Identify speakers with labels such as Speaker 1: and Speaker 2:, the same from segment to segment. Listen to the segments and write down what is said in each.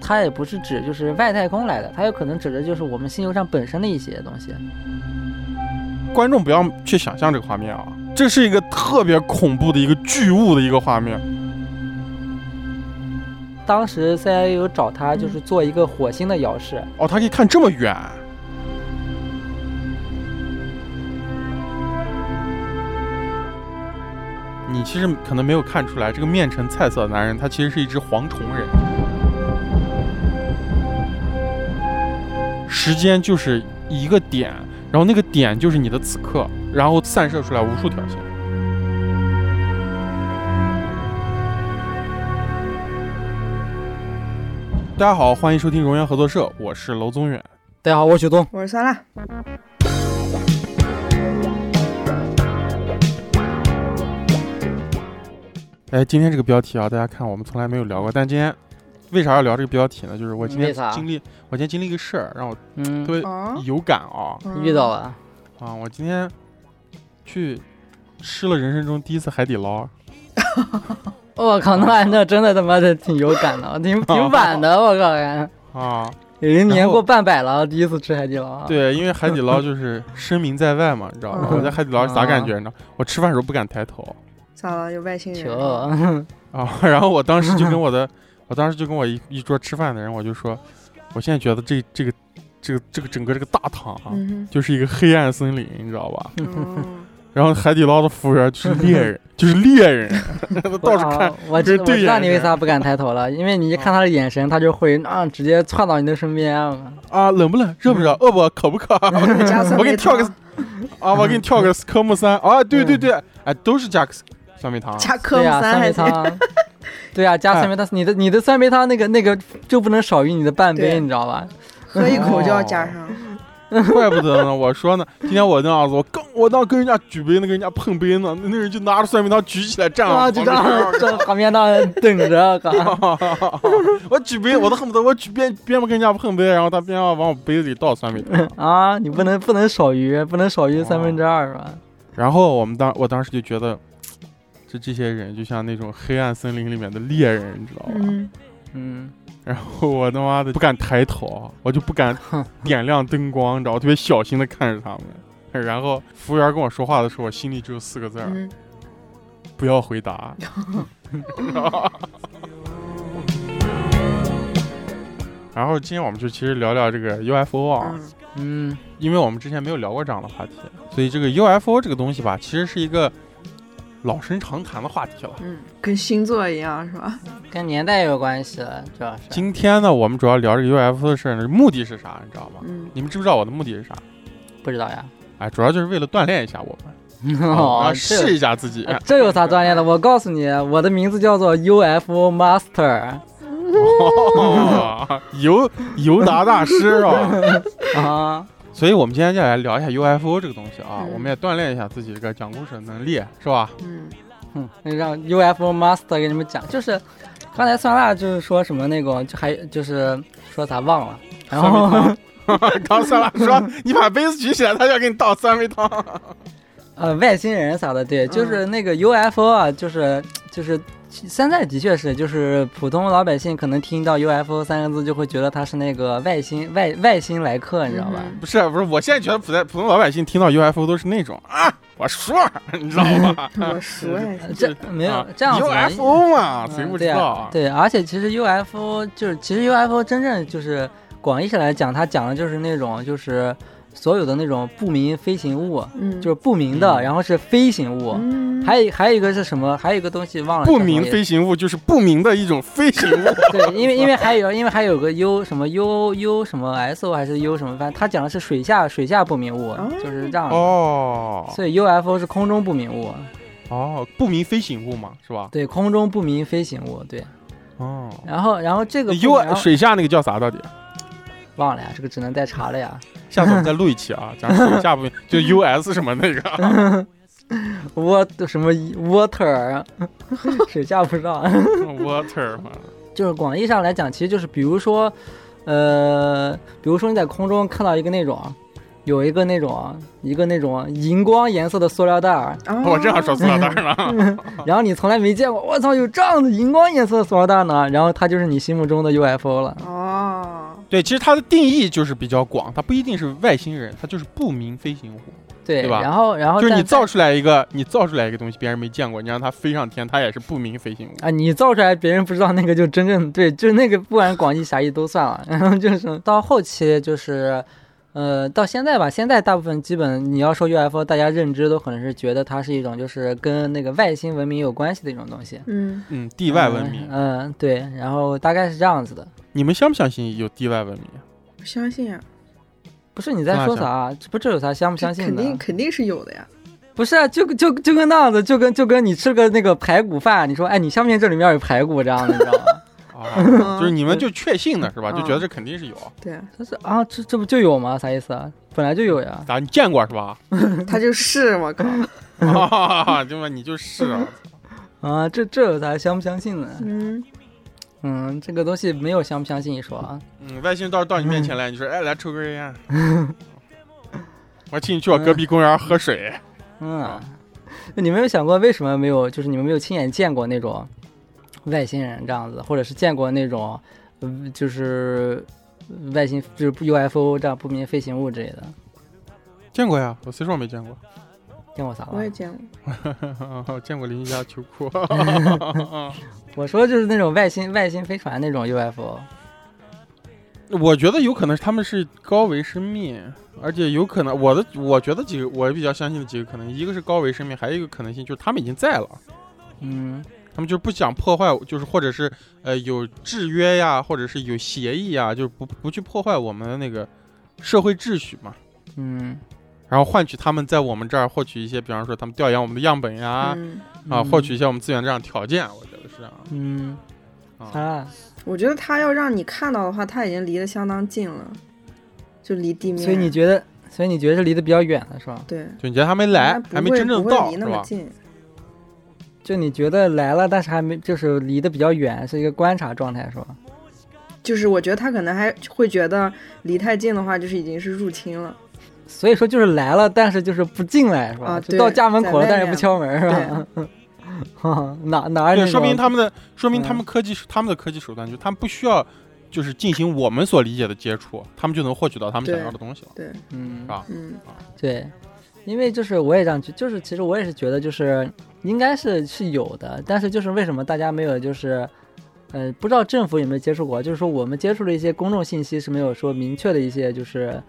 Speaker 1: 它也不是指就是外太空来的，它有可能指的就是我们星球上本身的一些东西。
Speaker 2: 观众不要去想象这个画面啊，这是一个特别恐怖的一个巨物的一个画面。
Speaker 1: 当时 CIA 有找他，就是做一个火星的遥视。
Speaker 2: 哦，它可以看这么远。你其实可能没有看出来，这个面沉菜色的男人，他其实是一只蝗虫人。时间就是一个点，然后那个点就是你的此刻，然后散射出来无数条线。大家好，欢迎收听荣源合作社，我是娄宗远。
Speaker 3: 大家好，啊我是许东。
Speaker 4: 我是酸辣，
Speaker 2: 哎，今天这个标题啊，大家看我们从来没有聊过，但今天为啥要聊这个标题呢？就是我今天
Speaker 1: 为啥
Speaker 2: 经历，我今天经历一个事儿，让我
Speaker 1: 嗯
Speaker 2: 特，别
Speaker 4: 哦，
Speaker 2: 有感啊
Speaker 4: 嗯
Speaker 1: 遇到了，
Speaker 2: 啊！我今天去吃了人生中第一次海底捞，啊
Speaker 1: 哦我靠，那那真的他妈的挺有感的，挺挺晚的，我靠，感
Speaker 2: 啊，
Speaker 1: 觉人年
Speaker 2: 然后
Speaker 1: 过半百了，第一次吃海底捞。，
Speaker 2: 对，因为海底捞就是声名在外嘛，你知道吗？
Speaker 4: 嗯
Speaker 2: 我在海底捞是咋感觉呢？我吃饭时候不敢抬头
Speaker 4: 咋了？有外星人？
Speaker 1: 求，
Speaker 2: 啊， 然后我当时就跟我的，我当时就跟我一一桌吃饭的人，我就说，我现在觉得这这个这个这个整个这个大堂啊，
Speaker 4: 嗯
Speaker 2: 就是一个黑暗森林，你知道吧？
Speaker 4: 哼，哦
Speaker 2: 然后海底捞的服务员就是猎人，就是猎 人，他到处看
Speaker 1: 啊，我知
Speaker 2: 这
Speaker 1: 我
Speaker 2: 对
Speaker 1: 知道
Speaker 2: 眼
Speaker 1: 你为
Speaker 2: 神
Speaker 1: 啥不敢抬头了，因为你一看他的眼神，他就会啊直接窜到你的身边。
Speaker 2: 啊，冷不冷，热不热，饿不饿，渴不渴？
Speaker 4: 哦加酸
Speaker 2: 我给
Speaker 4: 梅
Speaker 2: 你跳个
Speaker 4: 汤
Speaker 2: 啊，我给你跳个科目三啊，对对对，哎，都是加酸梅汤，
Speaker 4: 加科
Speaker 1: 对
Speaker 4: 目
Speaker 1: 呀，
Speaker 4: 三
Speaker 1: 酸梅
Speaker 4: 还行，
Speaker 1: 汤。对啊呀，加酸梅汤，你的你的酸梅汤那个那个就不能少于你的半杯，
Speaker 4: 对
Speaker 1: 你知道吧？
Speaker 4: 喝一口就要加上。
Speaker 2: 怪不得呢。我说呢，今天我那样子，我跟我当跟人家举杯呢，跟人家碰杯呢，那人就拿着酸梅汤举起来站
Speaker 1: 啊，
Speaker 2: 我
Speaker 1: 就
Speaker 2: 旁
Speaker 1: 这样
Speaker 2: 边。
Speaker 1: 这旁边那儿等着，我靠。
Speaker 2: 我举杯，我都恨不得我举边边不跟人家碰杯，然后他边要往我杯子里倒酸梅汤。
Speaker 1: 啊，你不能不能少于不能少于三分之二是吧？
Speaker 2: 然后我们当我当时就觉得，这这些人就像那种黑暗森林里面的猎人，你知道吧？
Speaker 4: 嗯，
Speaker 1: 嗯，
Speaker 2: 然后我他妈的不敢抬头，我就不敢点亮灯光，你知道，我特别小心的看着他们。然后服务员跟我说话的时候，我心里只有四个字儿：
Speaker 4: 嗯，
Speaker 2: 不要回 答。然后今天我们就其实聊聊这个 UFO 啊，
Speaker 4: 嗯
Speaker 1: 嗯，
Speaker 2: 因为我们之前没有聊过这样的话题，所以这个 UFO 这个东西吧，其实是一个老生常谈的话题了。
Speaker 4: 嗯，跟星座一样是吧？
Speaker 1: 跟年代有关系了，主要是。
Speaker 2: 今天呢，我们主要聊这个 UFO 的事儿呢，目的是啥？你知道吗？
Speaker 4: 嗯，
Speaker 2: 你们知不知道我的目的是啥？
Speaker 1: 不知道呀。
Speaker 2: 哎，主要就是为了锻炼一下我们，啊
Speaker 1: 哦，这
Speaker 2: 试一下自己。
Speaker 1: 啊这有啥锻炼的？我告诉你，我的名字叫做 UFO Master
Speaker 2: 哦尤尤达大师是吧？
Speaker 1: 啊，
Speaker 2: 所以我们今天就来聊一下 UFO 这个东西啊，
Speaker 4: 嗯
Speaker 2: 我们也锻炼一下自己这个讲故事的能力，是吧？
Speaker 4: 嗯，
Speaker 1: 哼让 UFO Master 给你们讲，就是刚才酸辣就是说什么那个，就还就是说啥忘了，然
Speaker 2: 酸梅
Speaker 1: 后
Speaker 2: 汤。 刚酸辣说你把杯子举起来，他就要给你倒酸梅汤。
Speaker 1: 呃，外星人啥的，对，
Speaker 2: 嗯
Speaker 1: 就是那个 UFO 啊，就是就是现在的确是，就是普通老百姓可能听到 UFO 三个字就会觉得它是那个外星外外星来客，你知道吧？
Speaker 4: 嗯
Speaker 2: 不是不是，我现在觉得普在普通老百姓听到 UFO 都是那种啊，我说， 你知道吧？
Speaker 4: 我熟还
Speaker 1: 呃
Speaker 4: 行。
Speaker 1: 这没有、
Speaker 2: 啊
Speaker 1: 这样子吧
Speaker 2: UFO 嘛，
Speaker 1: 嗯
Speaker 2: 谁不
Speaker 1: 对
Speaker 2: 知
Speaker 1: 啊
Speaker 2: 道啊？
Speaker 1: 对，而且其实 UFO 就是，其实 UFO 真正就是广义上来讲，它讲的就是那种就是所有的那种不明飞行物，啊
Speaker 4: 嗯，
Speaker 1: 就是不明的，
Speaker 2: 嗯
Speaker 1: 然后是飞行物。
Speaker 4: 嗯，
Speaker 1: 还有一还有一个是什么？还有一个东西忘了
Speaker 2: 不
Speaker 1: 叫什么
Speaker 2: 明
Speaker 1: 也
Speaker 2: 飞行物就是不明的一种飞行物。
Speaker 1: 对，因为因为还有因为还有个 U 什么 U U 什么 S O 还是 U 什么，反正它讲的是水下水下不明物
Speaker 4: 哦，
Speaker 1: 就是这样的。
Speaker 2: 哦
Speaker 1: 所以 UFO 是空中不明物，
Speaker 2: 哦，不明飞行物嘛，是吧？
Speaker 1: 对，空中不明飞行物，对。
Speaker 2: 哦。
Speaker 1: 然后然后这个不明啊然
Speaker 2: U
Speaker 1: 后
Speaker 2: 水下那个叫啥？ 到底？
Speaker 1: 忘了呀，这个只能再查了呀。
Speaker 2: 下次我们再录一期 啊，讲水下不明，就 US 什么那个。
Speaker 1: What 什么 water 水下不知道，
Speaker 2: Water 嘛。
Speaker 1: 就是广义上来讲，其实就是比如说，呃，比如说你在空中看到一个那种。有一个那种一个那种荧光颜色的塑料袋儿，
Speaker 4: 啊
Speaker 2: 我正想说塑料袋呢，
Speaker 1: 然后你从来没见过，我操，有这样子荧光颜色的塑料袋呢，然后它就是你心目中的 UFO 了。
Speaker 4: 哦，
Speaker 2: 对，其实它的定义就是比较广，它不一定是外星人，它就是不明飞行物，
Speaker 1: 对，
Speaker 2: 哦对吧
Speaker 1: 然后然后
Speaker 2: 就是你
Speaker 1: 但
Speaker 2: 造出来一个，你造出来一个东西，别人没见过，你让它飞上天，它也是不明飞行物。
Speaker 1: 啊，你造出来别人不知道那个就真正对，就是那个不管广义狭义都算了。然后就是到后期就是，呃，到现在吧，现在大部分基本你要说 UFO，大家认知都可能是觉得它是一种就是跟那个外星文明有关系的一种东西。
Speaker 4: 嗯，
Speaker 2: 嗯，地外文明，
Speaker 1: 嗯、嗯对，然后大概是这样子的。
Speaker 2: 你们相不相信有地外文明？
Speaker 4: 我相信啊，
Speaker 1: 不是你在说啥？啊这不这有啥相不相
Speaker 4: 这
Speaker 1: 信
Speaker 4: 肯
Speaker 1: 的啊
Speaker 4: 定？肯定是有的呀。
Speaker 1: 不是啊，就就就跟那样子，就跟就跟你吃个那个排骨饭，你说哎，你相不信这里面有排骨这样的，你知道吗？
Speaker 2: 啊，就是
Speaker 4: 嗯
Speaker 2: 你们就确信的是吧？
Speaker 4: 嗯
Speaker 2: 就觉得这肯定是有。
Speaker 4: 对，
Speaker 1: 他是啊，这这不就有吗？啥意思啊？本来就有呀。
Speaker 2: 咋你见过是 吧？
Speaker 4: 他就是我靠，
Speaker 2: 啊，对吧？你就是啊，
Speaker 1: 啊，这这有啥相不相信呢？
Speaker 4: 嗯，
Speaker 1: 嗯，这个东西没有相不相信一说啊。
Speaker 2: 嗯，外星人到时候到你面前来，你说哎，来抽根烟，啊 我请你去我隔壁公园喝水。
Speaker 1: 嗯
Speaker 2: 啊，
Speaker 1: 你们有想过为什么没有？就是你们没有亲眼见过那种外星人这样子，或者是见过那种，嗯就是外星就是 UFO 这样不明飞行物之类的，
Speaker 2: 见过呀，我谁说我没见过？
Speaker 1: 见过啥
Speaker 4: 我
Speaker 1: 了
Speaker 4: 也？见过，
Speaker 2: 我见过邻居家秋裤。
Speaker 1: 我说就是那种外星外星飞船那种 UFO。
Speaker 2: 我觉得有可能是他们是高维生命，而且有可能我的我觉得几个我比较相信的几个可能，一个是高维生命，还有一个可能性就是他们已经在了。
Speaker 1: 嗯
Speaker 2: 他们就是不想破坏，就是或者是呃有制约呀，或者是有协议呀，就是不不去破坏我们的那个社会秩序嘛。
Speaker 1: 嗯
Speaker 2: 然后换取他们在我们这儿获取一些，比方说他们调研我们的样本呀，
Speaker 4: 嗯，
Speaker 2: 啊，
Speaker 1: 嗯
Speaker 2: 获取一些我们资源这样的条件，我觉得是这样
Speaker 1: 嗯
Speaker 2: 啊。
Speaker 1: 啊，
Speaker 4: 我觉得他要让你看到的话，他已经离得相当近了，就离地面。
Speaker 1: 所以你觉得，所以你觉得是离得比较远了是吧？
Speaker 4: 对，
Speaker 2: 就你觉得还没来
Speaker 4: 应该，不
Speaker 2: 还没
Speaker 4: 会
Speaker 2: 真正
Speaker 4: 不会
Speaker 2: 到，
Speaker 4: 离
Speaker 2: 是
Speaker 4: 那么
Speaker 2: 吧？
Speaker 4: 近。
Speaker 1: 就你觉得来了，但是还没，就是离得比较远，是一个观察状态是吧？
Speaker 4: 就是我觉得他可能还会觉得离太近的话，就是已经是入侵了。
Speaker 1: 所以说就是来了，但是就是不进来是吧？
Speaker 4: 啊
Speaker 1: 就
Speaker 4: 对
Speaker 1: 到家门口了，
Speaker 4: 在
Speaker 1: 但
Speaker 4: 外面
Speaker 1: 是不敲门是吧？ 哈哪哪有那
Speaker 2: 对，
Speaker 1: 种
Speaker 2: 说明他们的，说明他
Speaker 1: 嗯
Speaker 2: 们科技，他们的科技手段就是他们不需要，就是进行我们所理解的接触，他们就能获取到他们想
Speaker 4: 对
Speaker 2: 要的东西了。
Speaker 4: 对，
Speaker 1: 嗯
Speaker 2: 啊
Speaker 4: 嗯，
Speaker 1: 对，因为就是我也这样觉，就是其实我也是觉得就是应该是是有的，但是就是为什么大家没有就是。呃，不知道政府有没有接触过，就是说我们接触的一些公众信息是没有说明确的一些，就是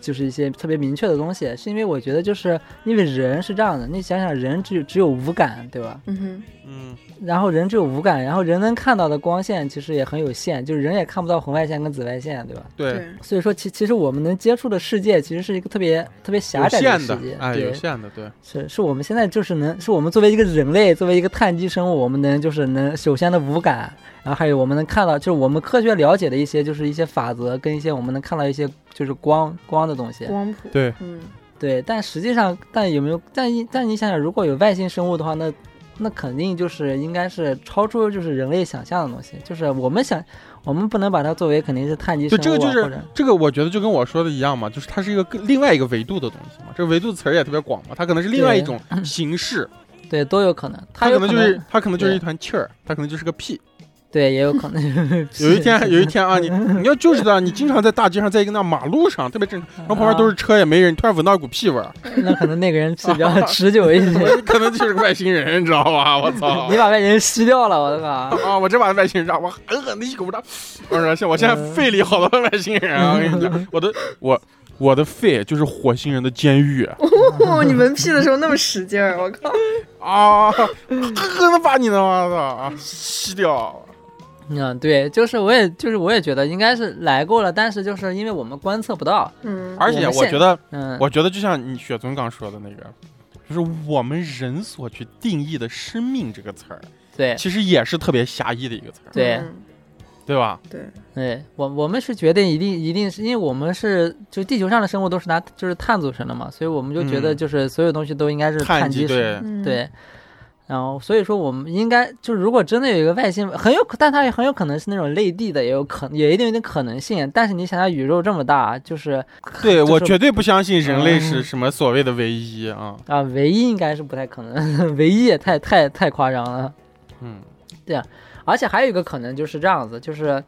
Speaker 1: 就是一些特别明确的东西，是因为我觉得就是因为人是这样的，你想想人只有只有五感，对吧？
Speaker 4: 嗯哼，
Speaker 2: 嗯，
Speaker 1: 然后人只有五感，然后人能看到的光线其实也很有限，就是人也看不到红外线跟紫外线，对吧？
Speaker 2: 对，
Speaker 4: 对，
Speaker 1: 所以说其，其实我们能接触的世界其实是一个特别特别狭
Speaker 2: 有
Speaker 1: 窄的
Speaker 2: 限
Speaker 1: 世
Speaker 2: 的
Speaker 1: 界，，
Speaker 2: 哎，有
Speaker 1: 对，
Speaker 2: 限的，对，
Speaker 1: 是是我们现在就是能，是我们作为一个人类，作为一个碳基生物，我们能就是能首先的五感，然后还有我们能看到，就是我们科学了解的一些就是一些法则跟一些我们能看到一些就是光光的东西，
Speaker 4: 光谱。
Speaker 2: 对，
Speaker 4: 嗯，
Speaker 1: 对，但实际上，但有没有？但一但你想想，如果有外星生物的话，那那肯定就是应该是超出就是人类想象的东西，就是我们想，我们不能把它作为肯定是碳基生
Speaker 2: 对
Speaker 1: 物啊，
Speaker 2: 这个就是
Speaker 1: 或者
Speaker 2: 这个我觉得就跟我说的一样嘛，就是它是一个更另外一个维度的东西嘛。这个维度词儿也特别广嘛，它可能是另外一种 形式，
Speaker 1: 对都有可能，它
Speaker 2: 它
Speaker 1: 有
Speaker 2: 可能就是它可能就是
Speaker 1: 对
Speaker 2: 一团气儿，它可能就是个 屁。
Speaker 1: 对，也有可能
Speaker 2: 有 一天有一天啊，你你要就是的，你经常在大街上，在一个那马路上特别正常，然后旁边都是
Speaker 1: 啊
Speaker 2: 车也没人，你突然闻到一股屁味儿，
Speaker 1: 那可能那个人是比 较持久一些，
Speaker 2: 可能就是个外星人，你知道吧？我操
Speaker 1: 你！把外星人吸掉了，我靠！
Speaker 2: 啊！我真把外星人让我狠狠的一口让，我说像我现在肺里好多外星人啊！我跟你讲，我的我我的肺就是火星人的监狱。
Speaker 4: 哦，你闻屁的时候那么使劲儿，我靠！
Speaker 2: 啊，狠的把你的妈的啊吸掉！
Speaker 1: 嗯，对，就是我也就是我也觉得应该是来过了，但是就是因为我们观测不到，
Speaker 4: 嗯，
Speaker 2: 而且
Speaker 1: 我们
Speaker 2: 我
Speaker 1: 现
Speaker 2: 觉得，
Speaker 1: 嗯，
Speaker 2: 我觉得就像你雪总刚说的那个，就是我们人所去定义的“生命”这个词儿，
Speaker 1: 对
Speaker 2: 其实也是特别狭义的一个词儿，
Speaker 1: 对。
Speaker 4: 嗯
Speaker 2: 对吧？
Speaker 4: 对，
Speaker 1: 对我，我们是决定一定一定是因为我们是就地球上的生物都是拿就是碳组成的嘛，所以我们就觉得
Speaker 2: 嗯
Speaker 1: 就是所有东西都应该是
Speaker 2: 碳
Speaker 1: 碳
Speaker 2: 基
Speaker 1: 基生。
Speaker 2: 对，
Speaker 4: 嗯，
Speaker 1: 对，然后所以说我们应该就是如果真的有一个外星，很有可，但它也很有可能是那种类地的，也有可也一定有点可能性。但是你想想宇宙这么大，就是
Speaker 2: 对
Speaker 1: 就是
Speaker 2: 我绝对不相信人类是
Speaker 1: 嗯
Speaker 2: 什么所谓的唯一啊，
Speaker 1: 啊，唯一应该是不太可能， 唯一也太太太夸张了。啊
Speaker 2: 嗯，
Speaker 1: 而且还有一个可能就是这样子，就是，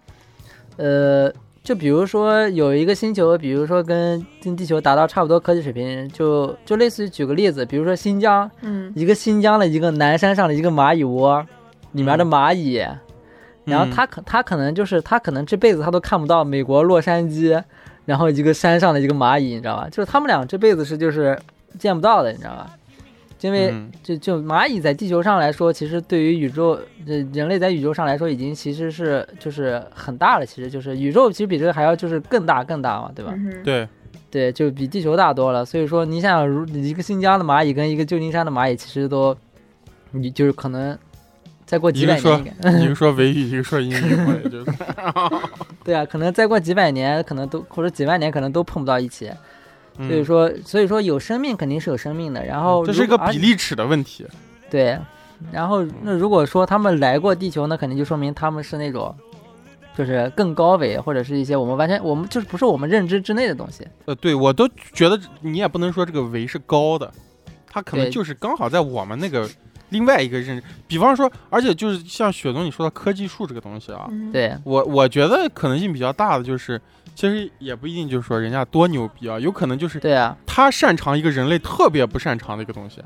Speaker 1: 呃，就比如说有一个星球，比如说跟跟地球达到差不多科技水平，就就类似于举个例子，比如说新疆
Speaker 4: 嗯
Speaker 1: 一个新疆的一个南山上的一个蚂蚁窝，里面的蚂蚁，然后
Speaker 2: 嗯
Speaker 1: 他可他可能就是他可能这辈子他都看不到美国洛杉矶，然后一个山上的一个蚂蚁，你知道吧？就是他们俩这辈子是就是见不到的，你知道吧？因为
Speaker 2: 嗯
Speaker 1: 就就蚂蚁在地球上来说，其实对于宇宙，呃，人类在宇宙上来说已经其实是就是很大了，其实就是宇宙其实比这个还要就是更大更大嘛，对吧？
Speaker 4: 嗯哼，
Speaker 2: 对，
Speaker 1: 对，就比地球大多了。所以说，你想想，如一个新疆的蚂蚁跟一个旧金山的蚂蚁，其实都，你就是可能再过几
Speaker 2: 一个
Speaker 1: 百
Speaker 2: 说
Speaker 1: 年应该，
Speaker 2: 一个说维语，一个说英语，我也觉 得，
Speaker 1: 对啊，可能再过几百年，可能都或者几万年，可能都碰不到一起。所以
Speaker 2: 嗯，
Speaker 1: 说，所以说有生命肯定是有生命的。然后
Speaker 2: 这是一
Speaker 1: 如果
Speaker 2: 个
Speaker 1: 而
Speaker 2: 比例尺的问题，
Speaker 1: 对，然后那如果说他们来过地球，那肯定就说明他们是那种，就是更高维或者是一些我们完全我们就是不是我们认知之内的东西。
Speaker 2: 呃，对我都觉得你也不能说这个维是高的，它可能
Speaker 1: 对
Speaker 2: 就是刚好在我们那个另外一个认知，比方说，而且就是像雪总你说的科技树这个东西啊，
Speaker 4: 嗯，
Speaker 1: 对，
Speaker 2: 我我觉得可能性比较大的就是，其实也不一定就是说人家多牛逼啊，有可能就是
Speaker 1: 对啊，
Speaker 2: 他擅长一个人类特别不擅长的一个东西，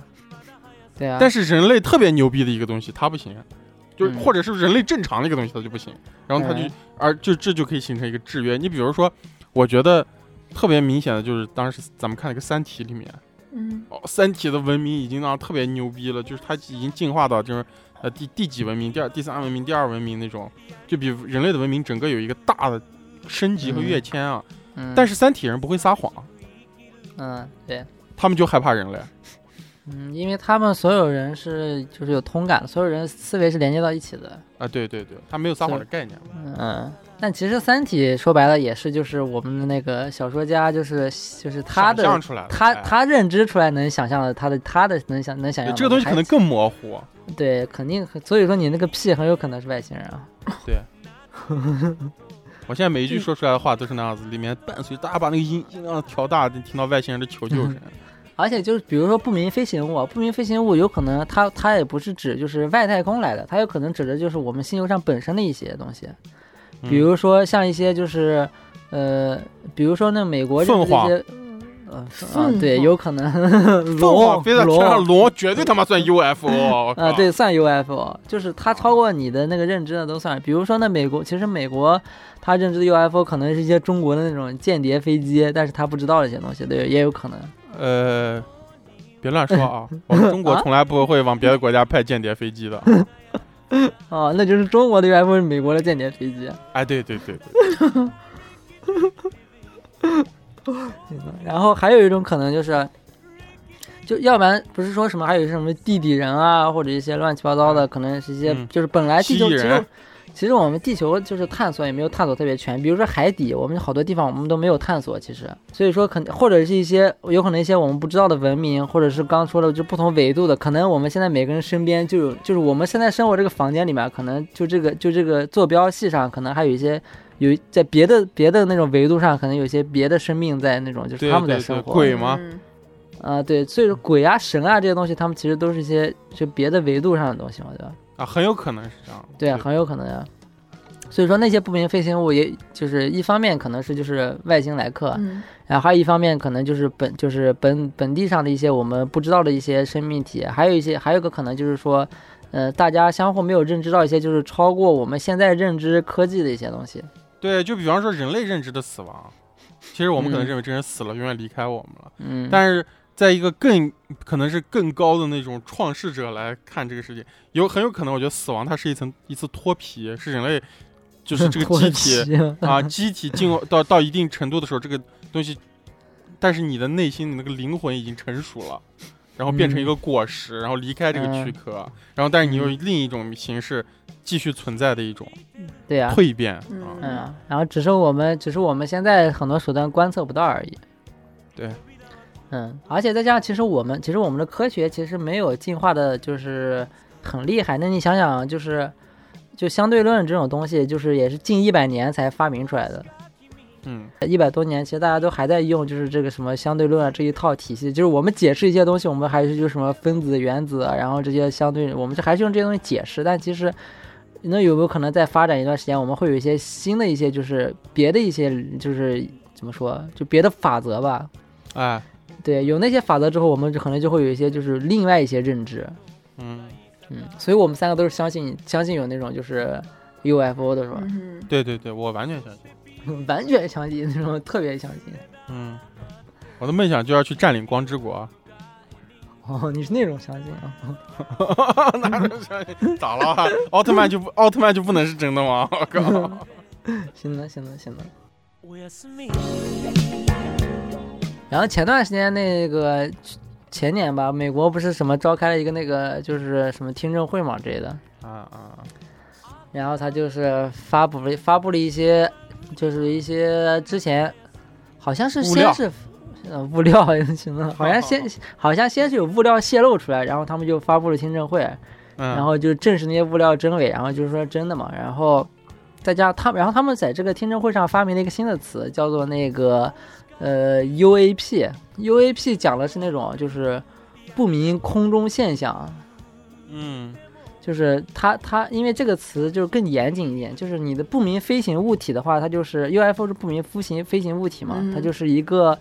Speaker 1: 对啊。
Speaker 2: 但是人类特别牛逼的一个东西他不行，啊就是
Speaker 1: 嗯
Speaker 2: 或者是人类正常的一个东西他就不行，然后他就
Speaker 1: 嗯
Speaker 2: 而就这就可以形成一个制约。你比如说，我觉得特别明显的就是当时咱们看那个《三体》里面，
Speaker 4: 嗯
Speaker 2: 哦，《三体》的文明已经啊特别牛逼了，就是它已经进化到就是呃第第几文明、第二、第三文明、第二文明那种，就比人类的文明整个有一个大的升级和跃迁啊。
Speaker 1: 嗯，
Speaker 2: 但
Speaker 1: 是
Speaker 2: 是三体人不会撒谎，
Speaker 1: 嗯，对，
Speaker 2: 他们就害怕人类。
Speaker 1: 嗯，因为他们所有人是就是有通感，所有人思维是连接到一起的。
Speaker 2: 啊，对对对，他没有撒谎的概念。
Speaker 1: 嗯，但其实《三体》说白了也是就是我们的那个小说家就是就是他
Speaker 2: 想
Speaker 1: 的
Speaker 2: 象。出来的
Speaker 1: 他
Speaker 2: 哎
Speaker 1: 他认知出来能想象的，他的他的能想能想象
Speaker 2: 对
Speaker 1: 的
Speaker 2: 这个东西可能更模糊。
Speaker 1: 对，肯定，所以说你那个屁很有可能是外星人啊。
Speaker 2: 我现在每一句
Speaker 1: 嗯
Speaker 2: 说出来的话都是那样子，里面伴随大家把那个音音量调大，就听到外星人的求
Speaker 1: 嗯
Speaker 2: 救声。
Speaker 1: 而且就是比如说不明飞行物，啊，不明飞行物有可能它它也不是指就是外太空来的，它有可能指的就是我们星球上本身的一些东西，
Speaker 2: 嗯
Speaker 1: 比如说像一些就是呃，比如说那美国认识的一些。呃啊
Speaker 4: 凤，
Speaker 1: 对，
Speaker 4: 凰
Speaker 1: 有可能
Speaker 2: 凤凰
Speaker 1: 龙
Speaker 2: 飞到天上，
Speaker 1: 龙
Speaker 2: 龙绝对他 妈算 UFO 我
Speaker 1: 啊，
Speaker 2: 靠
Speaker 1: 对，算 UFO，就是它超过你的那个认知的都算。比如说那美国，其实美国它认知的 UFO 可能是一些中国的那种间谍飞机，但是他不知道这些东西，对，也有可能。
Speaker 2: 呃，别乱说 啊！我们中国从来不会往别的国家派间谍飞机的。
Speaker 1: 哦，那就是中国的 UFO 是美国的间谍飞机。
Speaker 2: 哎，对对对对，
Speaker 1: 然后还有一种可能就是，就要不然不是说什么还有什么地底人啊，或者一些乱七八糟的，可能是一些、
Speaker 2: 嗯
Speaker 1: 就是本来地
Speaker 2: 蜥
Speaker 1: 球
Speaker 2: 蜴
Speaker 1: 其
Speaker 2: 人
Speaker 1: 实其实我们地球就是探索也没有探索特别全，比如说海底，我们好多地方我们都没有探索，其实所以说可能或者是一些有可能一些我们不知道的文明，或者是刚说的就不同维度的，可能我们现在每个人身边就有，就是我们现在生活这个房间里面，可能就这个就这个坐标系上，可能还有一些。有在别的别的那种维度上，可能有些别的生命在那种，就是
Speaker 2: 对
Speaker 1: 他们
Speaker 2: 对
Speaker 1: 在生
Speaker 2: 对
Speaker 1: 活。
Speaker 2: 鬼对吗？
Speaker 4: 嗯
Speaker 1: 啊、对，所以说鬼啊、神啊这些东西，他们其实都是一些就别的维度上的东西嘛，对吧？
Speaker 2: 啊，很有可能是这样的。
Speaker 1: 对啊，很有可能呀、所以说那些不明飞行物，也就是一方面可能是就是外星来客，啊
Speaker 4: 嗯
Speaker 1: 然后还有一方面可能就是本就是本本地上的一些我们不知道的一些生命体，啊还有一些还有一个可能就是说，呃，大家相互没有认知到一些就是超过我们现在认知科技的一些东西。
Speaker 2: 对，就比方说人类认知的死亡，其实我们可能
Speaker 1: 嗯
Speaker 2: 认为这人死了，永远离开我们了。
Speaker 1: 嗯，
Speaker 2: 但是在一个更可能是更高的那种创世者来看这个世界，有很有可能，我觉得死亡它是一层一次脱皮，是人类就是 这个
Speaker 1: 脱
Speaker 2: 机
Speaker 1: 皮
Speaker 2: 体啊，机体进 入到到一定程度的时候，这个东西，但是你的内心你那个灵魂已经成熟了。然后变成一
Speaker 1: 嗯
Speaker 2: 个果实，然后离开这个躯
Speaker 1: 嗯
Speaker 2: 壳，然后但是你有
Speaker 1: 嗯
Speaker 2: 另一种形式继续存在的一种
Speaker 1: 对呀、
Speaker 2: 蜕变啊、
Speaker 4: 嗯
Speaker 1: 嗯，然后只是我们只是我们现在很多手段观测不到而已。
Speaker 2: 对。
Speaker 1: 嗯，而且再加上，其实我们其实我们的科学其实没有进化的，就是很厉害。那你想想，就是就相对论这种东西，就是也是近一百年才发明出来的，
Speaker 2: 嗯，
Speaker 1: 一百多年，其实大家都还在用，就是这个什么相对论啊这一套体系。就是我们解释一些东西，我们还是就什么分子、原子啊，然后这些相对，我们就还是用这些东西解释。但其实，那有没有可能再发展一段时间，我们会有一些新的一些，就是别的一些，就是怎么说，就别的法则吧？
Speaker 2: 哎，
Speaker 1: 对，有那些法则之后，我们就可能就会有一些就是另外一些认知，
Speaker 2: 嗯，
Speaker 1: 嗯，所以我们三个都是相信相信有那种就是 UFO 的是吧？
Speaker 4: 嗯
Speaker 2: 对对对，我完全相信。
Speaker 1: 完全相信那种特别相信。
Speaker 2: 嗯，我的梦想就要去占领光之国。
Speaker 1: 哦，你是那种相信啊？
Speaker 2: 哪能相信？咋了啊？奥特曼就不奥特曼就不能是真的吗？我靠！
Speaker 1: 行了行了行了。
Speaker 3: おやすみ
Speaker 1: 然后前段时间那个前年吧，美国不是什么召开了一个那个就是什么听证会嘛之类的，
Speaker 2: 啊啊！
Speaker 1: 然后他就是发布了发布了一些，就是一些之前好像是
Speaker 2: 物料
Speaker 1: 先是呃物料行了，好像先好像先是有物料泄露出来，然后他们就发布了听证会，
Speaker 2: 嗯，
Speaker 1: 然后就证实那些物料真伪，然后就是说真的嘛，然后再加上他们，然后他们在这个听证会上发明了一个新的词，叫做那个呃 UAP。UAP 讲的是那种就是不明空中现象，
Speaker 2: 嗯
Speaker 1: 就是它它因为这个词就是更严谨一点，就是你的不明飞行物体的话，它就是 UFO 是不明飞行飞行物体嘛，
Speaker 4: 嗯
Speaker 1: 它就是一个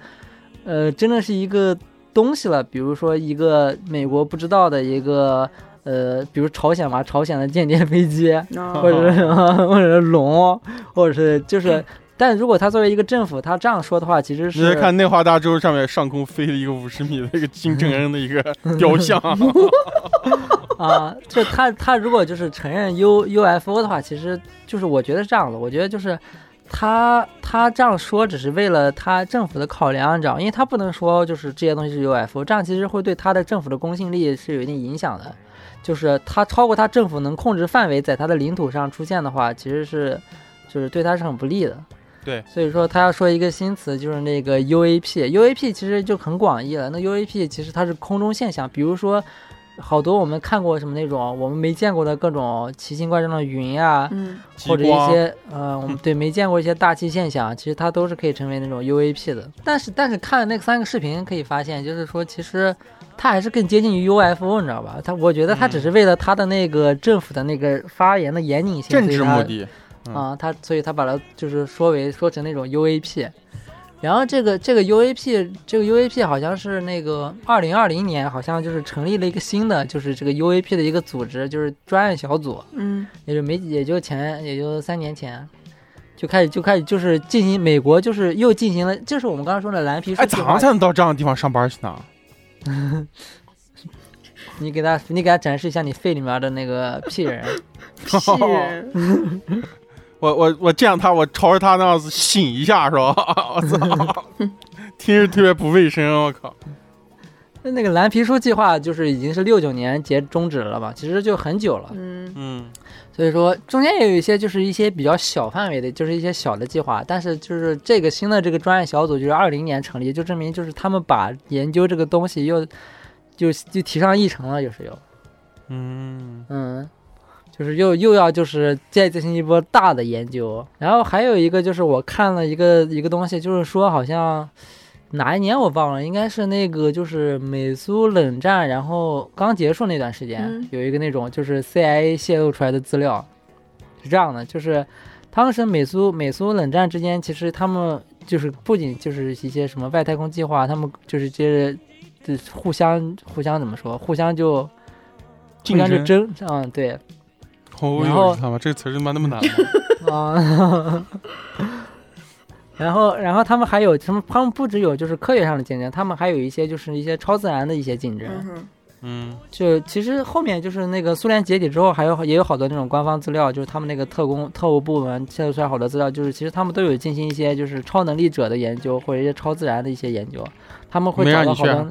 Speaker 1: 呃真的是一个东西了，比如说一个美国不知道的一个呃，比如朝鲜吧，朝鲜的间谍飞机，
Speaker 2: 嗯
Speaker 4: 那
Speaker 1: 或者是什 么，或者是龙，或者是 就是。但如果它作为一个政府，它这样说的话，其实
Speaker 2: 你在
Speaker 1: 是
Speaker 2: 看内华达州上面上空飞了一个五十米的一个金正恩的一个雕像，
Speaker 1: 啊，就他他如果就是承认 U UFO 的话，其实就是我觉得是这样子，我觉得就是他他这样说只是为了他政府的考量，你知道吗，因为他不能说就是这些东西是 UFO，这样其实会对他的政府的公信力是有一定影响的。就是他超过他政府能控制范围，在他的领土上出现的话，其实是就是对他是很不利的。
Speaker 2: 对，
Speaker 1: 所以说他要说一个新词，就是那个 UAP，UAP 其实就很广义了。那 UAP 其实它是空中现象，比如说好多我们看过什么那种我们没见过的各种奇形怪状的云啊，
Speaker 4: 嗯
Speaker 1: 或者
Speaker 2: 极
Speaker 1: 一
Speaker 2: 光
Speaker 1: 些呃， 我们对没见过一些大气现象，其实它都是可以成为那种 UAP 的。但是但是看那三个视频可以发现，就是说其实它还是更接近于 UFO，你知道吧？它我觉得它
Speaker 2: 嗯
Speaker 1: 只是为了它的那个政府的那个发言的严谨性，
Speaker 2: 政
Speaker 1: 所以
Speaker 2: 治
Speaker 1: 它
Speaker 2: 目的。嗯
Speaker 1: 啊，他所以他把它就是说为说成那种 UAP，然后这个这个 UAP 这个 UAP 好像是那个二零二零年好像就是成立了一个新的就是这个 UAP 的一个组织，就是专案小组，
Speaker 4: 嗯
Speaker 1: 也就没也就前也就三年前。就开始就开始就是进行美国就是又进行了，这是我们刚刚说的蓝皮书
Speaker 2: 哎，
Speaker 1: 计
Speaker 2: 咋
Speaker 1: 划。
Speaker 2: 才能到这样的地方上班去呢？
Speaker 1: 你给他你给他展示一下你肺里面的那个屁人，
Speaker 4: 屁人，
Speaker 2: 我我我见他，我朝着他那样子醒一下是吧？ 我操，听着特别不卫生，我靠！
Speaker 1: 那那个蓝皮书计划就是已经是六九年结终止了吧？其实就很久了。
Speaker 4: 嗯
Speaker 2: 嗯，
Speaker 1: 所以说中间也有一些就是一些比较小范围的，就是一些小的计划，但是就是这个新的这个专业小组就是二零年成立，就证明就是他们把研究这个东西又就就提上议程了，有时有，
Speaker 2: 嗯，
Speaker 1: 嗯。就是又又要就是再进行一波大的研究，然后还有一个就是我看了一个一个东西，就是说好像哪一年我忘了，应该是那个就是美苏冷战然后刚结束那段时间，
Speaker 4: 嗯
Speaker 1: 有一个那种就是 CIA 泄露出来的资料，是这样的，就是当时美苏美苏冷战之间，其实他们就是不仅就是一些什么外太空计划，他们就是这些这互相互相怎么说，互相就互
Speaker 2: 竞
Speaker 1: 相就
Speaker 2: 争。
Speaker 1: 争，嗯，对，
Speaker 2: 哦
Speaker 1: 然后
Speaker 2: 呦，他妈这个词儿他妈那么难吗？
Speaker 1: 啊。然后，然后他们还有什么？他们不只有就是科学上的竞争，他们还有一些就是一些超自然的一些竞争。
Speaker 4: 嗯哼
Speaker 2: 嗯
Speaker 1: 就其实后面就是那个苏联解体之后，还有也有好多那种官方资料，就是他们那个特工特务部门泄露出来好多资料，就是其实他们都有进行一些就是超能力者的研究或者一些超自然的一些研究，他们会
Speaker 2: 没
Speaker 1: 找
Speaker 2: 让
Speaker 1: 到
Speaker 2: 你
Speaker 1: 好
Speaker 2: 去啊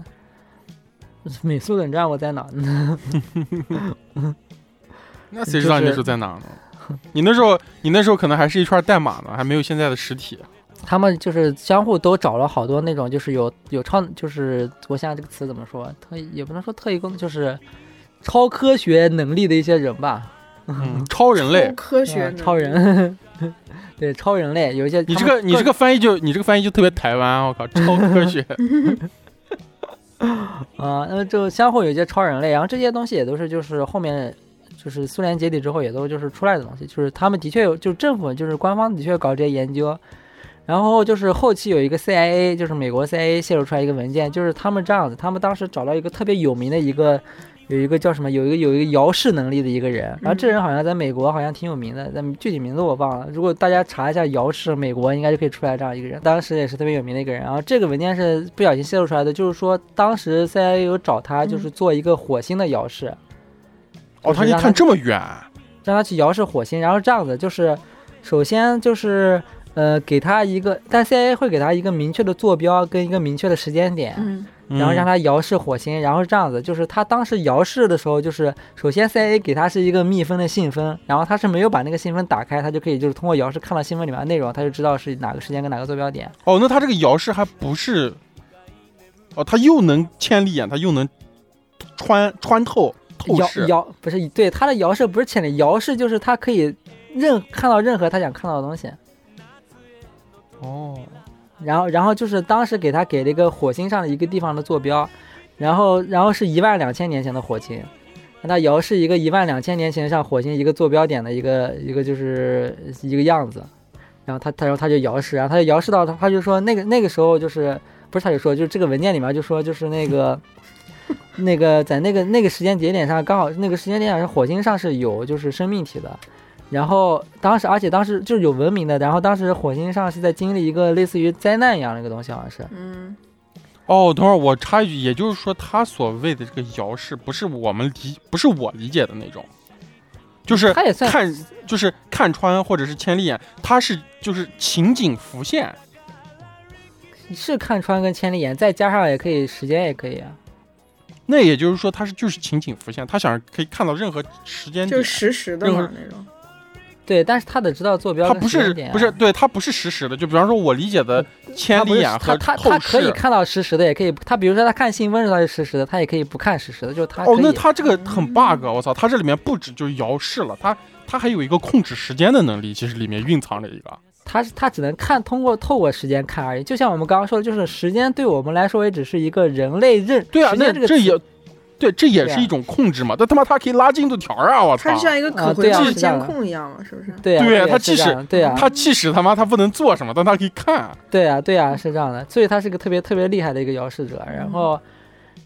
Speaker 1: 多。 美苏冷战我在哪呢？
Speaker 2: 那谁知 道你那时候在哪呢？你那时候，你那时候可能还是一串代码呢，还没有现在的实体。
Speaker 1: 他们就是相互都找了好多那种就是有有超就是我想想这个词怎么说，特也不能说特异功能，就是超科学能力的一些人吧，
Speaker 2: 嗯，超人类
Speaker 4: 超，科学
Speaker 1: 嗯
Speaker 4: 呢
Speaker 1: 超，人， 对超人类有一些
Speaker 2: 你这
Speaker 1: 他
Speaker 2: 个
Speaker 1: 们
Speaker 2: 你这个翻译就你这个翻译就特别台湾，啊我靠，超 科学，
Speaker 1: 嗯啊，那么就相互有一些超人类，然后这些东西也都是就是后面就是苏联解体之后也都就是出来的东西，就是他们的确有，就是政府就是官方的确搞这些研究，然后就是后期有一个 CIA，就是美国 CIA 泄露出来一个文件，就是他们这样子，他们当时找到一个特别有名的一个。有一个叫什么？有一个有一个遥视能力的一个人，然后这人好像在美国好像挺有名的，但具体名字我忘了。如果大家查一下遥视美国，应该就可以出来这样一个人，当时也是特别有名的一个人。然后这个文件是不小心泄露出来的，就是说当时 CIA 有找他，就是做一个火星的遥视，
Speaker 2: 哦，他
Speaker 1: 就是
Speaker 2: 就
Speaker 1: 让
Speaker 2: 看这么远，
Speaker 1: 让他去遥视火星，然后这样子就是，首先就是呃给他一个，但 CIA 会给他一个明确的坐标跟一个明确的时间点，
Speaker 4: 嗯
Speaker 1: 然后让
Speaker 2: 他
Speaker 1: 他遥视火星，然后是这样子，就是他当时遥视的时候，就是首先 CIA 给他是一个密封的信封，然后他是没有把那个信封打开，他就可以就是通过遥视看到信封里面的内容，他就知道是哪个时间跟哪个坐标点。
Speaker 2: 哦，那他这个遥视还不是，哦，他又能千里眼，他又能穿穿透透
Speaker 1: 遥
Speaker 2: 视，
Speaker 1: 遥不是对他的遥视不是潜力，遥视就是他可以任看到任何他想看到的东西。
Speaker 2: 哦，
Speaker 1: 然后，然后就是当时给他给了一个火星上的一个地方的坐标，然后，然后是一万两千年前的火星，让他遥视一个一万两千年前上火星一个坐标点的一个一个就是一个样子，然后他他然后他就遥视，然后他就遥视到他他就说那个那个时候就是不是他就说就是这个文件里面就说就是那个那个在那个那个时间节点上刚好那个时间节点上火星上是有就是生命体的，然后当时，而且当时就是有文明的，然后当时火星上是在经历一个类似于灾难一样的一个东西，好像是。
Speaker 4: 嗯，
Speaker 2: 哦，等会儿我插一句，也就是说，他所谓的这个遥视，不是我们理，不是我理解的那种，就是
Speaker 1: 它也算
Speaker 2: 看，就是看穿或者是千里眼，它是就是情景浮现。
Speaker 1: 是看穿跟千里眼，再加上也可以时间也可以啊。
Speaker 2: 那也就是说，他是就是情景浮现，他想可以看到任何时间
Speaker 4: 就
Speaker 2: 点
Speaker 4: 是，实时的
Speaker 2: 任
Speaker 4: 嘛那种，
Speaker 1: 对，但是他得知道坐标
Speaker 2: 他
Speaker 1: 跟
Speaker 2: 不
Speaker 1: 时
Speaker 2: 是
Speaker 1: 间点啊、
Speaker 2: 不是对，他不是实时的。就比方说，我理解的千
Speaker 1: 他
Speaker 2: 里
Speaker 1: 不是
Speaker 2: 眼
Speaker 1: 他
Speaker 2: 和
Speaker 1: 他
Speaker 2: 透
Speaker 1: 他可以
Speaker 2: 视。
Speaker 1: 看到实时的，也可以他比如说他看新闻的时候他是实时的，他也可以不看实时的，就是他可以嗯
Speaker 2: 哦，那他这个很 bug，我啊操，他这里面不止就是遥视了，他他还有一个控制时间的能力，其实里面蕴藏着一个。
Speaker 1: 他是他只能看通过透过时间看而已。就像我们刚刚说的，就是时间对我们来说也只是一个人类认
Speaker 2: 对啊，
Speaker 1: 时
Speaker 2: 那
Speaker 1: 间这个词
Speaker 2: 也对，这也
Speaker 1: 对啊
Speaker 2: 是一种控制嘛。但他妈他可以拉进度条啊！我操
Speaker 4: 它，像一个
Speaker 1: 啊
Speaker 4: 可
Speaker 1: 对
Speaker 4: 回
Speaker 1: 啊
Speaker 4: 放
Speaker 1: 是
Speaker 4: 的
Speaker 1: 这样
Speaker 4: 监
Speaker 1: 的
Speaker 4: 控一样嘛，是不是？
Speaker 1: 对啊，
Speaker 2: 对啊
Speaker 1: 这个
Speaker 2: 他
Speaker 1: 是
Speaker 2: 即
Speaker 1: 这
Speaker 2: 使
Speaker 1: 样对啊，
Speaker 2: 他即使他妈他不能做什么，但他可以看。
Speaker 1: 对啊，对啊，是这样的，所以他是个特别特别厉害的一个摇视者，然后，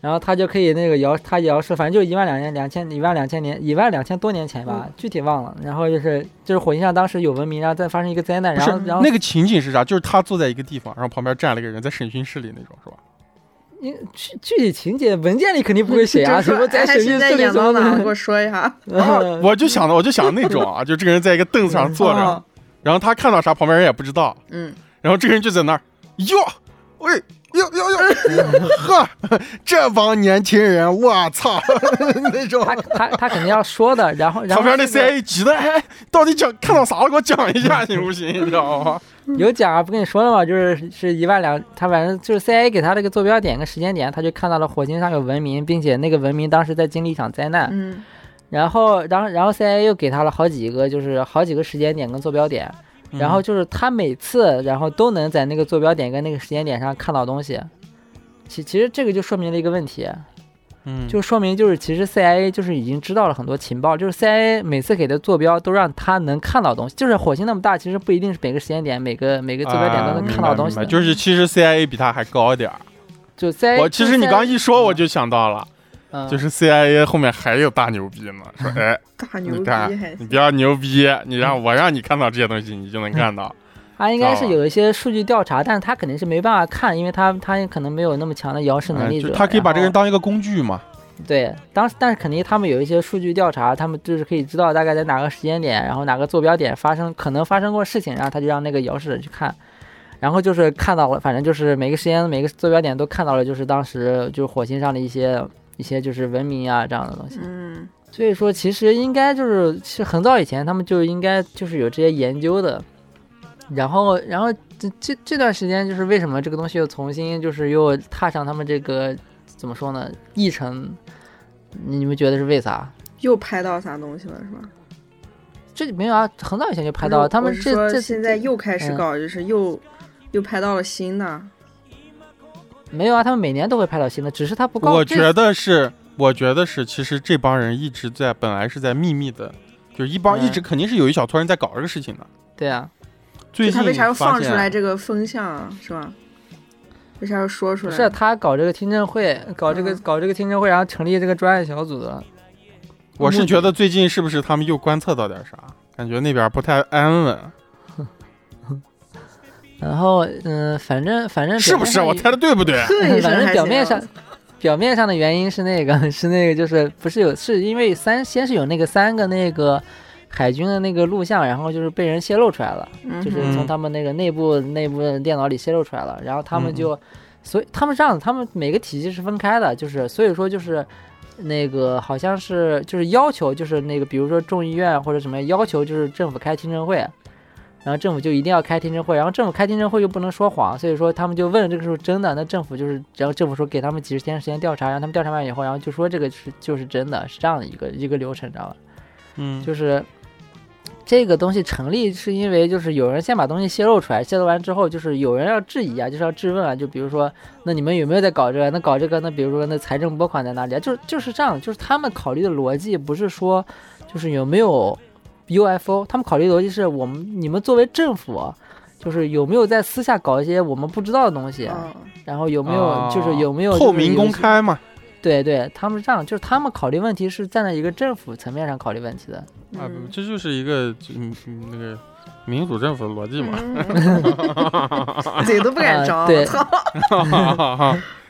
Speaker 1: 然后他就可以那个摇，他摇视，反正就一万两千两千一万两千年一万两千多年前吧，具体忘了。然后就是就是火星上当时有文明，然后再发生一个灾难，
Speaker 2: 不
Speaker 1: 然
Speaker 2: 是
Speaker 1: 后然后
Speaker 2: 那个情景是啥？就是他坐在一个地方，然后旁边站了一个人，在审讯室里那种，是吧？
Speaker 1: 因具具体情节文件里肯 定不会写啊，
Speaker 4: 就是
Speaker 1: 什么
Speaker 4: 说
Speaker 1: 在
Speaker 4: 哎
Speaker 1: 水
Speaker 4: 现
Speaker 1: 印
Speaker 4: 在
Speaker 1: 室里
Speaker 4: 演
Speaker 1: 什
Speaker 4: 到
Speaker 1: 么
Speaker 4: 哪了？给
Speaker 1: 的
Speaker 4: 我说一下。
Speaker 1: 嗯，
Speaker 2: 我就想的，我就想那种啊，就这个人在一个凳子上坐着，
Speaker 1: 啊
Speaker 2: 然后他看到啥，旁边人也不知道，
Speaker 4: 哦嗯，
Speaker 2: 然后这个人就在那儿哟，喂。哟哟哟哟！呵，这帮年轻人，我操， 那种。
Speaker 1: 他 他他肯定要说的，然后然
Speaker 2: 旁
Speaker 1: 后
Speaker 2: 边那
Speaker 1: 这个
Speaker 2: CIA 急的，哎，到底讲看到啥了？给我讲一下行不行？你知 道吗？
Speaker 1: 有奖啊，不跟你说了吗？就是是一万两，他反正就是 CIA 给他这个坐标点跟时间点，他就看到了火星上有文明，并且那个文明当时在经历一场灾难。
Speaker 4: 嗯，
Speaker 1: 然后，然后，然后 CIA 又给他了好几个，就是好几个时间点跟坐标点。然后就是他每次，然后都能在那个坐标点跟那个时间点上看到东西。其其实这个就说明了一个问题，
Speaker 2: 嗯
Speaker 1: 就说明就是其实 CIA 就是已经知道了很多情报，就是 CIA 每次给的坐标都让他能看到东西。就是火星那么大，其实不一定是每个时间点、每个每个坐标点都能看到东西的。哎
Speaker 2: 啊明白明白就是其实 CIA 比他还高点儿。
Speaker 1: 就 CIA，
Speaker 2: 我其实你刚一说，
Speaker 1: 嗯
Speaker 2: 我就想到了，
Speaker 1: 嗯
Speaker 2: 就是 CIA 后面还有大牛逼呢，说哎，
Speaker 4: 大牛
Speaker 2: 你
Speaker 4: 逼
Speaker 2: 看
Speaker 4: 还
Speaker 2: 你不要牛逼，你让我让你看到这些东西，你就能看到。
Speaker 1: 他应该是
Speaker 2: 啊
Speaker 1: 有一些数据调查，但是他肯定是没办法看，因为他他可能没有那么强的遥视能
Speaker 2: 嗯
Speaker 1: 力
Speaker 2: 就
Speaker 1: 者。
Speaker 2: 他可以把这
Speaker 1: 然
Speaker 2: 个
Speaker 1: 后
Speaker 2: 人当一个工具嘛。
Speaker 1: 对，当时但是肯定他们有一些数据调查，他们就是可以知道大概在哪个时间点，然后哪个坐标点发生可能发生过事情，然后他就让那个遥视者去看，然后就是看到了，反正就是每个时间每个坐标点都看到了，就是当时就是火星上的一些一些就是文明啊这样的东西。
Speaker 4: 嗯，
Speaker 1: 所以说其实应该就是是很早以前他们就应该就是有这些研究的，然后然后这这这段时间就是为什么这个东西又重新就是又踏上他们这个怎么说呢议程？你们觉得是为啥？
Speaker 4: 又拍到啥东西了是吧？
Speaker 1: 这没有啊，很早以前就拍
Speaker 4: 不
Speaker 1: 到
Speaker 4: 是
Speaker 1: 了。他
Speaker 4: 我
Speaker 1: 们
Speaker 4: 是
Speaker 1: 这
Speaker 4: 说
Speaker 1: 这
Speaker 4: 现
Speaker 1: 这
Speaker 4: 在又开始
Speaker 1: 嗯
Speaker 4: 搞，就是又又拍到了新的，
Speaker 1: 没有啊，他们每年都会拍到新的，只是他不告。啊
Speaker 2: 我
Speaker 1: 这
Speaker 2: 觉得是，我觉得是，其实这帮人一直在，本来是在秘密的，就是一帮、
Speaker 1: 嗯
Speaker 2: 一直肯定是有一小撮人在搞这个事情的。
Speaker 1: 对啊，
Speaker 2: 最
Speaker 4: 就他
Speaker 2: 近
Speaker 4: 为啥要
Speaker 2: 发
Speaker 4: 放
Speaker 2: 现
Speaker 4: 出来这个风向啊？是吧？为啥要说出
Speaker 1: 不
Speaker 4: 来？
Speaker 1: 是啊他搞这个听证会，搞这个
Speaker 4: 嗯
Speaker 1: 搞这个听证会，然后成立这个专业小组的。
Speaker 2: 我
Speaker 1: 目
Speaker 2: 是
Speaker 1: 的
Speaker 2: 觉得最近是不是他们又观测到点啥，感觉那边不太安稳，
Speaker 1: 然后嗯、反正反正
Speaker 2: 是不是？
Speaker 1: 表面上
Speaker 2: 我猜的对不对？
Speaker 4: 这一 声
Speaker 1: 反正
Speaker 4: 还行啊
Speaker 1: 表面上，表面上的原因是那个 是那个，就是不是有是因为三先是有那个三个那个海军的那个录像，然后就是被人泄露出来了，
Speaker 4: 嗯
Speaker 1: 就是
Speaker 4: 哼
Speaker 1: 从他们那个内部内部的电脑里泄露出来了，然后他
Speaker 4: 嗯
Speaker 1: 们就，所以他们这样子，他们每个体系是分开的，就是所以说就是。那个好像是就是要求，就是那个比如说众议院或者什么要求，就是政府开听证会，然后政府就一定要开听证会，然后政府开听证会又不能说谎，所以说他们就问这个是不是真的，那政府就是，然后政府说给他们几十天时间调查，然后他们调查完以后，然后就说这个是就是真的，是这样的一个一个流程，你知道吧？
Speaker 2: 嗯，
Speaker 1: 就是这个东西成立是因为就是有人先把东西泄露出来，泄露完之后就是有人要质疑啊，就是要质问啊，就比如说那你们有没有在搞这个？那搞这个，那比如说那财政拨款在哪里啊？就是就是这样，就是他们考虑的逻辑不是说就是有没有 UFO，他们考虑的逻辑是我们你们作为政府。啊就是有没有在私下搞一些我们不知道的东
Speaker 2: 嗯
Speaker 1: 西，
Speaker 4: 哦
Speaker 1: 然后有没有、就是
Speaker 2: 啊
Speaker 1: 有没有
Speaker 2: 透
Speaker 1: 就是有
Speaker 2: 明
Speaker 1: 一
Speaker 2: 公
Speaker 1: 些
Speaker 2: 开嘛？
Speaker 1: 对对，他们是这样，就是他们考虑问题是站在一个政府层面上考虑问题的。
Speaker 2: 啊，不
Speaker 4: 嗯
Speaker 2: 这就是一个就嗯嗯那个民主政府的逻辑嘛。
Speaker 4: 嗯嘴都不敢张，
Speaker 1: 啊对
Speaker 4: 操！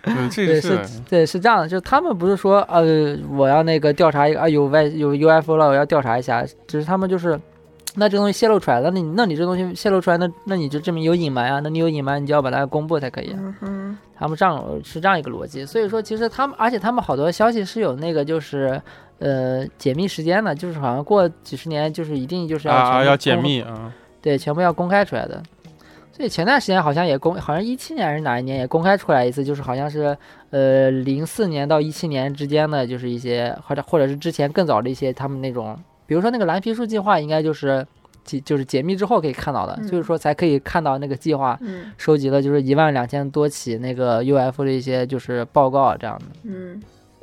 Speaker 2: 嗯，这
Speaker 1: 对
Speaker 2: 个
Speaker 1: 是对，是这样的，就是他们不是说呃，我要那个调查一个啊有外有 UFO 了，我要调查一下，只是他们就是，那这个东西泄露出来了，那你那你这东西泄露出来，那那你就证明有隐瞒啊，那你有隐瞒，你就要把它公布才可以啊。
Speaker 4: 嗯哼，
Speaker 1: 他们这样是这样一个逻辑，所以说其实他们，而且他们好多消息是有那个就是呃解密时间的，就是好像过几十年就是一定就是
Speaker 2: 啊
Speaker 1: 要全
Speaker 2: 啊，
Speaker 1: 部
Speaker 2: 要解
Speaker 1: 公
Speaker 2: 密啊。
Speaker 1: 对，全部要公开出来的。所以前段时间好像也公，好像一七年还是哪一年也公开出来一次，就是好像是呃零四年到一七年之间的，就是一些或者或者是之前更早的一些他们那种，比如说那个蓝皮书计划，应该就是解就是解密之后可以看到的，所以
Speaker 4: 嗯
Speaker 1: 说才可以看到那个计划
Speaker 4: 嗯
Speaker 1: 收集了就是一万两千多起那个 UFO 的一些就是报告这样的。
Speaker 4: 嗯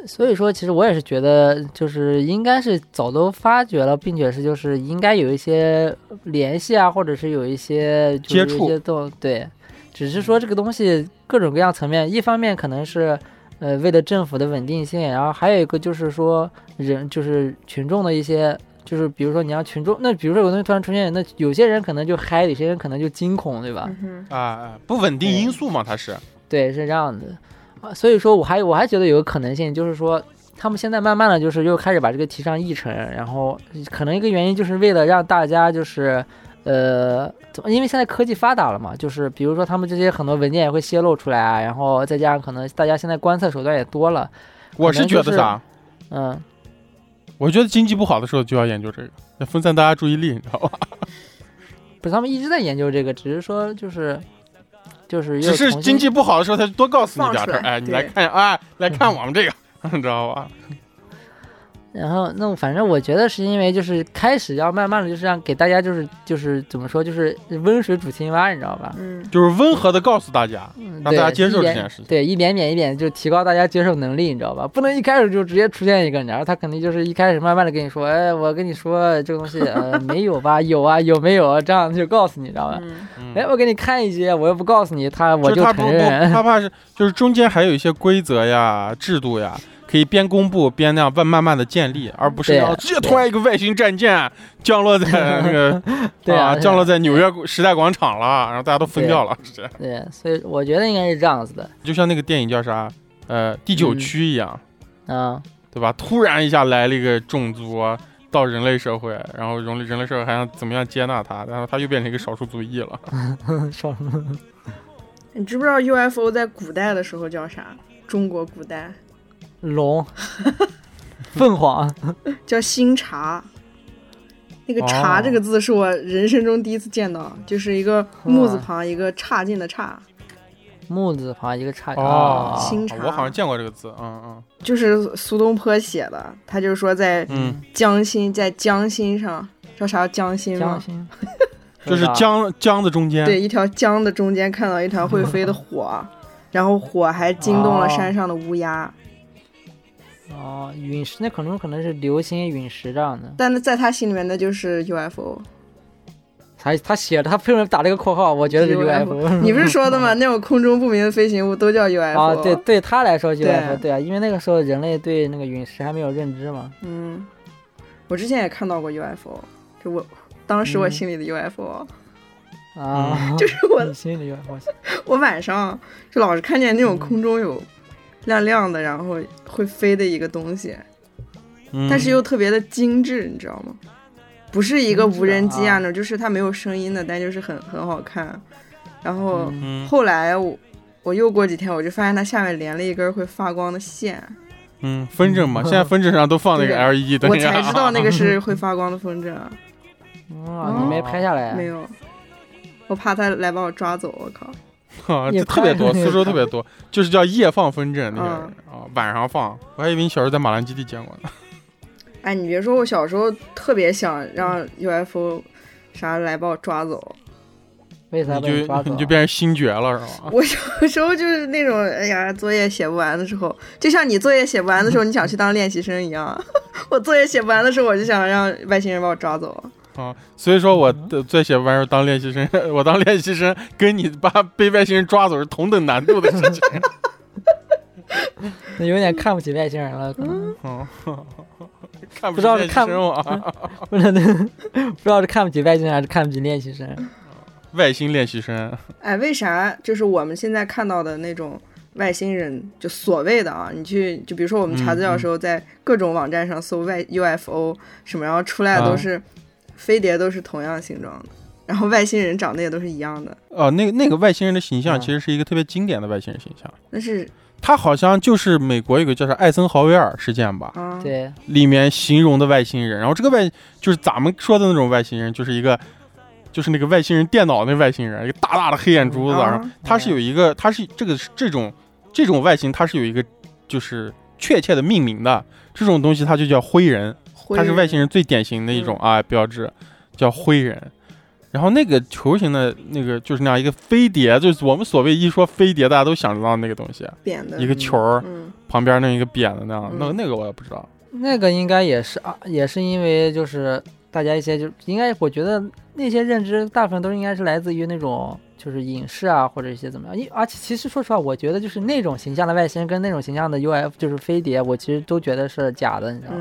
Speaker 1: 所以说，其实我也是觉得，就是应该是早都发觉了，并且是就是应该有一些联系啊，或者是有一些就是
Speaker 2: 接触
Speaker 1: 有一些动对，只是说这个东西各种各样层面，一方面可能是呃为了政府的稳定性，然后还有一个就是说人就是群众的一些。就是比如说你让群众，那比如说有东西突然出现，那有些人可能就嗨，有些人可能就惊恐，对吧？
Speaker 4: 嗯哼，
Speaker 2: 啊啊，不稳定因素嘛，它是。
Speaker 1: 对，是这样子。啊所以说，我还我还觉得有个可能性，就是说，他们现在慢慢的就是又开始把这个提上议程，然后可能一个原因就是为了让大家就是，呃，怎么因为现在科技发达了嘛，就是比如说他们这些很多文件也会泄露出来啊，然后再加上可能大家现在观测手段也多了，
Speaker 2: 我是觉得啥？
Speaker 1: 嗯，
Speaker 2: 我觉得经济不好的时候就要研究这个，要分散大家注意力，你知道吧？
Speaker 1: 不是他们一直在研究这个，只是说就是就是又
Speaker 2: 只是
Speaker 1: 重新
Speaker 2: 经济不好的时候，他就多告诉你点
Speaker 4: 放
Speaker 2: 事
Speaker 4: 出
Speaker 2: 儿，
Speaker 4: 来
Speaker 2: 哎，你
Speaker 4: 对
Speaker 2: 来看，哎，来看我们这个， 你知道吧？
Speaker 1: 然后，那我反正我觉得是因为就是开始要慢慢的就是让给大家就是就是怎么说就是温水煮青蛙，你知道吧？
Speaker 4: 嗯
Speaker 2: 就是温和的告诉大家，
Speaker 1: 嗯，
Speaker 2: 让
Speaker 1: 对
Speaker 2: 大家接
Speaker 1: 一
Speaker 2: 受这
Speaker 1: 点
Speaker 2: 件事情。
Speaker 1: 对，一点点一点就提高大家接受能力，你知道吧？不能一开始就直接出现一个，然后他肯定就是一开始慢慢的跟你说，哎，我跟你说这个东西，呃，没有吧？有啊，有没有啊？这样就告诉你，知道吧？
Speaker 4: 嗯
Speaker 2: 嗯
Speaker 1: 哎，我给你看一些，我又不告诉你，他我
Speaker 2: 就是他不
Speaker 1: 承
Speaker 2: 不，
Speaker 1: 认。
Speaker 2: 他怕是就是中间还有一些规则呀、制度呀，可以边公布边那样慢慢慢的建立，而不是
Speaker 1: 对
Speaker 2: 要直接突然一个外星战舰 降落在那个
Speaker 1: 对啊
Speaker 2: 啊，
Speaker 1: 对啊
Speaker 2: 降落在纽约时代广场了，然后大家都疯掉了，是这样。
Speaker 1: 对，所以我觉得应该是这样子的，
Speaker 2: 就像那个电影叫啥，呃，第九
Speaker 1: 嗯
Speaker 2: 区一样，
Speaker 1: 嗯，
Speaker 2: 对吧？突然一下来了一个种族到人类社会，然后人类人类社会还想怎么样接纳他，然后他又变成一个少数族裔了。
Speaker 1: 说什么？
Speaker 4: 你知不知道 UFO 在古代的时候叫啥？中国古代
Speaker 1: 龙，凤凰。
Speaker 4: 叫星茶，那个“
Speaker 2: 哦
Speaker 4: 茶”这个字是我人生中第一次见到，就是一个木字旁，一个差劲的差，
Speaker 1: 木字旁一个叉
Speaker 2: 哦，
Speaker 4: 新
Speaker 2: 啊
Speaker 4: 茶
Speaker 2: 我好像见过这个字，嗯
Speaker 4: 就是苏东坡写的。他就说在
Speaker 2: 嗯
Speaker 4: 江心，在江心上，知道啥叫江心
Speaker 1: 江
Speaker 4: 吗？
Speaker 1: 心，
Speaker 2: 嗯，就是江江的中间，
Speaker 1: 嗯
Speaker 4: 对，一条江的中间看到一条会飞的火，然后火还惊动了
Speaker 1: 哦
Speaker 4: 山上的乌鸦。
Speaker 1: 哦，陨石那可能可能是流星、陨石这样的。
Speaker 4: 但是在他心里面，那就是 UFO。
Speaker 1: 他他写的，他非常打了一个括号，我觉得是
Speaker 4: UFO
Speaker 1: UFO。
Speaker 4: 你不是说的吗？那种空中不明的飞行物都叫 UFO。
Speaker 1: 啊，对，，对他来说
Speaker 4: 对
Speaker 1: UFO，对啊，因为那个时候人类对那个陨石还没有认知嘛。
Speaker 4: 嗯，我之前也看到过 UFO，就我当时我
Speaker 1: 嗯
Speaker 4: 心里的 UFO，、
Speaker 1: 啊，
Speaker 4: 嗯就是我
Speaker 1: 你心里 UFO
Speaker 4: 我晚上就老是看见
Speaker 1: 嗯
Speaker 4: 那种空中有亮亮的，然后会飞的一个东西，
Speaker 2: 嗯，
Speaker 4: 但是又特别的精致，你知道吗？不是一个
Speaker 1: 精致
Speaker 4: 无人机
Speaker 1: 啊
Speaker 4: 啊，那种就是它没有声音的，但就是很很好看。然后
Speaker 1: 嗯
Speaker 2: 嗯
Speaker 4: 后来我我又过几天，我就发现它下面连了一根会发光的线。
Speaker 2: 嗯风筝嘛，现在风筝上都放那个
Speaker 4: 对
Speaker 2: LED 灯，
Speaker 4: 我才知道那个是会发光的风筝，
Speaker 1: 啊，你没拍下来啊？
Speaker 4: 哦没有，我怕他来把我抓走。我靠，
Speaker 2: 啊，
Speaker 1: 也
Speaker 2: 这特别
Speaker 1: 快
Speaker 2: 多，
Speaker 1: 了
Speaker 2: 苏州特别多，就是叫夜放风筝那个
Speaker 4: 嗯
Speaker 2: 啊，晚上放。我还以为你小时候在马兰基地见过呢。
Speaker 4: 哎，你别说，我小时候特别想让 UFO 啥来把我抓走。
Speaker 1: 为啥
Speaker 2: 你
Speaker 1: 被抓
Speaker 2: 就
Speaker 1: 走啊
Speaker 2: 你？就变成星爵了是吧？
Speaker 4: 我小时候就是那种，哎呀，作业写不完的时候，就像你作业写不完的时候，你想去当练习生一样。 我作业写不完的时候，我就想让外星人把我抓走。
Speaker 2: 啊，所以说我的最写玩意儿当练习生， 我当练习生跟你把被外星人抓走是同等难度的事情。
Speaker 1: 那有点看不起外星人了，可能
Speaker 2: 嗯，看
Speaker 1: 不知道是
Speaker 2: 练习
Speaker 1: 看嗯
Speaker 2: 生吗？
Speaker 1: 不是不知道是看不起外星人还是看不起练习生。
Speaker 4: 嗯
Speaker 2: 外星练习生，
Speaker 4: 哎，为啥就是我们现在看到的那种外星人，就所谓的啊，你去就比如说我们查
Speaker 2: 嗯
Speaker 4: 资料的时候，在各种网站上搜外 UFO 什么，然后出来的
Speaker 2: 啊
Speaker 4: 都是飞碟，都是同样形状的，然后外星人长得也都是一样的，
Speaker 2: 哦，那个那个外星人的形象
Speaker 1: 嗯
Speaker 2: 其实是一个特别经典的外星人形象。
Speaker 4: 那是
Speaker 2: 他好像就是美国有个叫啥艾森豪威尔事件吧，
Speaker 4: 啊，，
Speaker 1: 对，
Speaker 2: 里面形容的外星人，然后这个外就是咱们说的那种外星人，就是一个就是那个外星人电脑那外星人，一个大大的黑眼珠子，然后
Speaker 4: 啊，
Speaker 2: 它是有一个，它是这个这种这种外形，它是有一个就是确切的命名的，这种东西它就叫灰人，
Speaker 4: 灰
Speaker 2: 它是
Speaker 4: 人
Speaker 2: 外星人最典型的一种啊标志，叫灰人。然后那个球形的那个就是那样一个飞碟，就是我们所谓一说飞碟，大家都想知道那个东西，啊
Speaker 4: 扁的
Speaker 2: 一个球儿
Speaker 4: 嗯，
Speaker 2: 旁边那一个扁的那样，
Speaker 4: 嗯
Speaker 2: 那那个我也不知道。
Speaker 1: 那个应该也是啊，也是因为就是大家一些就应该，我觉得那些认知大部分都应该是来自于那种就是影视啊或者一些怎么样。因而且其实说实话，我觉得就是那种形象的外星人跟那种形象的 UF 就是飞碟，我其实都觉得是假的，你知道吗？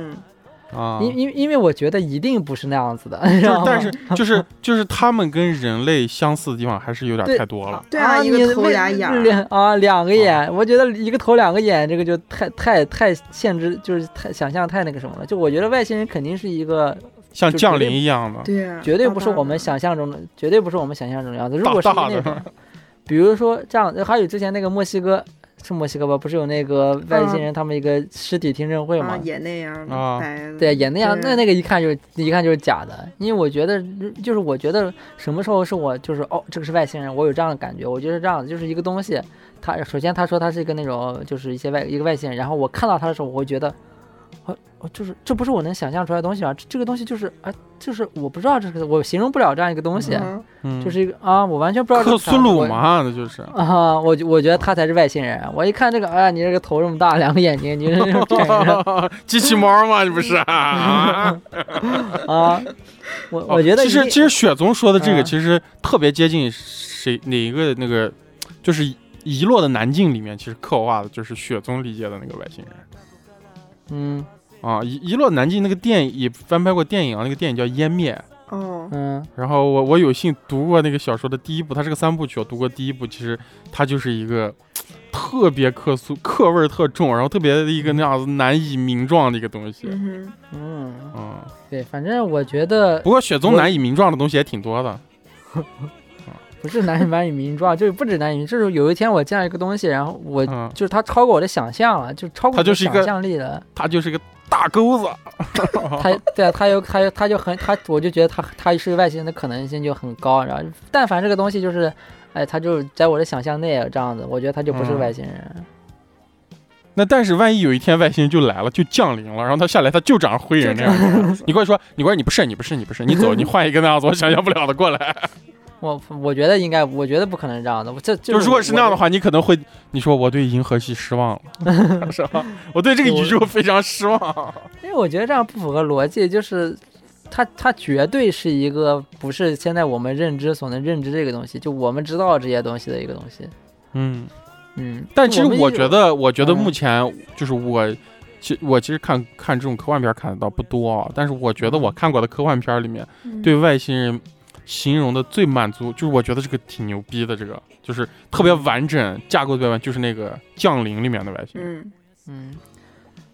Speaker 4: 嗯，
Speaker 2: 啊，
Speaker 1: 因因因为我觉得一定不是那样子的，
Speaker 2: 就
Speaker 1: 然
Speaker 2: 是
Speaker 1: 后
Speaker 2: 但是就是就是他们跟人类相似的地方还是有点
Speaker 1: 对
Speaker 2: 太多了。
Speaker 4: 对啊一个
Speaker 1: 你
Speaker 4: 头
Speaker 1: 为
Speaker 4: 俩眼儿
Speaker 1: 两啊，两个眼，我觉得一个头两个眼，这个就太太太限制，就是太想象太那个什么了。就我觉得外星人肯定是一个
Speaker 2: 像
Speaker 1: 就
Speaker 2: 降
Speaker 1: 绝对
Speaker 2: 临一样的，
Speaker 4: 对啊，
Speaker 1: 绝对不是
Speaker 4: 大大
Speaker 1: 我们
Speaker 4: 的
Speaker 1: 想象中的，绝对不是我们想象中的样子。如
Speaker 2: 大
Speaker 1: 果是
Speaker 2: 大
Speaker 1: 那种
Speaker 2: 的，
Speaker 1: 比如说这样，还有之前那个墨西哥是墨西哥吧，不是有那个外星人他们一个尸体听证会
Speaker 4: 嗯啊
Speaker 1: 吗？
Speaker 4: 也那样的
Speaker 2: 啊
Speaker 4: 白的，
Speaker 1: 对，也那样，那
Speaker 4: 嗯对
Speaker 1: 那个一看就是一看就是假的，因为我觉得就是我觉得什么时候是我就是哦，这个是外星人，我有这样的感觉，我觉得这样的就是一个东西，他首先他说他是一个那种就是一些外一个外星人，然后我看到他的时候，我会觉得，哦，哦就是这不是我能想象出来的东西啊，这这个东西就是啊，就是我不知道这个我形容不了这样一个东西，
Speaker 4: 嗯
Speaker 2: 嗯
Speaker 1: 就是一个啊，我完全不知道这
Speaker 2: 克
Speaker 1: 是啥
Speaker 2: 苏鲁
Speaker 1: 我
Speaker 2: 嘛，那就是。
Speaker 1: 啊，我就我觉得他才是外星人。我一看这个，哎呀，你这个头这么大，两个眼睛，你这 是骗人
Speaker 2: 机器猫嘛，你不是？啊、
Speaker 1: 啊！我我觉得
Speaker 2: 哦其实
Speaker 1: 一
Speaker 2: 其实雪总说的这个
Speaker 1: 嗯
Speaker 2: 其实特别接近谁哪一个那个，就是《遗落的南境》里面其实刻画的就是雪宗理解的那个外星人
Speaker 1: 嗯
Speaker 2: 啊，《遗遗落南境》那个电影也翻拍过电影啊，那个电影叫《湮灭》。
Speaker 4: 哦，
Speaker 1: 嗯
Speaker 2: 然后我我有幸读过那个小说的第一部，它是个三部曲，我读过第一部，其实它就是一个特别克苏克味儿特重，然后特别的一个那样子难以名状的一个东西。
Speaker 4: 嗯
Speaker 1: 嗯，
Speaker 2: 嗯，
Speaker 1: 对，反正我觉得
Speaker 2: 不过雪宗
Speaker 1: 我
Speaker 2: 难以名状的东西也挺多的。
Speaker 1: 不是难以难以名状，就是不止难以名，就是有一天我见到一个东西，然后我
Speaker 2: 嗯，
Speaker 1: 就是它超过我的想象了，就超过我
Speaker 2: 它
Speaker 1: 的
Speaker 2: 就是一个
Speaker 1: 想象力了。
Speaker 2: 它就是一个大大钩子。
Speaker 1: 他对啊，他有他有他就很他，我就觉得他他是外星人的可能性就很高，然后但凡这个东西就是，哎，他就是在我的想象内这样子，我觉得他就不是
Speaker 2: 嗯
Speaker 1: 外星人。
Speaker 2: 那但是万一有一天外星人就来了，就降临了，然后他下来他就长灰人那样。你过来说，你过来，你不是，你不是，你不是，你走，你换一个那样子我想象不了的过来。
Speaker 1: 我我觉得应该，我觉得不可能这样的。我这
Speaker 2: 就
Speaker 1: 就是
Speaker 2: 如果是那样的
Speaker 1: 话，
Speaker 2: 话，你可能会你说我对银河系失望了， 是吧？我对这个宇宙非常失望。
Speaker 1: 因为我觉得这样不符合逻辑，就是他他绝对是一个不是现在我们认知所能认知这个东西，就我们知道这些东西的一个东西。
Speaker 2: 嗯，
Speaker 1: 嗯，
Speaker 2: 但其实
Speaker 1: 就们
Speaker 2: 我觉得，我觉得
Speaker 1: 嗯
Speaker 2: 目前就是我，其我其实看看这种科幻片看的倒不多啊，但是我觉得我看过的科幻片里面，
Speaker 4: 嗯
Speaker 2: 对外星人形容的最满足，就是我觉得这个挺牛逼的，这个就是特别完整，架构特别完，就是那个《降临》里面的外星人。
Speaker 4: 嗯，
Speaker 1: 嗯，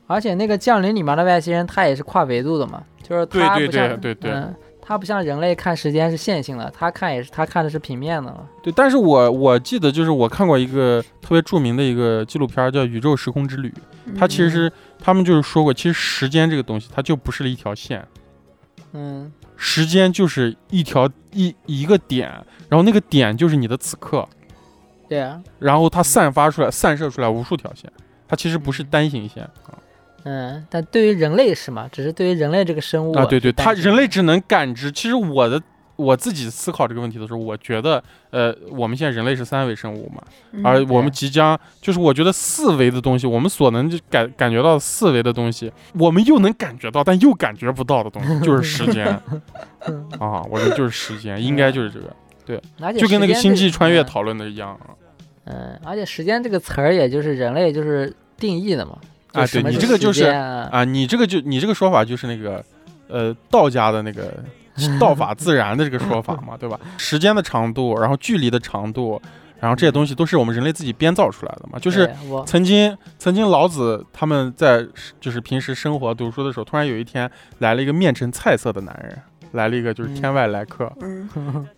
Speaker 1: 而且那个降临里面的外星人，他也是跨维度的嘛，就是
Speaker 2: 对
Speaker 1: 他
Speaker 2: 对
Speaker 1: 不像
Speaker 2: 对对对
Speaker 1: 嗯，他不像人类看时间是线性的，他看也是他看的是平面的了。
Speaker 2: 对，但是我我记得就是我看过一个特别著名的一个纪录片儿叫《宇宙时空之旅》，它
Speaker 4: 嗯
Speaker 2: 其实是他们就是说过，其实时间这个东西它就不是一条线，
Speaker 1: 嗯
Speaker 2: 时间就是一条一一个点，然后那个点就是你的此刻，，
Speaker 1: 对啊，
Speaker 2: 然后它散发出来、散射出来无数条线，它其实不是单行线啊
Speaker 1: 嗯，但对于人类是嘛，只是对于人类这个生物
Speaker 2: 啊！对对，
Speaker 1: 但
Speaker 2: 它
Speaker 1: 是
Speaker 2: 人类只能感知。其实我的我自己思考这个问题的时候，我觉得，呃，我们现在人类是三维生物嘛，
Speaker 4: 嗯
Speaker 2: 而我们即将就是我觉得四维的东西，我们所能就感感觉到四维的东西，我们又能感觉到，但又感觉不到的东西，就是时间啊！我觉得就是时间，应该就是这个。
Speaker 1: 而且
Speaker 2: 就跟那个
Speaker 1: 时间
Speaker 2: 《星
Speaker 1: 这
Speaker 2: 际穿越》
Speaker 1: 嗯
Speaker 2: 讨论的一样啊。
Speaker 1: 嗯，而且时间这个词儿，也就是人类就是定义的嘛。
Speaker 2: 啊
Speaker 1: 就什
Speaker 2: 对
Speaker 1: 么
Speaker 2: 你这个就是
Speaker 1: 时间啊，
Speaker 2: 啊，你这个就你这个说法就是那个，呃，道家的 那个
Speaker 1: 嗯
Speaker 2: 道法自然的这个说法嘛，对吧？时间的长度，然后距离的长度，然后这些东西都是我们人类自己编造出来的嘛。就是
Speaker 1: 对 我
Speaker 2: 曾经曾经老子他们在就是平时生活读书的时候，突然有一天来了一个面呈菜色的男人，来了一个就是天外来客，
Speaker 4: 嗯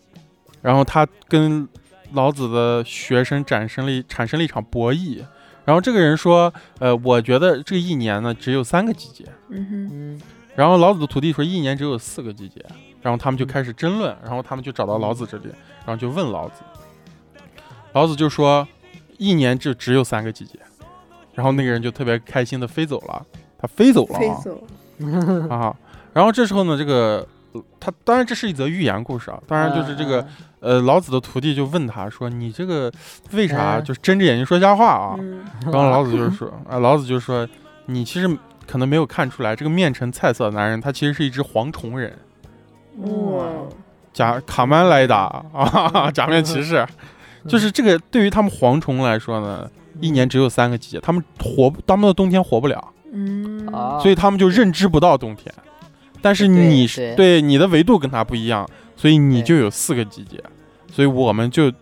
Speaker 2: 然后他跟老子的学生产生了一产生了一场博弈。然后这个人说，呃，我觉得这一年呢只有三个季节，
Speaker 4: 嗯哼
Speaker 1: 嗯
Speaker 2: 然后老子的徒弟说一年只有四个季节，然后他们就开始争论，然后他们就找到老子这里，然后就问老子，老子就说一年就只有三个季节，然后那个人就特别开心的飞走了，他飞走了
Speaker 4: 飞
Speaker 2: 啊
Speaker 4: 走，
Speaker 2: 啊，然后这时候呢，这个呃他当然这是一则寓言故事啊，当然就是这个、呃老子的徒弟就问他说你这个为啥
Speaker 1: 嗯
Speaker 2: 就是睁着眼睛说瞎话啊？
Speaker 4: 嗯
Speaker 2: 然后老子就是 说，啊，老子就说，你其实可能没有看出来，这个面呈菜色的男人，他其实是一只蝗虫人，
Speaker 1: 嗯
Speaker 4: 哇，
Speaker 2: 假卡曼莱达 啊，假面骑士，就是这个对于他们蝗虫来说呢，一年只有三个季节，他们活不，他们的冬天活不了，
Speaker 4: 嗯
Speaker 1: 啊，
Speaker 2: 所以他们就认知不到冬天。但是
Speaker 1: 对
Speaker 2: 你是
Speaker 1: 对
Speaker 2: 对你的维度跟他不一样，所以你
Speaker 1: 对
Speaker 2: 就有四个季节，所以我们就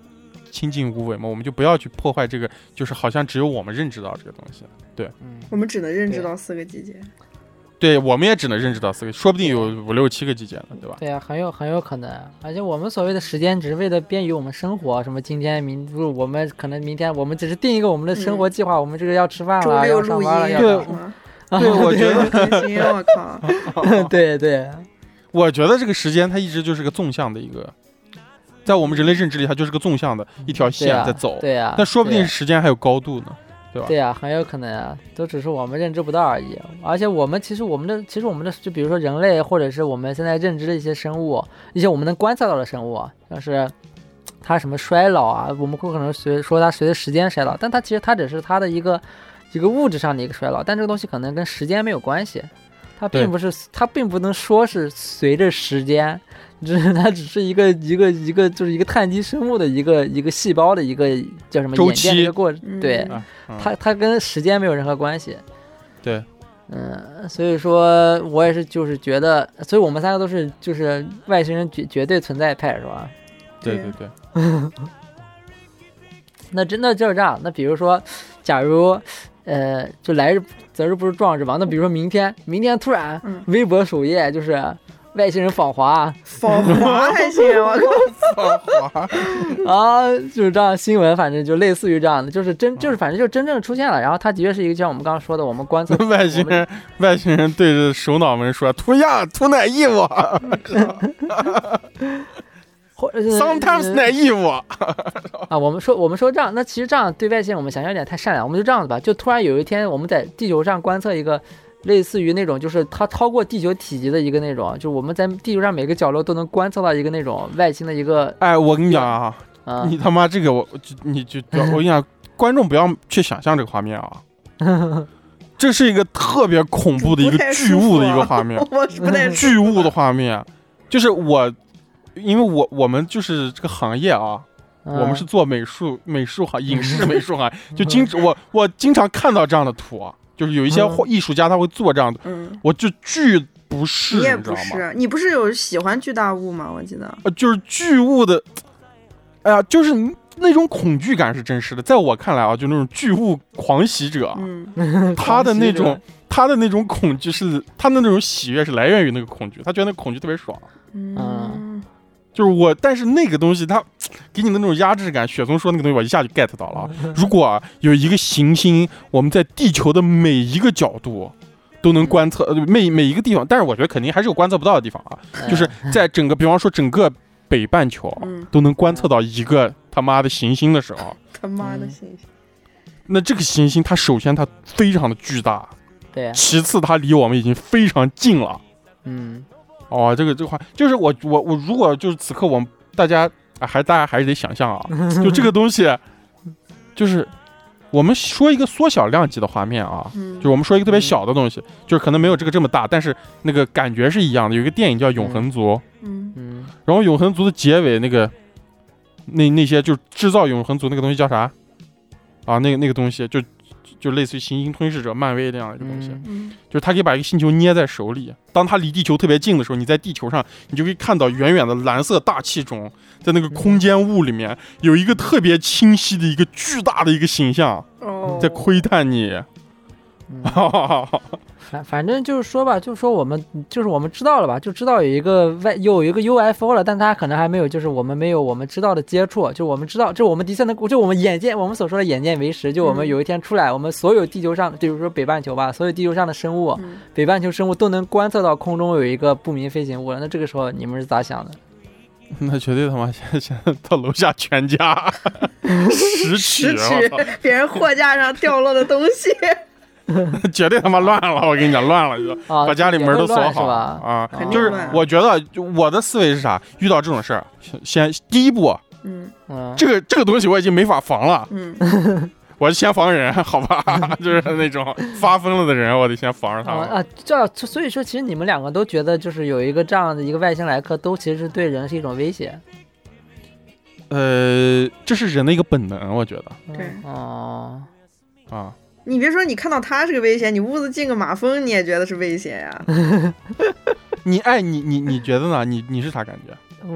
Speaker 2: 清净无为嘛，我们就不要去破坏这个，就是好像只有我们认知到这个东西。
Speaker 1: 嗯
Speaker 4: 我们只能认知
Speaker 1: 对
Speaker 4: 到四个季节。
Speaker 2: 对，我们也只能认知到四个，说不定有五六七个季节呢，对吧？
Speaker 1: 对啊，很有很有可能，而且我们所谓的时间只是为了便于我们生活，什么今天明不是我们可能明天我们只是定一个我们的生活计划，我们这个要吃饭
Speaker 4: 嗯周
Speaker 1: 了，
Speaker 4: 六
Speaker 1: 要
Speaker 4: 录
Speaker 1: 上
Speaker 4: 音啊
Speaker 1: 班了，要
Speaker 2: 对
Speaker 1: 干
Speaker 4: 是吗
Speaker 1: 嘛
Speaker 2: 对我觉得
Speaker 4: 更新，我靠，
Speaker 1: 对对，
Speaker 2: 我觉得这个时间它一直就是个纵向的一个，在我们人类认知里，它就是个纵向的一条
Speaker 1: 对
Speaker 2: 线
Speaker 1: 啊
Speaker 2: 在走。
Speaker 1: 对啊，
Speaker 2: 但说不
Speaker 1: 对
Speaker 2: 定
Speaker 1: 啊
Speaker 2: 时间还有高度呢。吧
Speaker 1: 对啊，很有可能啊，都只是我们认知不到而已。而且我们其实我们的其实我们的就比如说人类，或者是我们现在认知的一些生物，一些我们能观察到的生物，啊，像是它什么衰老啊，我们会可能随说它随着时间衰老，但它其实它只是它的一个一个物质上的一个衰老，但这个东西可能跟时间没有关系，它
Speaker 2: 对
Speaker 1: 并不是它并不能说是随着时间。只是它只是一个一个一个就是一个碳基生物的一个一个细胞的一个叫什么
Speaker 2: 周
Speaker 1: 演变的
Speaker 2: 期
Speaker 1: 一个过程，
Speaker 4: 嗯
Speaker 1: 对，
Speaker 2: 啊，嗯
Speaker 1: 它它跟时间没有任何关系。
Speaker 2: 对，
Speaker 1: 嗯，所以说我也是就是觉得，所以我们三个都是就是外星人绝绝对存在派是吧？
Speaker 2: 对
Speaker 4: 对
Speaker 2: 对对，
Speaker 1: 那真的就是这样。那比如说，假如呃，就来日择日不如撞日嘛。那比如说明天，明天突然
Speaker 4: 嗯
Speaker 1: 微博首页就是。外星人访华
Speaker 4: 访 华还行，啊我靠，
Speaker 2: 访华，
Speaker 1: 啊，就是这样新闻，反正就类似于这样的，就是真
Speaker 2: 嗯
Speaker 1: 就是反正就真正出现了。然后它的确是一个，就像我们刚刚说的，我们观测
Speaker 2: 外星人，外星人对着首脑们说：“图样，图乃伊我
Speaker 1: 或者呃
Speaker 2: ，sometimes 乃伊我。
Speaker 1: 啊，我们说我们说这样，那其实这样对外星人我们想象有点太善良，我们就这样子吧。就突然有一天，我们在地球上观测一个类似于那种，就是它超过地球体积的一个那种，就是我们在地球上每个角落都能观测到一个那种外星的一个”
Speaker 2: 哎，我跟你讲啊，
Speaker 1: 啊
Speaker 2: 你他 妈这个我就你就呃我跟你讲，观众不要去想象这个画面啊，
Speaker 1: 嗯
Speaker 2: 这是一个特别恐怖的一
Speaker 4: 不
Speaker 2: 个
Speaker 4: 太
Speaker 2: 巨
Speaker 4: 舒服
Speaker 2: 物的一个
Speaker 4: 啊
Speaker 2: 画 面，
Speaker 4: 我是不太吃。
Speaker 2: 巨物的画面，就是我，因为我我们就是这个行业啊，
Speaker 1: 嗯
Speaker 2: 我们是做美术美术行影视美术行业，就经我我经常看到这样的图啊，就是有一些
Speaker 1: 嗯
Speaker 2: 画艺术家他会做这样的，
Speaker 4: 嗯，
Speaker 2: 我就巨不适，
Speaker 4: 你
Speaker 2: 你
Speaker 4: 也
Speaker 2: 知道
Speaker 4: 不
Speaker 2: 吗？
Speaker 4: 是，啊你不是有喜欢巨大物吗？我记得，
Speaker 2: 呃，就是巨物的，哎呀，就是你那种恐惧感是真实的，在我看来啊，就那种巨物狂喜者，啊
Speaker 4: 嗯，
Speaker 2: 他的那
Speaker 1: 狂
Speaker 2: 种他的那种恐惧是他的那种喜悦是来源于那个恐惧，他觉得那个恐惧特别爽。啊
Speaker 4: 嗯，
Speaker 2: 就是我，但是那个东西它给你的那种压制感，雪松说那个东西我一下就 get 到了啊。
Speaker 4: 嗯
Speaker 2: 如果啊有一个行星，我们在地球的每一个角度都能观测，呃，每每一个地方，但是我觉得肯定还是有观测不到的地方啊，
Speaker 1: 嗯
Speaker 2: 就是在整个，比方说整个北半球啊
Speaker 4: 嗯
Speaker 2: 都能观测到一个他妈的行星的时候，
Speaker 4: 他妈
Speaker 2: 嗯
Speaker 4: 的信息，
Speaker 2: 那这个行星它首先它非常的巨大，
Speaker 1: 对，
Speaker 2: 其次它离我们已经非常近了。
Speaker 1: 嗯，
Speaker 2: 哦，这个这个话就是我我我如果就是此刻我们大家啊，还大家还是得想象啊，就这个东西，就是我们说一个缩小量级的画面啊，
Speaker 4: 嗯，
Speaker 2: 就是我们说一个特别小的东西，就是可能没有这个这么大，但是那个感觉是一样的。有一个电影叫《永恒族》，
Speaker 4: 嗯
Speaker 1: 嗯，
Speaker 2: 然后《永恒族》的结尾那个那那些就是制造永恒族那个东西叫啥啊？那个那个东西就就类似于行星吞噬者漫威那样的一个东西。
Speaker 1: 嗯
Speaker 4: 嗯
Speaker 2: 就是他可以把一个星球捏在手里，当他离地球特别近的时候，你在地球上，你就可以看到远远的蓝色大气中，在那个空间雾里面有一个特别清晰的一个巨大的一个形象
Speaker 4: 哦，
Speaker 2: 在窥探你。
Speaker 1: 嗯
Speaker 2: 嗯
Speaker 1: 反反正就是说吧，就是说我们就是我们知道了吧，就知道有一个外有一个 UFO 了，但它可能还没有，就是我们没有我们知道的接触，就我们知道，就我们的确能，就我们眼见我们所说的眼见为实，就我们
Speaker 4: 嗯
Speaker 1: 有一天出来，我们所有地球上，比如说北半球吧，所有地球上的生物，
Speaker 4: 嗯
Speaker 1: 北半球生物都能观测到空中有一个不明飞行物了，那这个时候你们是咋想的？
Speaker 2: 那绝对他妈现在现在到楼下全家十尺，
Speaker 4: 直
Speaker 2: 我
Speaker 4: 取
Speaker 2: 操，
Speaker 4: 别人货架上掉落的东 西，
Speaker 2: 绝对他妈乱了！我跟你讲，乱了就
Speaker 1: 啊，
Speaker 2: 把家里门都锁
Speaker 1: 也会乱是
Speaker 2: 好
Speaker 1: 吧？
Speaker 2: 啊！
Speaker 1: 肯定
Speaker 2: 就是
Speaker 4: 乱
Speaker 2: 我觉得就我的思维是啥？遇到这种事儿，先先第一步。
Speaker 4: 嗯
Speaker 1: 嗯，
Speaker 2: 这个这个东西我已经没法防了，
Speaker 4: 嗯，
Speaker 2: 我先防人，好吧？ 就是那种发疯了的人，我得先防着他
Speaker 1: 啊
Speaker 2: 们。
Speaker 1: 啊，这样所以说，其实你们两个都觉得，就是有一个这样的一个外星来客，都其实是对人是一种威胁。
Speaker 2: 呃，这是人的一个本能，我觉得
Speaker 4: 对
Speaker 1: 嗯哦，
Speaker 2: 啊，
Speaker 4: 你别说，你看到它是个危险，你屋子进个马蜂，你也觉得是危险呀？
Speaker 2: 你哎，你你你觉得呢？你你是啥感觉？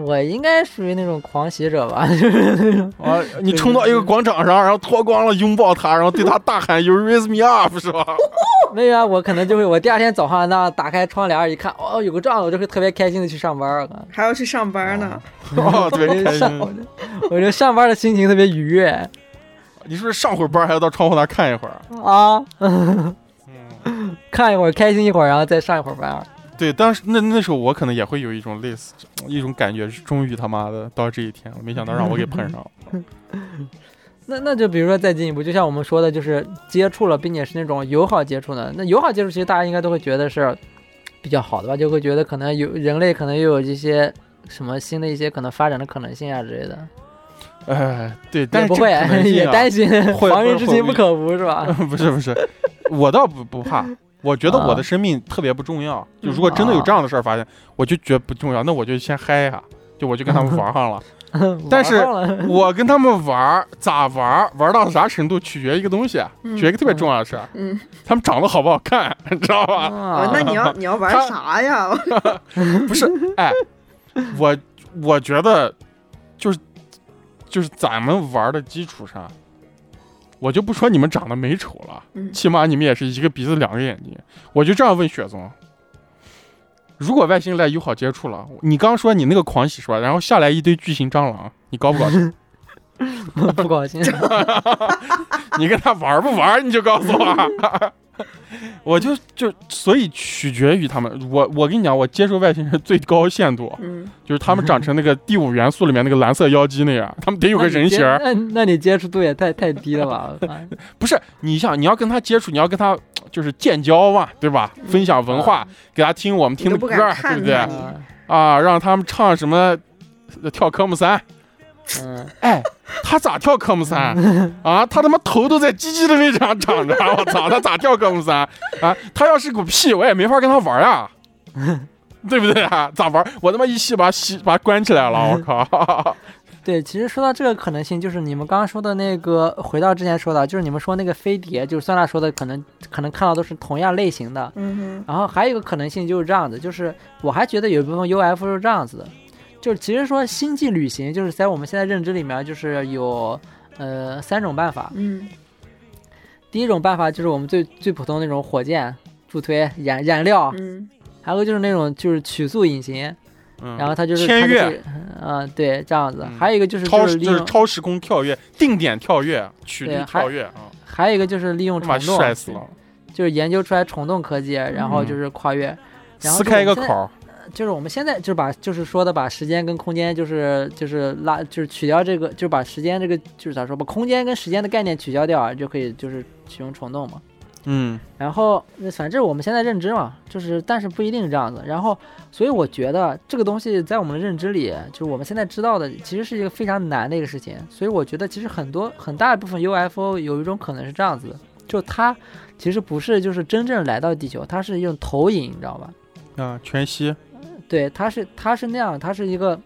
Speaker 1: 我应该属于那种狂喜者吧，就是 那种
Speaker 2: 啊，你冲到一个广场上，然后脱光了拥抱他，然后对他大喊 “You raise me up” 是吧？
Speaker 1: 没有啊，我可能就会，我第二天早上那样打开窗帘一看，哦，有个这样的，我就会特别开心的去上班儿。
Speaker 4: 还要去上班呢？
Speaker 2: 哦，特别开
Speaker 1: 上，
Speaker 2: 心。
Speaker 1: 我觉得上班的心情特别愉悦
Speaker 2: 你是不是上会儿班还要到窗户那儿看一会儿？
Speaker 1: 啊，
Speaker 2: 嗯，
Speaker 1: 看一会儿开心一会儿，然后再上一会儿班儿。
Speaker 2: 对，当时那那时候我可能也会有一种类似一种感觉，是终于他妈的到这一天了，没想到让我给碰上了。
Speaker 1: 那那就比如说再进一步，就像我们说的，就是接触了，并且是那种友好接触的。那友好接触其实大家应该都会觉得是比较好的吧，就会觉得可能有人类可能又有一些什么新的一些可能发展的可能性啊之类的，
Speaker 2: 哎， 对，但
Speaker 1: 也
Speaker 2: 是
Speaker 1: 不
Speaker 2: 这个
Speaker 1: 会、
Speaker 2: 可能性
Speaker 1: 也
Speaker 2: 啊
Speaker 1: 担心啊
Speaker 2: 会
Speaker 1: 防人
Speaker 2: 会
Speaker 1: 之心
Speaker 2: 会
Speaker 1: 不可无是吧？
Speaker 2: 不是不是，我倒不不怕。我觉得我
Speaker 1: 啊
Speaker 2: 的生命特别不重要，就
Speaker 1: 嗯
Speaker 2: 如果真的有这样的事儿发生，我就觉得不重要，那我就先嗨呀、就我就跟他们玩 上了。但是
Speaker 1: 玩上了
Speaker 2: 我跟他们玩儿，咋玩儿，玩到啥程度，取决一个东西，啊取决一个特别重要的事儿，
Speaker 4: 嗯，
Speaker 2: 他们长得好不好看，你知道吧？
Speaker 1: 啊
Speaker 4: 哦，那 你要你要玩
Speaker 2: 它
Speaker 4: 啥呀？
Speaker 2: 不是，哎，我我觉得就是就是咱们玩儿的基础上，我就不说你们长得美丑了，
Speaker 4: 嗯
Speaker 2: 起码你们也是一个鼻子两个眼睛。我就这样问雪宗，如果外星人来友好接触了，你刚说你那个狂喜是吧？然后下来一堆巨型蟑螂，你高不高兴？
Speaker 1: 不高兴。
Speaker 2: 你跟他玩不玩？你就告诉我。 我就就所以取决于他们。我我跟你讲，我接受外星人最高限度
Speaker 4: 嗯，
Speaker 2: 就是他们长成那个第五元素里面那个蓝色妖姬那 样，他们 得有个人形儿。
Speaker 1: 那你接那那你接触度也太太低了 吧？我操
Speaker 2: 不是，你想你要跟他接触，你要跟他就是建交嘛，对吧？分享文化，给他听我们听的
Speaker 4: 嗯你都不
Speaker 2: 歌
Speaker 4: 敢
Speaker 2: 儿，
Speaker 4: 看
Speaker 2: 对不对
Speaker 4: 他？
Speaker 1: 啊
Speaker 2: 啊，让他们唱什么呃跳科目三？
Speaker 1: 嗯，
Speaker 2: 哎，他咋跳科目 三啊？他他妈头都在鸡鸡的位置上长着，我操，他咋跳科目三啊？他要是股屁，我也没法跟他玩 啊，对不对啊？咋玩？我他妈一吸把吸把他关起来了，我 靠！
Speaker 1: 对，其实说到这个可能性，就是你们刚刚说的那个，回到之前说的，啊就是你们说那个飞碟，就是酸辣说的，可能可能看到都是同样类型的。
Speaker 4: 嗯哼，
Speaker 1: 然后还有一个可能性就是这样子，就是我还觉得有一部分 UFO 是这样子的，就是其实说星际旅行，就是在我们现在认知里面，就是有呃三种办法。
Speaker 4: 嗯
Speaker 1: 第一种办法就是我们最最普通的那种火箭、助推、燃燃料，
Speaker 4: 嗯
Speaker 1: 还有一个就是那种就是曲速引擎，
Speaker 2: 嗯
Speaker 1: 然后它就是
Speaker 2: 签，
Speaker 1: 它就
Speaker 2: 约
Speaker 1: 是嗯，对，这样子
Speaker 2: 嗯。
Speaker 1: 还有一个就是
Speaker 2: 超
Speaker 1: 是利
Speaker 2: 就是
Speaker 1: 用，
Speaker 2: 超时空跳跃、定点跳跃、曲率
Speaker 1: 对还
Speaker 2: 跳跃啊，
Speaker 1: 还有一个就是利用
Speaker 2: 他妈
Speaker 1: 虫洞，
Speaker 2: 帅死了！
Speaker 1: 就是研究出来虫洞科技，然后就是跨越，然后
Speaker 2: 撕
Speaker 1: 就我
Speaker 2: 开一
Speaker 1: 们
Speaker 2: 个
Speaker 1: 现
Speaker 2: 口
Speaker 1: 在
Speaker 2: 儿，
Speaker 1: 就是我们现在就是把就是说的把时间跟空间就是就是拉就是取掉这个就是把时间这个就是咋说把空间跟时间的概念取消掉啊，就可以就是使用虫洞嘛。
Speaker 2: 嗯
Speaker 1: 然后呃反正我们现在认知嘛，就是但是不一定这样子。然后所以我觉得这个东西在我们的认知里，就是我们现在知道的，其实是一个非常难的一个事情。所以我觉得其实很多很大一部分 UFO 有一种可能是这样子的，就它其实不是就是真正来到地球，它是一种投影，你知道吧？
Speaker 2: 啊，全息，
Speaker 1: 对，它是它是那样，它是一个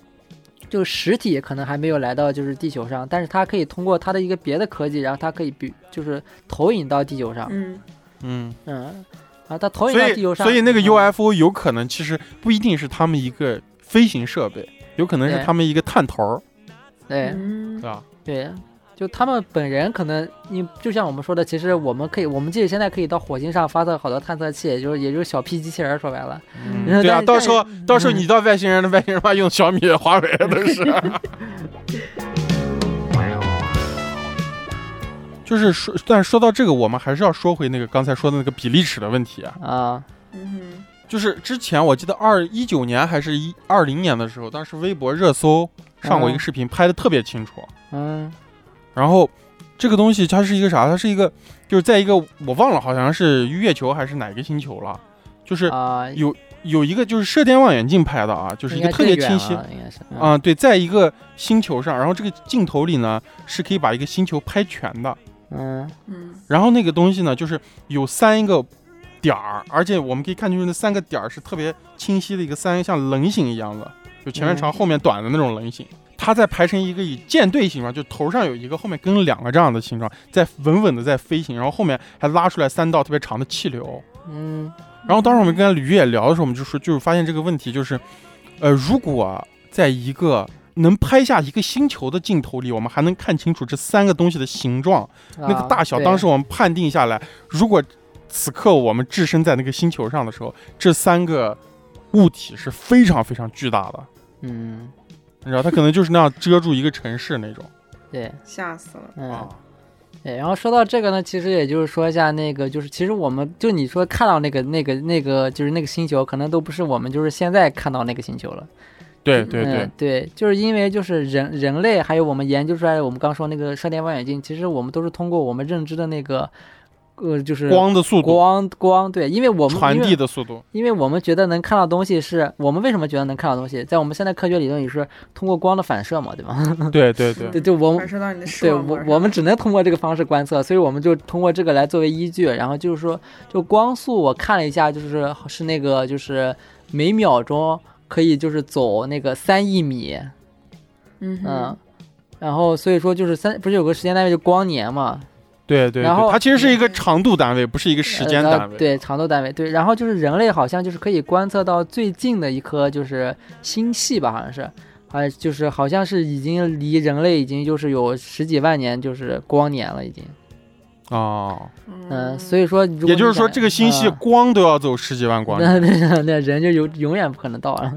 Speaker 1: 就实体可能还没有来到就是地球上，但是它可以通过它的一个别的科技，然后它可以比就是投影到地球上，
Speaker 4: 嗯，
Speaker 2: 嗯。
Speaker 1: 嗯，啊，它投影
Speaker 2: 所
Speaker 1: 到地球
Speaker 2: 以，
Speaker 1: 上，
Speaker 2: 所以那个
Speaker 1: 嗯
Speaker 2: UFO 有可能其实不一定是他们一个飞行设备，有可能是
Speaker 1: 对
Speaker 2: 他们一个探头儿，
Speaker 1: 对
Speaker 2: 对
Speaker 4: 嗯
Speaker 2: 吧？
Speaker 1: 对，就他们本人可能，你就像我们说的，其实我们可以，我们即使现在可以到火星上发射好多探测器，也就是也就是小屁机器人儿，说白了，
Speaker 4: 嗯
Speaker 1: 然后
Speaker 2: 对啊，
Speaker 1: 但是
Speaker 2: 到时候到时候
Speaker 1: 嗯
Speaker 2: 你到外星人的外星人妈用小米、华为都 是。就是说，但是说到这个，我们还是要说回那个刚才说的那个比例尺的问题啊。
Speaker 1: 啊，
Speaker 4: 嗯哼，
Speaker 2: 就是之前我记得二一九年还是一二零年的时候，当时微博热搜上过一个
Speaker 1: 嗯
Speaker 2: 视频，拍的特别清楚。
Speaker 1: 嗯
Speaker 2: 然后这个东西它是一个啥？它是一个就是在一个我忘了，好像是月球还是哪个星球了，就是
Speaker 1: 啊，
Speaker 2: 有有一个就是射电望远镜拍的啊，就是一
Speaker 1: 应
Speaker 2: 个
Speaker 1: 该
Speaker 2: 特别
Speaker 1: 更远
Speaker 2: 清晰
Speaker 1: 了应该是，
Speaker 2: 啊、对，在一个星球上，然后这个镜头里呢是可以把一个星球拍全的，
Speaker 1: 嗯
Speaker 4: 嗯
Speaker 2: 然后那个东西呢就是有三个。点儿，而且我们可以看清楚，那三个点儿是特别清晰的一个三个像棱形一样的，就前面长
Speaker 1: 嗯
Speaker 2: 后面短的那种棱形。它再排成一个以舰队形状，就头上有一个，后面跟两个这样的形状，在稳稳的在飞行，然后后面还拉出来三道特别长的气流。
Speaker 1: 嗯
Speaker 2: 然后当时我们跟吕也聊的时候，我们就说，就是发现这个问题就是，呃，如果在一个能拍下一个星球的镜头里，我们还能看清楚这三个东西的形状，
Speaker 1: 那
Speaker 2: 那个大小。当时我们判定下来，如果此刻我们置身在那个星球上的时候，这三个物体是非常非常巨大的，
Speaker 1: 嗯
Speaker 2: 你知道，它可能就 是那样遮住一个城市那种
Speaker 1: 对，
Speaker 4: 吓死了，
Speaker 1: 嗯。
Speaker 2: 啊。
Speaker 1: 对，然后说到这个呢，其实也就是说一下那个，就是其实我们就你说看到那个那个那个就是那个星球，可能都不是我们就是现在看到那个星球了。
Speaker 2: 对对对
Speaker 1: 嗯，对，就是因为就是人人类还有我们研究出来，我们刚说那个射电望远镜，其实我们都是通过我们认知的那个，呃，就是
Speaker 2: 光的速度、
Speaker 1: 光光对，因为我们
Speaker 2: 传
Speaker 1: 因为
Speaker 2: 递的 速度，
Speaker 1: 因为我们觉得能看到东西是，我们为什么觉得能看到东西，在我们现在科学理论里是通过光的反射嘛，对吧？
Speaker 2: 对对对，
Speaker 1: 对，就我们
Speaker 4: 反射到你的视
Speaker 1: 对
Speaker 4: 网膜
Speaker 1: 我
Speaker 4: 上，
Speaker 1: 我们只能通过这个方式观测，所以我们就通过这个来作为依据。然后就是说，就光速我看了一下，就是是那个就是每秒钟可以就是走那个三亿米，
Speaker 4: 嗯
Speaker 1: 嗯
Speaker 4: 哼，，
Speaker 1: 然后所以说就是三不是有个时间单位就光年嘛，
Speaker 2: 对对，
Speaker 1: 然
Speaker 2: 对
Speaker 1: 后嗯
Speaker 2: 它其实是一个长度单位，不是一个时间
Speaker 1: 呃
Speaker 2: 单位。
Speaker 1: 对长度单位对，然后就是人类好像就是可以观测到最近的一颗就是星系吧，好像是。啊，就是好像是已经离人类已经就是有十几万年，就是光年了，已经。
Speaker 2: 哦，
Speaker 1: 嗯，所以说，
Speaker 2: 也就是说，这个星系光都要走十几 万光年。
Speaker 1: 啊那那那人就永永远不可能到了，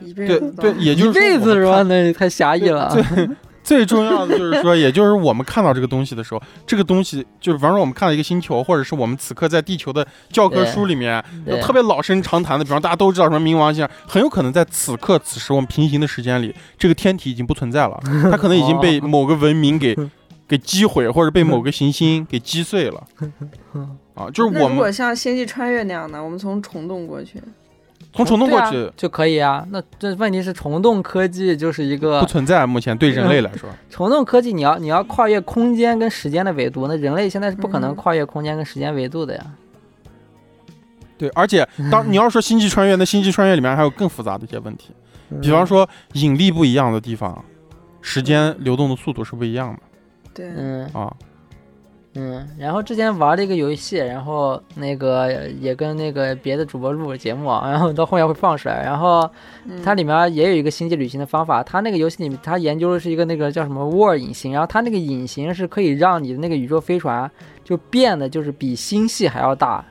Speaker 4: 一辈
Speaker 2: 对
Speaker 4: 子
Speaker 2: 对，也就
Speaker 1: 一
Speaker 2: 是说
Speaker 1: 辈
Speaker 2: 我
Speaker 1: 子
Speaker 2: 们
Speaker 1: 是
Speaker 2: 看
Speaker 1: 吧？那也太狭义了。
Speaker 2: 最重要的就是说，也就是我们看到这个东西的时候，这个东西就是，比方说我们看到一个星球，或者是我们此刻在地球的教科书里面，
Speaker 1: 对
Speaker 2: 特别老生常谈的，比方大家都知道什么冥王星，很有可能在此刻此时我们平行的时间里，这个天体已经不存在了，它可能已经被某个文明给给击毁，或者被某个行星给击碎了。啊，就是
Speaker 4: 那
Speaker 2: 我
Speaker 4: 如果
Speaker 2: 们
Speaker 4: 像《星际穿越》那样的，我们从虫洞过去，
Speaker 2: 从虫洞过
Speaker 1: 对
Speaker 2: 去
Speaker 1: 啊。就可以啊。那这问题是虫洞科技就是一
Speaker 2: 不
Speaker 1: 个
Speaker 2: 存在，目前对人类来说，
Speaker 1: 虫洞科技，你要你要跨越空间跟时间的维度，那人类现在是不可能
Speaker 4: 嗯
Speaker 1: 跨越空间跟时间维度的呀。
Speaker 2: 对，而且 当你要说星际穿越，那星际穿越里面还有更复杂的一些问题， 比方
Speaker 1: 说，
Speaker 2: 说引力不一样的地方，时间流动的速度是不一样
Speaker 4: 对，
Speaker 1: 嗯
Speaker 2: 的啊。
Speaker 1: 嗯，然后之前玩了一个游戏，然后那个也跟那个别的主播录节目啊，然后到后面会放出来。然后
Speaker 4: 嗯
Speaker 1: 它里面也有一个星际旅行的方法，它那个游戏里面它研究的是一个那个叫什么沃尔隐形，然后它那个隐形是可以让你的那个宇宙飞船就变得就是比星系还要大，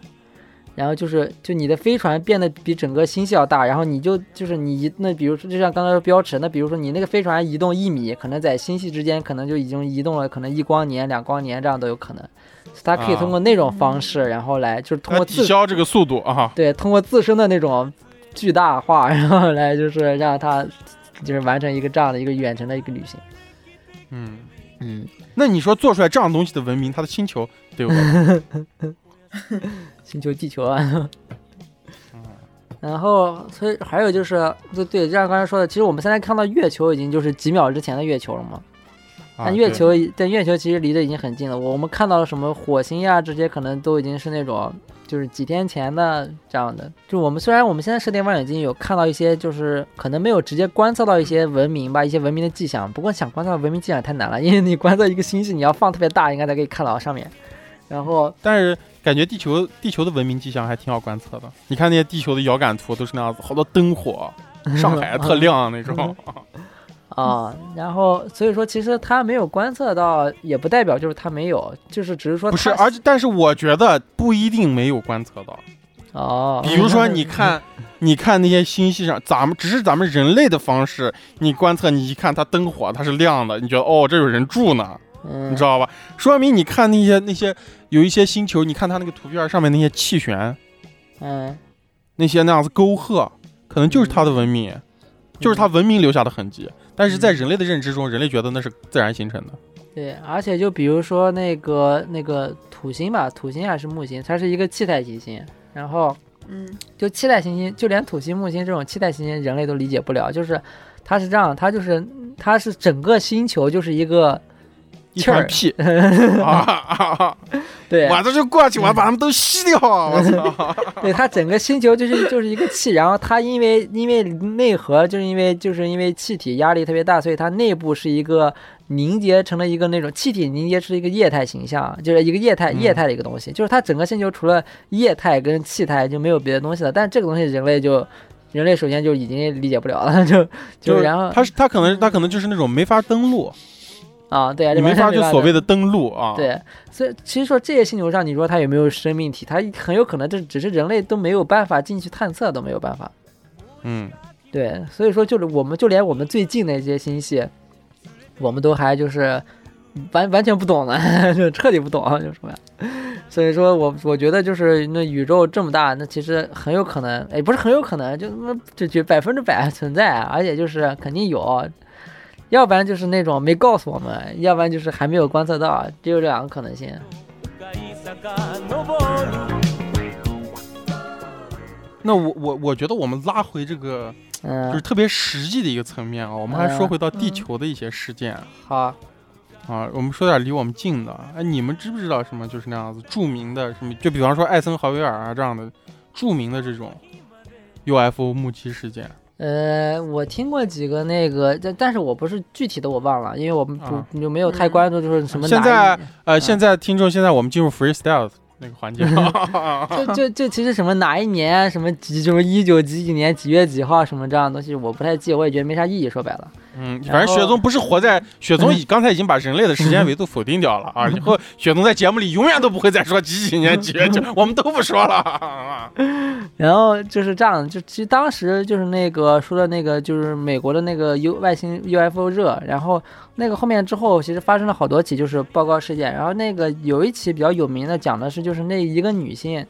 Speaker 1: 然后就是就你的飞船变得比整个星系要大，然后你就就是你移那比如说就像刚才说标尺，那比如说你那个飞船移动一米，可能在星系之间可能就已经移动了可能一光年两光年这样都有可能，它可以通过那种方式，然后来就是通
Speaker 2: 它
Speaker 1: 过
Speaker 2: 抵
Speaker 1: 自
Speaker 2: 消这个速度啊，
Speaker 1: 对，通过自身的那种巨大化，然后来就是让他就是完成一个这样的一个远程的一个旅行。
Speaker 2: 嗯，
Speaker 1: 嗯，
Speaker 2: 那你说做出来这样东西的文明，它的星球得有多大
Speaker 1: 星球地球啊。嗯然后，所以还有就是，对对，就像刚才说的，其实我们现在看到月球已经就是几秒之前的月球了嘛。
Speaker 2: 啊？
Speaker 1: 但月
Speaker 2: 对
Speaker 1: 球，但月球其实离得已经很近了。我们看到了什么火星呀，这些可能都已经是那种就是几天前的这样的。就我们虽然我们现在射电望远镜有看到一些，就是可能没有直接观测到一些文明吧，一些文明的迹象。不过想观测到文明迹象太难了，因为你观测一个星系，你要放特别大，应该才可以看到上面。然后
Speaker 2: 但是感觉地球地球的文明迹象还挺好观测的。你看那些地球的遥感图都是那样子，好多灯火， 上海特亮那种。
Speaker 1: 嗯啊、然后所以说其实它没有观测到，也不代表就是它没有，就是只是说
Speaker 2: 不是，
Speaker 1: 它
Speaker 2: 而且但是我觉得不一定没有观测到。
Speaker 1: 哦，
Speaker 2: 比如说，你看，你看那些星系上，咱们只是咱们人类的方式，你观测，你一看它灯火它是亮的，你觉得哦，这有人住呢，
Speaker 1: 嗯
Speaker 2: 你知道吧？说明你看那些那些有一些星球，你看它那个图片上面那些气旋，
Speaker 1: 嗯
Speaker 2: 那些那样子沟壑，可能就是它的文明，
Speaker 1: 嗯
Speaker 2: 就是它文明留下的痕迹。但是在人类的认知中，人类觉得那是自然形成的。
Speaker 1: 对，而且就比如说那个那个土星吧，土星还是木星，它是一个气态行星。然后
Speaker 4: 嗯
Speaker 1: 就气态行星，就连土星、木星这种气态行星，人类都理解不了。就是它是这样，它就是它是整个星球就是一个
Speaker 2: 一
Speaker 1: 气儿
Speaker 2: 团屁啊啊！啊
Speaker 1: 对
Speaker 2: 我这就过去，我把他们都吸掉，啊我操！
Speaker 1: 对，它整个星球就是 就是一个气，然后它因为因为内核，就是因为就是因为气体压力特别大，所以它内部是一个凝结成了一个那种气体凝结是一个液态形象，就是一个液态
Speaker 2: 嗯
Speaker 1: 液态的一个东西，就是它整个星球除了液态跟气态就没有别的东西了，但这个东西人类就。人类首先就已经理解不了了， 就 就
Speaker 2: 就是
Speaker 1: 然后嗯
Speaker 2: 他是他可能他可能就是那种没法登录，
Speaker 1: 啊，对啊，
Speaker 2: 你没法就所
Speaker 1: 的
Speaker 2: 谓的登录啊。，
Speaker 1: 对，所以其实说这些星球上，你说它有没有生命体，它很有可能这只是人类都没有办法进去探测，都没有办法。
Speaker 2: 嗯，
Speaker 1: 对，所以说就是我们就连我们最近的一些星系，我们都还就是完完全不懂了， 就彻底不懂啊，就是什么呀？所以说我我觉得就是那宇宙这么大，那其实很有可能，哎，不是很有可能，就那就就百分之百存在，啊而且就是肯定有，要不然就是那种没告诉我们，要不然就是还没有观测到，只有这两个可能性。
Speaker 2: 那我我我觉得我们拉回这个就
Speaker 1: 嗯
Speaker 2: 是，特别实际的一个层面啊，我们还说回到地球的一些事件
Speaker 1: 好，
Speaker 2: 啊，我们说点离我们近的。哎，你们知不知道什么就是那样子著名的什么？就比方说艾森豪威尔啊这样的著名的这种 UFO 目击事件。
Speaker 1: 呃，我听过几个那个，但但是我不是具体的，我忘了，因为我们不、
Speaker 2: 啊
Speaker 1: 就没有太关注，就是什么
Speaker 2: 现
Speaker 1: 哪
Speaker 2: 在
Speaker 1: 一
Speaker 2: 呃，现在听众，现在我们进入 freestyle 那个环节。啊
Speaker 1: 就就就其实什么哪一年什么几什么一九几几年几月几号什么这样的东西，我不太记，我也觉得没啥意义。说白了，
Speaker 2: 嗯，
Speaker 1: 然
Speaker 2: 反正雪
Speaker 1: 后
Speaker 2: 宗不是活在雪宗已刚才已经把人类的时间维度否定掉了啊，以后雪宗在节目里永远都不会再说几几年几月几，我们都不说了啊。
Speaker 1: 然后就是这样，就其实当时就是那个说的那个就是美国的那个 U 外星 UFO 热，然后那个后面之后其实发生了好多起就是报告事件，然后那个有一期比较有名的讲的是就是那一个女性，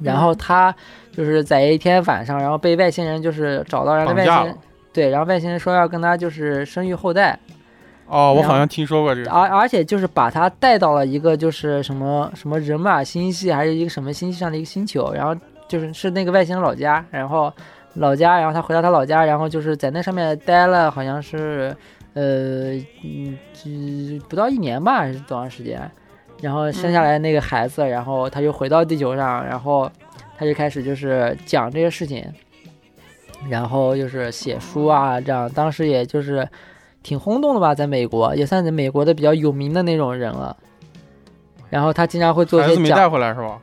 Speaker 1: 然后
Speaker 2: 嗯
Speaker 1: 她就是在一天晚上，然后被外星人就是找到，然后
Speaker 2: 绑
Speaker 1: 外
Speaker 2: 架
Speaker 1: 星
Speaker 2: 了
Speaker 1: 人对，然后外星人说要跟她就是生育后代，
Speaker 2: 哦，我
Speaker 1: 然后
Speaker 2: 好像听说过这个，
Speaker 1: 而而且就是把他带到了一个就是什么什么人马星系，还是一个什么星系上的一个星球，然后就是是那个外星人老家，然后老家，然后他回到他老家，然后就是在那上面待了好像是呃嗯只不到一年吧，还是多长时间，然后生下来那个孩子，然后他就回到地球上，然后他就开始就是讲这些事情，然后就是写书啊，这样当时也就是挺轰动的吧，在美国也算是美国的比较有名的那种人了。然后他经常会做一
Speaker 2: 孩
Speaker 1: 些
Speaker 2: 子没
Speaker 1: 讲，
Speaker 2: 带回来是吧？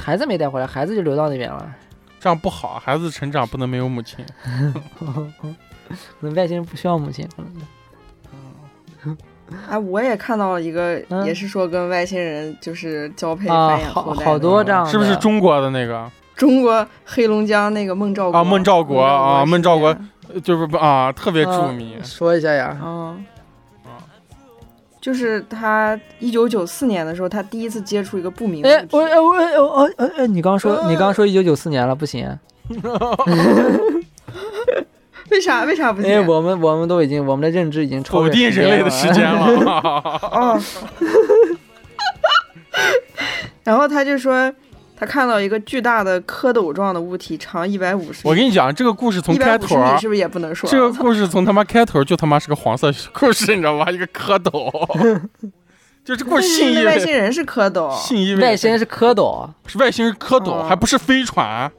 Speaker 1: 孩子没带回来，孩子就留到那边了。
Speaker 2: 这样不好，孩子成长不能没有母亲。
Speaker 1: 可能外星人不需要母亲，可能
Speaker 4: 哎，我也看到了一个，
Speaker 1: 嗯
Speaker 4: 也是说跟外星人就是交配
Speaker 1: 啊
Speaker 4: 繁衍
Speaker 1: 好
Speaker 4: 后代的
Speaker 1: 好多这样的
Speaker 2: 是不是中国的那个？
Speaker 4: 中国黑龙江那个孟兆国
Speaker 2: 啊孟兆国啊孟兆国
Speaker 4: 事件
Speaker 2: 就是不啊，特别著名。
Speaker 1: 说一下呀，
Speaker 4: 嗯
Speaker 2: 啊，
Speaker 4: 就是他一九九四年的时候，他第一次接触一个不明物
Speaker 1: 哎，
Speaker 4: 体
Speaker 1: 我哎我哎我哎哎哎，你刚说你刚说一九九四年了，不 行，啊
Speaker 4: 为啥为啥不
Speaker 1: 因
Speaker 2: 哎
Speaker 4: 行？
Speaker 1: 为哎我们我们都已经我们的认知已经超
Speaker 2: 否
Speaker 1: 越
Speaker 2: 定人类的时
Speaker 1: 了。
Speaker 2: 间了，
Speaker 4: 哦， 然后他就说，他看到一个巨大的蝌蚪状的物体，长一百五十，
Speaker 2: 我跟你讲，这个故事从
Speaker 4: 一百
Speaker 2: 开
Speaker 4: 五十
Speaker 2: 头
Speaker 4: 米
Speaker 2: 啊，
Speaker 4: 是不是也不能说？
Speaker 2: 这个故事从他妈开头就他妈是个黄色故事，你知道吗？一个蝌 蚪，就这故
Speaker 4: 但
Speaker 2: 事
Speaker 4: 是
Speaker 2: 信
Speaker 4: 那
Speaker 2: 意
Speaker 4: 外
Speaker 2: 味，
Speaker 4: 星人是蝌蚪，
Speaker 2: 信意 味，
Speaker 1: 外星人是蝌蚪，
Speaker 2: 是外星人蝌蚪，
Speaker 4: 哦
Speaker 2: 还不是飞船，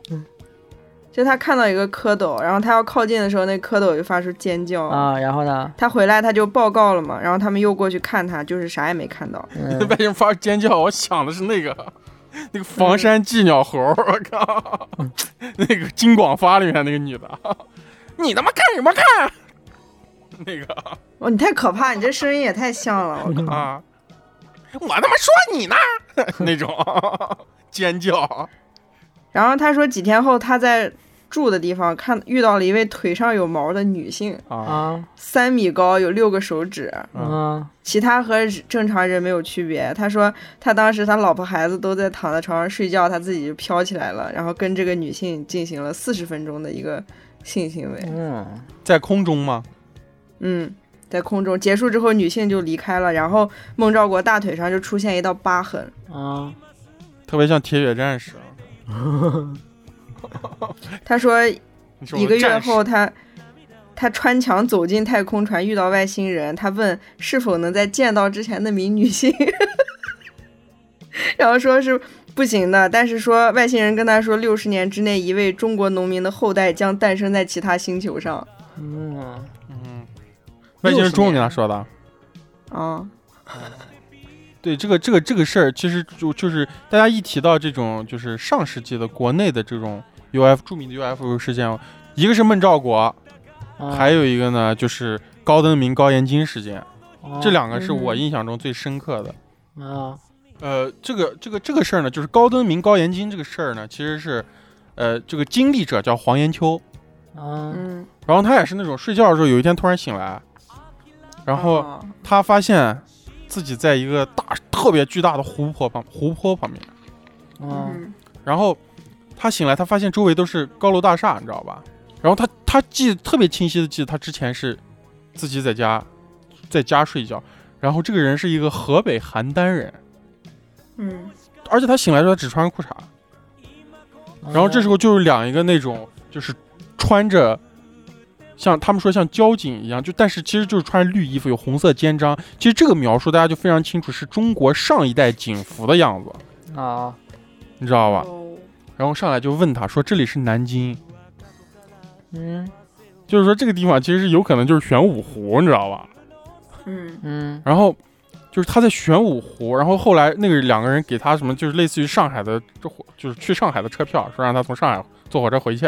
Speaker 4: 就他看到一个蝌蚪，然后他要靠近的时候，那蝌蚪就发出尖叫。
Speaker 1: 啊，然后 呢？
Speaker 4: 他回来他就报告了嘛，然后他们又过去看他，就是啥也没看到。
Speaker 1: 嗯
Speaker 2: 外星人发出尖叫，我想的是那个。那个
Speaker 4: 嗯
Speaker 2: 房山寄鸟猴，我靠！ 那个金广发里面那个女的，你他妈看什么看？那个
Speaker 4: 哦，你太可怕，你这声音也太像了。
Speaker 1: 嗯
Speaker 4: 我靠
Speaker 2: 啊，我他妈说你呢，那种 尖叫，
Speaker 4: 然后他说几天后他在住的地方看遇到了一位腿上有毛的女性，
Speaker 2: 啊
Speaker 1: 啊
Speaker 4: 三米高，有六个手指，
Speaker 1: 嗯，
Speaker 4: 其他和正常人没有区别。他说他当时他老婆孩子都在躺在床上睡觉，他自己就飘起来了，然后跟这个女性进行了四十分钟的一个性行为。
Speaker 1: 嗯，
Speaker 2: 在空中吗？
Speaker 4: 嗯，在空中结束之后，女性就离开了，然后孟兆国大腿上就出现一道疤痕。
Speaker 1: 啊，
Speaker 2: 特别像铁血战士。
Speaker 4: 他说
Speaker 2: 你说我
Speaker 4: 一个月
Speaker 2: 战士
Speaker 4: 后他。他穿墙走进太空船，遇到外星人。他问是否能再见到之前那名女性， 然后说是不行的，但是说外星人跟他说，六十年之内，一位中国农民的后代将诞生在其他星球上。
Speaker 1: 嗯，
Speaker 2: 嗯，外星人中午跟他说的。
Speaker 4: 啊，
Speaker 2: 对这个这个这个事儿，其实就就是大家一提到这种就是上世纪的国内的这种 UF 著名的 UFO 事件，一个是孟兆国，
Speaker 4: 嗯
Speaker 1: 啊
Speaker 2: 还有一个呢就是高登明高延金事件，这两个是我
Speaker 4: 嗯
Speaker 2: 印象中最深刻的。
Speaker 1: 啊，
Speaker 2: 呃，这个这个这个事儿呢，就是高登明高延金这个事儿呢，其实是，呃，这个经历者叫黄延秋，
Speaker 1: 嗯
Speaker 4: 嗯，
Speaker 2: 然后他也是那种睡觉的时候，有一天突然醒来，然后
Speaker 4: 啊
Speaker 2: 他发现自己在一个大特别巨大的湖泊旁湖泊旁边，
Speaker 1: 嗯
Speaker 4: 嗯
Speaker 2: 然后他醒来，他发现周围都是高楼大厦，你知道吧？然后他他记特别清晰的记得，他之前是自己在家在家睡觉，然后这个人是一个河北邯郸人，
Speaker 4: 嗯，
Speaker 2: 而且他醒来之后他只穿着裤衩。
Speaker 1: 然
Speaker 2: 然后这时候就是两一个那种就是穿着像他们说像交警一样，就但是其实就是穿着绿衣服，有红色肩章。其实这个描述大家就非常清楚，是中国上一代警服的样子，
Speaker 1: 啊，
Speaker 2: 你知道吧？
Speaker 4: 哦
Speaker 2: 然后上来就问他说：“这里是南京。”
Speaker 1: 嗯
Speaker 2: 就是说这个地方其实是有可能就是玄武湖，你知道吧？
Speaker 4: 嗯
Speaker 1: 嗯
Speaker 2: 然后就是他在玄武湖，然后后来那个两个人给他什么，就是类似于上海的这火，就是去上海的车票，说让他从上海坐火车回去，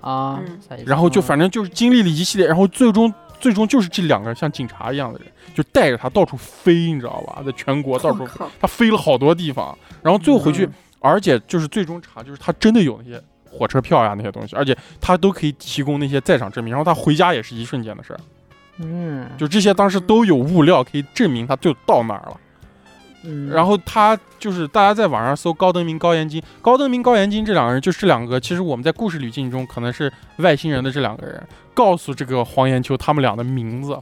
Speaker 1: 啊
Speaker 4: 嗯，
Speaker 1: 啥意思嗯
Speaker 2: 然后就反正就是经历了一系列，然后最终最终就是这两个像警察一样的人，就带着他到处飞，你知道吧？在全国到处
Speaker 4: 我靠，
Speaker 2: 他飞了好多地方，然后最后回去，
Speaker 1: 嗯
Speaker 2: 而且就是最终查，就是他真的有那些火车票呀那些东西，而且他都可以提供那些在场证明，然后他回家也是一瞬间的事儿，
Speaker 1: 嗯，
Speaker 2: 就这些当时都有物料可以证明他就到那儿了。
Speaker 1: 嗯
Speaker 2: 然后他就是大家在网上搜高登明、高延金，高登明、高延金这两个人，就是这两个，其实我们在故事滤镜中可能是外星人的这两个人，告诉这个黄延秋他们俩的名字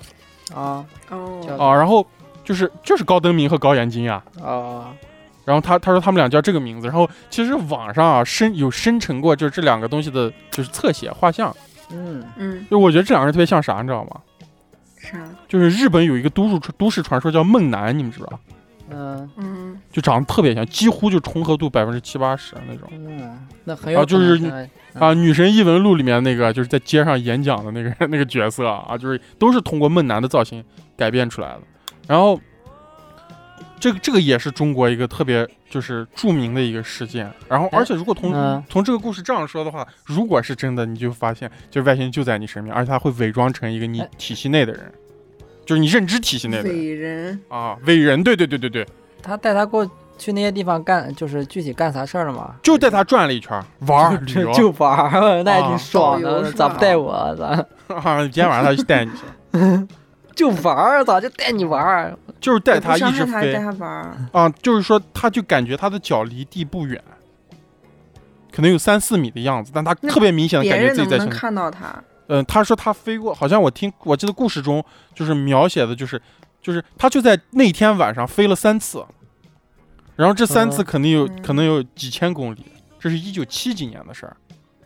Speaker 1: 啊
Speaker 4: 哦，
Speaker 1: 叫
Speaker 2: 啊，然后就是就是高登明和高延金啊，
Speaker 1: 啊，
Speaker 2: 然后他他说他们俩叫这个名字，然后其实网上啊生有生成过就是这两个东西的就是侧写画像，
Speaker 1: 嗯
Speaker 4: 嗯，
Speaker 2: 就我觉得这两个人特别像啥，你知道吗？
Speaker 4: 啥？
Speaker 1: 啊
Speaker 2: 就是日本有一个都市都市传说叫梦男，你们知不知道？
Speaker 1: 嗯
Speaker 4: 嗯，
Speaker 2: 就长得特别像，几乎就重合度百分之七八十那种。
Speaker 1: 嗯，那很有
Speaker 2: 啊就
Speaker 1: 可能
Speaker 2: 是
Speaker 1: 在
Speaker 2: 啊，《女神异闻录》里面那个就是在街上演讲的那个 那个角色啊，就是都是通过梦男的造型改变出来的。然后，这个这个也是中国一个特别就是著名的一个事件。然后，
Speaker 1: 哎
Speaker 2: 而且如果从、
Speaker 1: 嗯
Speaker 2: 从这个故事这样说的话，如果是真的，你就发现就是外星人就在你身边，而且他会伪装成一个你
Speaker 1: 哎
Speaker 2: 体系内的人，就是你认知体系内的人
Speaker 4: 伟人，
Speaker 2: 啊，伪人。对对对对对，
Speaker 1: 他带他过去那些地方干，就是具体干啥事儿了吗？，
Speaker 2: 就带他转了一圈儿，玩儿旅 游
Speaker 1: 就玩 儿，那也挺爽
Speaker 4: 导游
Speaker 1: 的，
Speaker 4: 是吧
Speaker 1: 咋不带我？咋
Speaker 2: 啊， 今天晚上他就带你去，
Speaker 1: 就玩儿？咋就带你玩儿？
Speaker 2: 就是带他
Speaker 4: 也不
Speaker 2: 一直
Speaker 4: 伤害他，
Speaker 2: 飞
Speaker 4: 带。他玩儿，
Speaker 2: 啊，就是说他就感觉他的脚离地不远，可能有三四米的样子，但他
Speaker 4: 那
Speaker 2: 特别明显的
Speaker 4: 别
Speaker 2: 感觉
Speaker 4: 人
Speaker 2: 自
Speaker 4: 能
Speaker 2: 己在
Speaker 4: 不能
Speaker 2: 前面。
Speaker 4: 看到他？
Speaker 2: 嗯、他说他飞过，好像我听我记得故事中就是描写的就是就是他就在那天晚上飞了三次，然后这三次
Speaker 1: 嗯
Speaker 2: 肯定有、
Speaker 4: 嗯
Speaker 2: 可能有几千公里，这是一九七几年的事儿。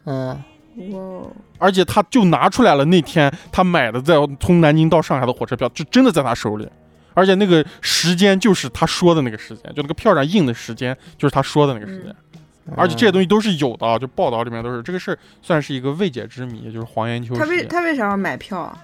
Speaker 1: 嗯，
Speaker 4: 哇哦，
Speaker 2: 而且他就拿出来了那天他买的在从南京到上海的火车票，就真的在他手里，而且那个时间就是他说的那个时间，就那个票上印的时间就是他说的那个时
Speaker 1: 嗯
Speaker 2: 间，而且这些东西都是有的啊，就报道里面都是这个事儿算是一个未解之谜，就是黄延秋
Speaker 4: 他
Speaker 2: 事
Speaker 4: 为
Speaker 2: 件，
Speaker 4: 他为啥要买票啊？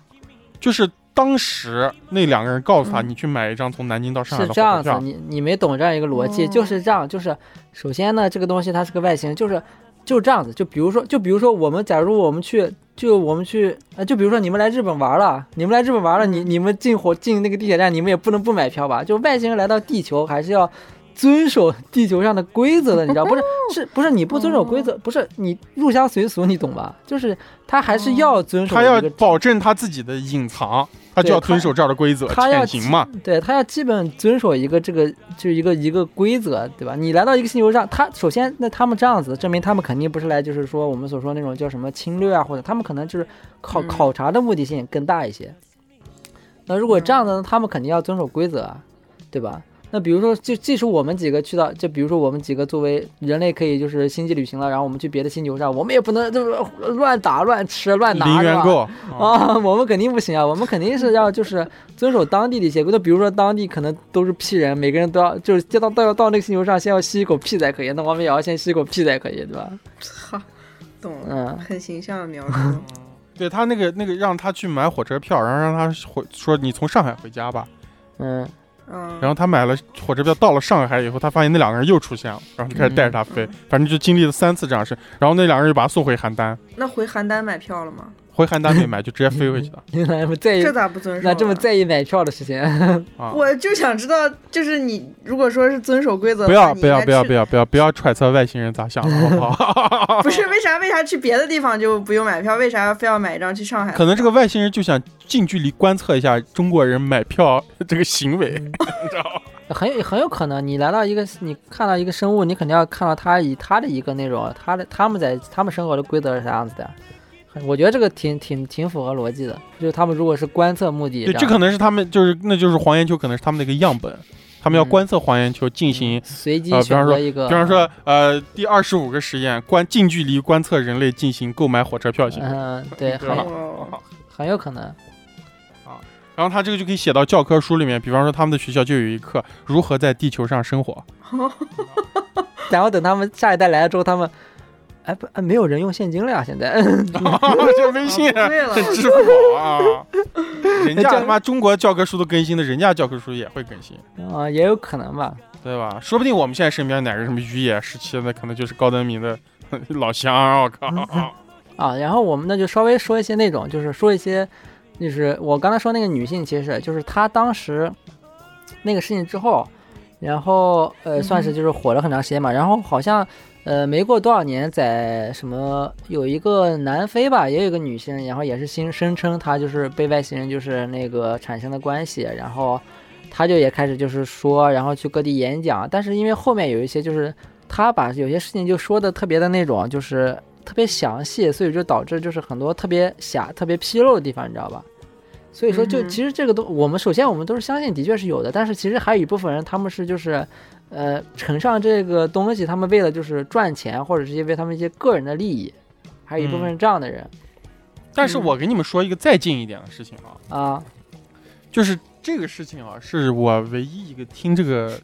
Speaker 2: 就是当时那两个人告诉他，
Speaker 4: 嗯
Speaker 2: 你去买一张从南京到上海
Speaker 1: 是
Speaker 2: 的
Speaker 1: 这
Speaker 2: 火
Speaker 1: 样
Speaker 2: 车
Speaker 1: 子，
Speaker 2: 票，
Speaker 1: 你你没懂这样一个逻辑，
Speaker 4: 哦
Speaker 1: 就是这样，就是首先呢，这个东西它是个外星，就是就是这样子，就比如说，就比如说我们，假如我们去，就我们去，呃，就比如说你们来日本玩了，你们来日本玩了，你你们进火进那个地铁站，你们也不能不买票吧？就外星人来到地球，还是要。遵守地球上的规则的，你知道不是？是不是你不遵守规则？不是你入乡随俗，你懂吧？就是他还是要遵守
Speaker 2: 他要
Speaker 1: 一个
Speaker 2: 保证他自己的隐藏，他就
Speaker 1: 对
Speaker 2: 要
Speaker 1: 他
Speaker 2: 遵守这儿的规则，
Speaker 1: 他要
Speaker 2: 潜行嘛，
Speaker 1: 对他要基本遵守一个这个就是一个一个规则，对吧？你来到一个星球上，他首先那他们这样子，证明他们肯定不是来就是说我们所说那种叫什么侵略啊，或者他们可能就是考
Speaker 4: 嗯
Speaker 1: 考察的目的性更大一些。那如果这样的呢，他们肯定要遵守规则啊，对吧？那比如说，就即使我们几个去到，就比如说我们几个作为人类可以就是星际旅行了，然后我们去别的星球上，我们也不能就是乱打乱吃乱拿，
Speaker 2: 零
Speaker 1: 是
Speaker 2: 元
Speaker 1: 吧
Speaker 2: 购啊，
Speaker 1: 啊，我们肯定不行啊，我们肯定是要就是遵守当地的一些规则，比如说当地可能都是屁人，每个人都要就是接到到要到那个星球上，先要吸一口屁才可以，那我们也要先吸一口屁才可以，对吧？
Speaker 4: 操，懂了，
Speaker 1: 嗯，
Speaker 4: 很形象的描
Speaker 2: 嗯
Speaker 4: 述。
Speaker 2: 对他那个那个让他去买火车票，然后让他回说你从上海回家吧。
Speaker 1: 嗯，
Speaker 4: 嗯，
Speaker 2: 然后他买了火车票，到了上海以后，他发现那两个人又出现了，然后就开始带着他飞，反正就经历了三次这样的事。然后那两个人又把他送回邯 郸，
Speaker 4: 那回邯郸买票了吗？
Speaker 2: 回邯郸没买，就直接飞回去的
Speaker 1: 你咋这么在意
Speaker 4: 这咋不遵守啊？
Speaker 1: 那这么在意买票的事情？
Speaker 2: 哎啊！
Speaker 4: 我就想知道，就是你如果说是遵守规则
Speaker 2: 不
Speaker 4: 的话，
Speaker 2: 要
Speaker 4: 你
Speaker 2: 不要
Speaker 4: 应该
Speaker 2: 不要
Speaker 4: 去
Speaker 2: 不要不要不要揣测外星人咋想的，好不 好？
Speaker 4: 不是为啥为啥去别的地方就不用买票，为啥要非要买一张去上海？
Speaker 2: 可能这个外星人就想近距离观测一下中国人买票这个 行为，
Speaker 1: 很有很有可能，你来到一个你看到一个生物，你肯定要看到它以它的一个那种它的他们在他们生活的规则是啥样子的。我觉得这个挺挺挺符合逻辑的，就是他们如果是观测目的，
Speaker 2: 对，这可能是他们就是那就是黄延秋，可能是他们的一个样本，他们要
Speaker 1: 嗯
Speaker 2: 观测黄延秋进行
Speaker 1: 随机
Speaker 2: 呃比
Speaker 1: 选
Speaker 2: 方
Speaker 1: 择
Speaker 2: 说
Speaker 1: 一个，啊
Speaker 2: 比方说，呃，第二十五个实验，观近距离观测人类进行购买火车票行为。
Speaker 1: 嗯，对，
Speaker 2: 对
Speaker 1: 很
Speaker 2: 吧
Speaker 1: 有
Speaker 4: 哦，
Speaker 1: 很有可能。
Speaker 2: 然后他这个就可以写到教科书里面，比方说他们的学校就有一课如何在地球上生活。
Speaker 1: 然后等他们下一代来了之后，他们，哎不，哎没有人用现金了呀，现在
Speaker 2: 这微信、
Speaker 4: 啊不会了
Speaker 2: 这支付宝啊，人家
Speaker 1: 教
Speaker 2: 他妈中国教科书都更新的，人家教科书也会更新，
Speaker 1: 啊、也有可能吧。
Speaker 2: 对吧？说不定我们现在身边哪个什么于野时期的，那可能就是高登明的老乡啊。我靠，
Speaker 1: 啊，然后我们呢就稍微说一些那种，就是说一些就是我刚才说那个女性，其实就是她当时那个事情之后，然后呃，算是就是火了很长时间嘛。然后好像呃，没过多少年，在什么有一个南非吧，也有一个女性，然后也是新声称她就是被外星人就是那个产生了关系，然后她就也开始就是说，然后去各地演讲。但是因为后面有一些就是她把有些事情就说的特别的那种，就是特别详细，所以就导致就是很多特别狭、特别纰漏的地方，你知道吧？所以说，就
Speaker 4: 嗯哼
Speaker 1: 其实这个都，我们首先我们都是相信，的确是有的，但是其实还有一部分人，他们是就是，呃，崇尚这个东西，他们为了就是赚钱，或者是因为他们一些个人的利益，还有一部分是这样的人、
Speaker 2: 但是我给你们说一个再近一点的事情啊，
Speaker 1: 啊，
Speaker 2: 就是这个事情啊，是我唯一一个听这个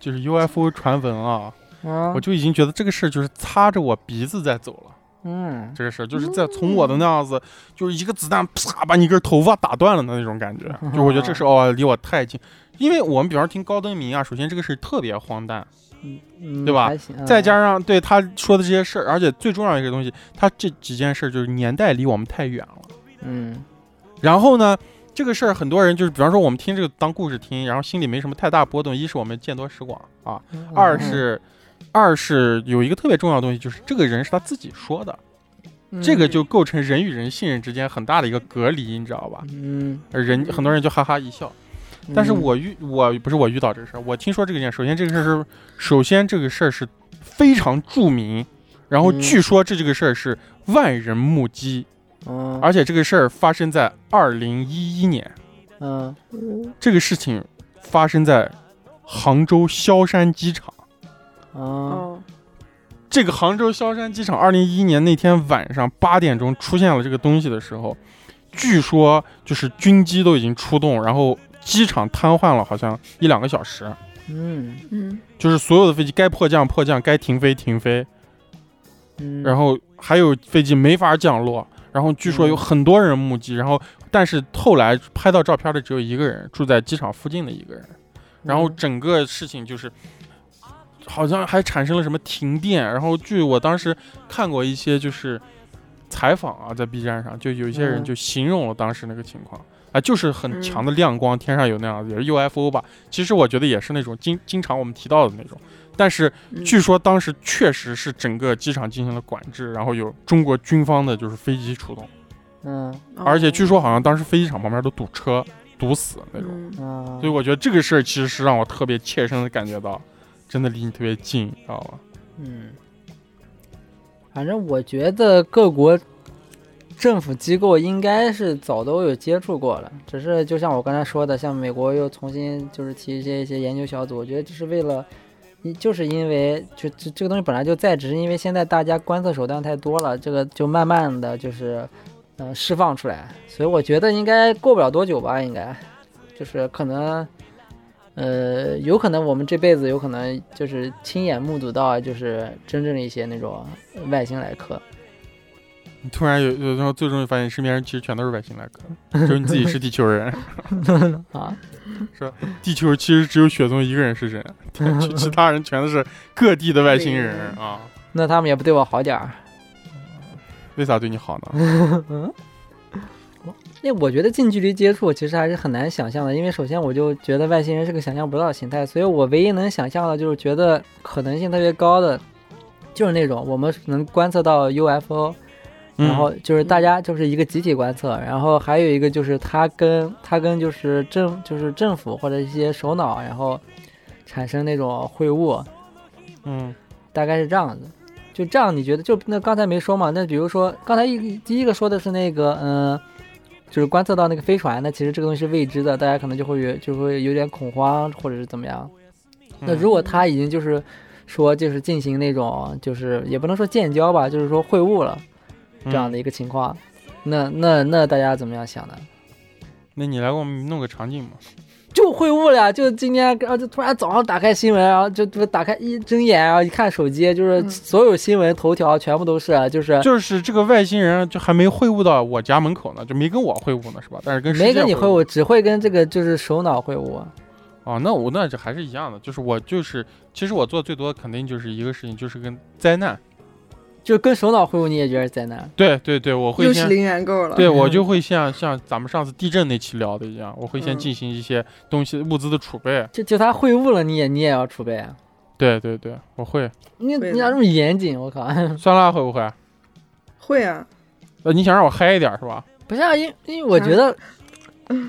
Speaker 2: 就是 UFO 传闻啊，我
Speaker 1: 嗯
Speaker 2: 就已经觉得这个事儿就是擦着我鼻子在走了。
Speaker 1: 嗯，
Speaker 2: 这个事儿就是在从我的那样子，就是一个子弹啪把你根头发打断了的那种感觉。就我觉得这事儿哦离我太近，因为我们比方说听高登明啊，首先这个事儿特别荒诞，
Speaker 1: 嗯
Speaker 2: 对吧
Speaker 1: 还行
Speaker 2: 再加上对他说的这些事儿，而且最重要一个东西，他这几件事儿就是年代离我们太远了。
Speaker 1: 嗯
Speaker 2: 然后呢，这个事儿很多人就是，比方说我们听这个当故事听，然后心里没什么太大波动。一是我们见多识广啊，
Speaker 1: 嗯，
Speaker 2: 二是。二是有一个特别重要的东西，就是这个人是他自己说的，
Speaker 1: 嗯
Speaker 2: 这个就构成人与人信任之间很大的一个隔离，你知道吧？
Speaker 1: 嗯，
Speaker 2: 呃人很多人就哈哈一笑。
Speaker 1: 嗯
Speaker 2: 但是我遇我不是我遇到这个事儿，我听说这个件，首先这个事儿是，首先这个事儿是非常著名，然后
Speaker 1: 嗯
Speaker 2: 据说这这个事儿是万人目击，
Speaker 1: 嗯
Speaker 2: 而且这个事儿发生在二零一一年，
Speaker 1: 嗯
Speaker 2: 这个事情发生在杭州萧山机场。
Speaker 1: 嗯
Speaker 4: 哦，
Speaker 2: 这个杭州萧山机场，二零一一年那天晚上八点钟出现了这个东西的时候，据说就是军机都已经出动，然后机场瘫痪了，好像一两个小时。
Speaker 1: 嗯
Speaker 4: 嗯
Speaker 2: 就是所有的飞机该迫降迫降，该停飞停飞，
Speaker 1: 嗯，
Speaker 2: 然后还有飞机没法降落，然后据说有
Speaker 1: 嗯
Speaker 2: 很多人目击，然后但是后来拍到照片的只有一个人，住在机场附近的一个人，然
Speaker 1: 嗯
Speaker 2: 后整个事情就是。好像还产生了什么停电，然后据我当时看过一些就是采访啊，在 B 站上就有一些
Speaker 1: 嗯
Speaker 2: 人就形容了当时那个情况啊，就是很强的亮光，天上有那样的也是 UFO 吧，其实我觉得也是那种经经常我们提到的那种，但是
Speaker 4: 嗯
Speaker 2: 据说当时确实是整个机场进行了管制，然后有中国军方的就是飞机出动，
Speaker 1: 嗯
Speaker 4: 哦
Speaker 2: 而且据说好像当时飞机场旁边都堵车、堵死那种。
Speaker 4: 嗯
Speaker 1: 嗯，
Speaker 2: 所以我觉得这个事儿其实是让我特别切身的感觉到，真的离你特别近，知道吧？
Speaker 1: 嗯，反正我觉得各国政府机构应该是早都有接触过了，只是就像我刚才说的，像美国又重新就是提一些一些研究小组，我觉得这是为了，一就是因为就这这个东西本来就在，只是因为现在大家观测手段太多了，这个就慢慢的就是呃释放出来，所以我觉得应该过不了多久吧，应该就是可能。呃，有可能我们这辈子有可能就是亲眼目睹到，就是真正的一些那种外星来客。
Speaker 2: 你突然有有时候最终发现身边人其实全都是外星来客，只有你自己是地球 人，
Speaker 1: 啊，
Speaker 2: 地球其实只有雪松一个人是 人，其其他人全都是各地的外星人啊。
Speaker 1: 那他们也不对我好点儿。
Speaker 2: 为啥对你好 呢？
Speaker 1: 那我觉得近距离接触其实还是很难想象的，因为首先我就觉得外星人是个想象不到的形态，所以我唯一能想象的就是觉得可能性特别高的，就是那种我们能观测到 UFO，然后就是大家就是一个集体观测，然后还有一个就是他跟他跟就是政就是政府或者一些首脑，然后产生那种会晤，
Speaker 2: 嗯，
Speaker 1: 大概是这样子。就这样，你觉得就那刚才没说嘛？那比如说刚才一第一个说的是那个，嗯、就是观测到那个飞船，那其实这个东西是未知的，大家可能就会有就会有点恐慌或者是怎么样。
Speaker 2: 嗯
Speaker 1: 那如果他已经就是说就是进行那种就是也不能说建交吧，就是说会晤了这
Speaker 2: 嗯
Speaker 1: 样的一个情况，那那那大家怎么样想的？
Speaker 2: 那你来给我们弄个场景嘛？
Speaker 1: 就会晤了呀，就今天，然后就突然早上打开新闻，然后就就打开一睁眼，然后一看手机，就是
Speaker 4: 嗯
Speaker 1: 所有新闻头条全部都是，啊就是
Speaker 2: 就是这个外星人就还没会晤到我家门口呢，就没跟我会晤呢，是吧？但是跟世界
Speaker 1: 没跟你
Speaker 2: 会
Speaker 1: 会晤，
Speaker 2: 晤
Speaker 1: 只会跟这个就是首脑会晤。
Speaker 2: 哦，那我那就还是一样的，就是我就是其实我做最多的肯定就是一个事情，就是跟灾难
Speaker 1: 就跟首脑会晤，你也觉得是灾难？
Speaker 2: 对对对，我会
Speaker 4: 又是
Speaker 2: 先
Speaker 4: 零元购了。
Speaker 2: 对我
Speaker 1: 嗯
Speaker 2: 就会像像咱们上次地震那期聊的一样，我会先
Speaker 4: 嗯
Speaker 2: 进行一些东西物资的储备。
Speaker 1: 就就他会晤了，你也你也要储备啊？
Speaker 2: 对对对，我会。
Speaker 1: 你
Speaker 4: 会
Speaker 1: 你
Speaker 4: 的
Speaker 1: 咋这么严谨？我靠！
Speaker 2: 酸辣会不会？
Speaker 4: 会啊，
Speaker 2: 呃，你想让我嗨一点是吧？
Speaker 1: 不是啊，因因为我觉得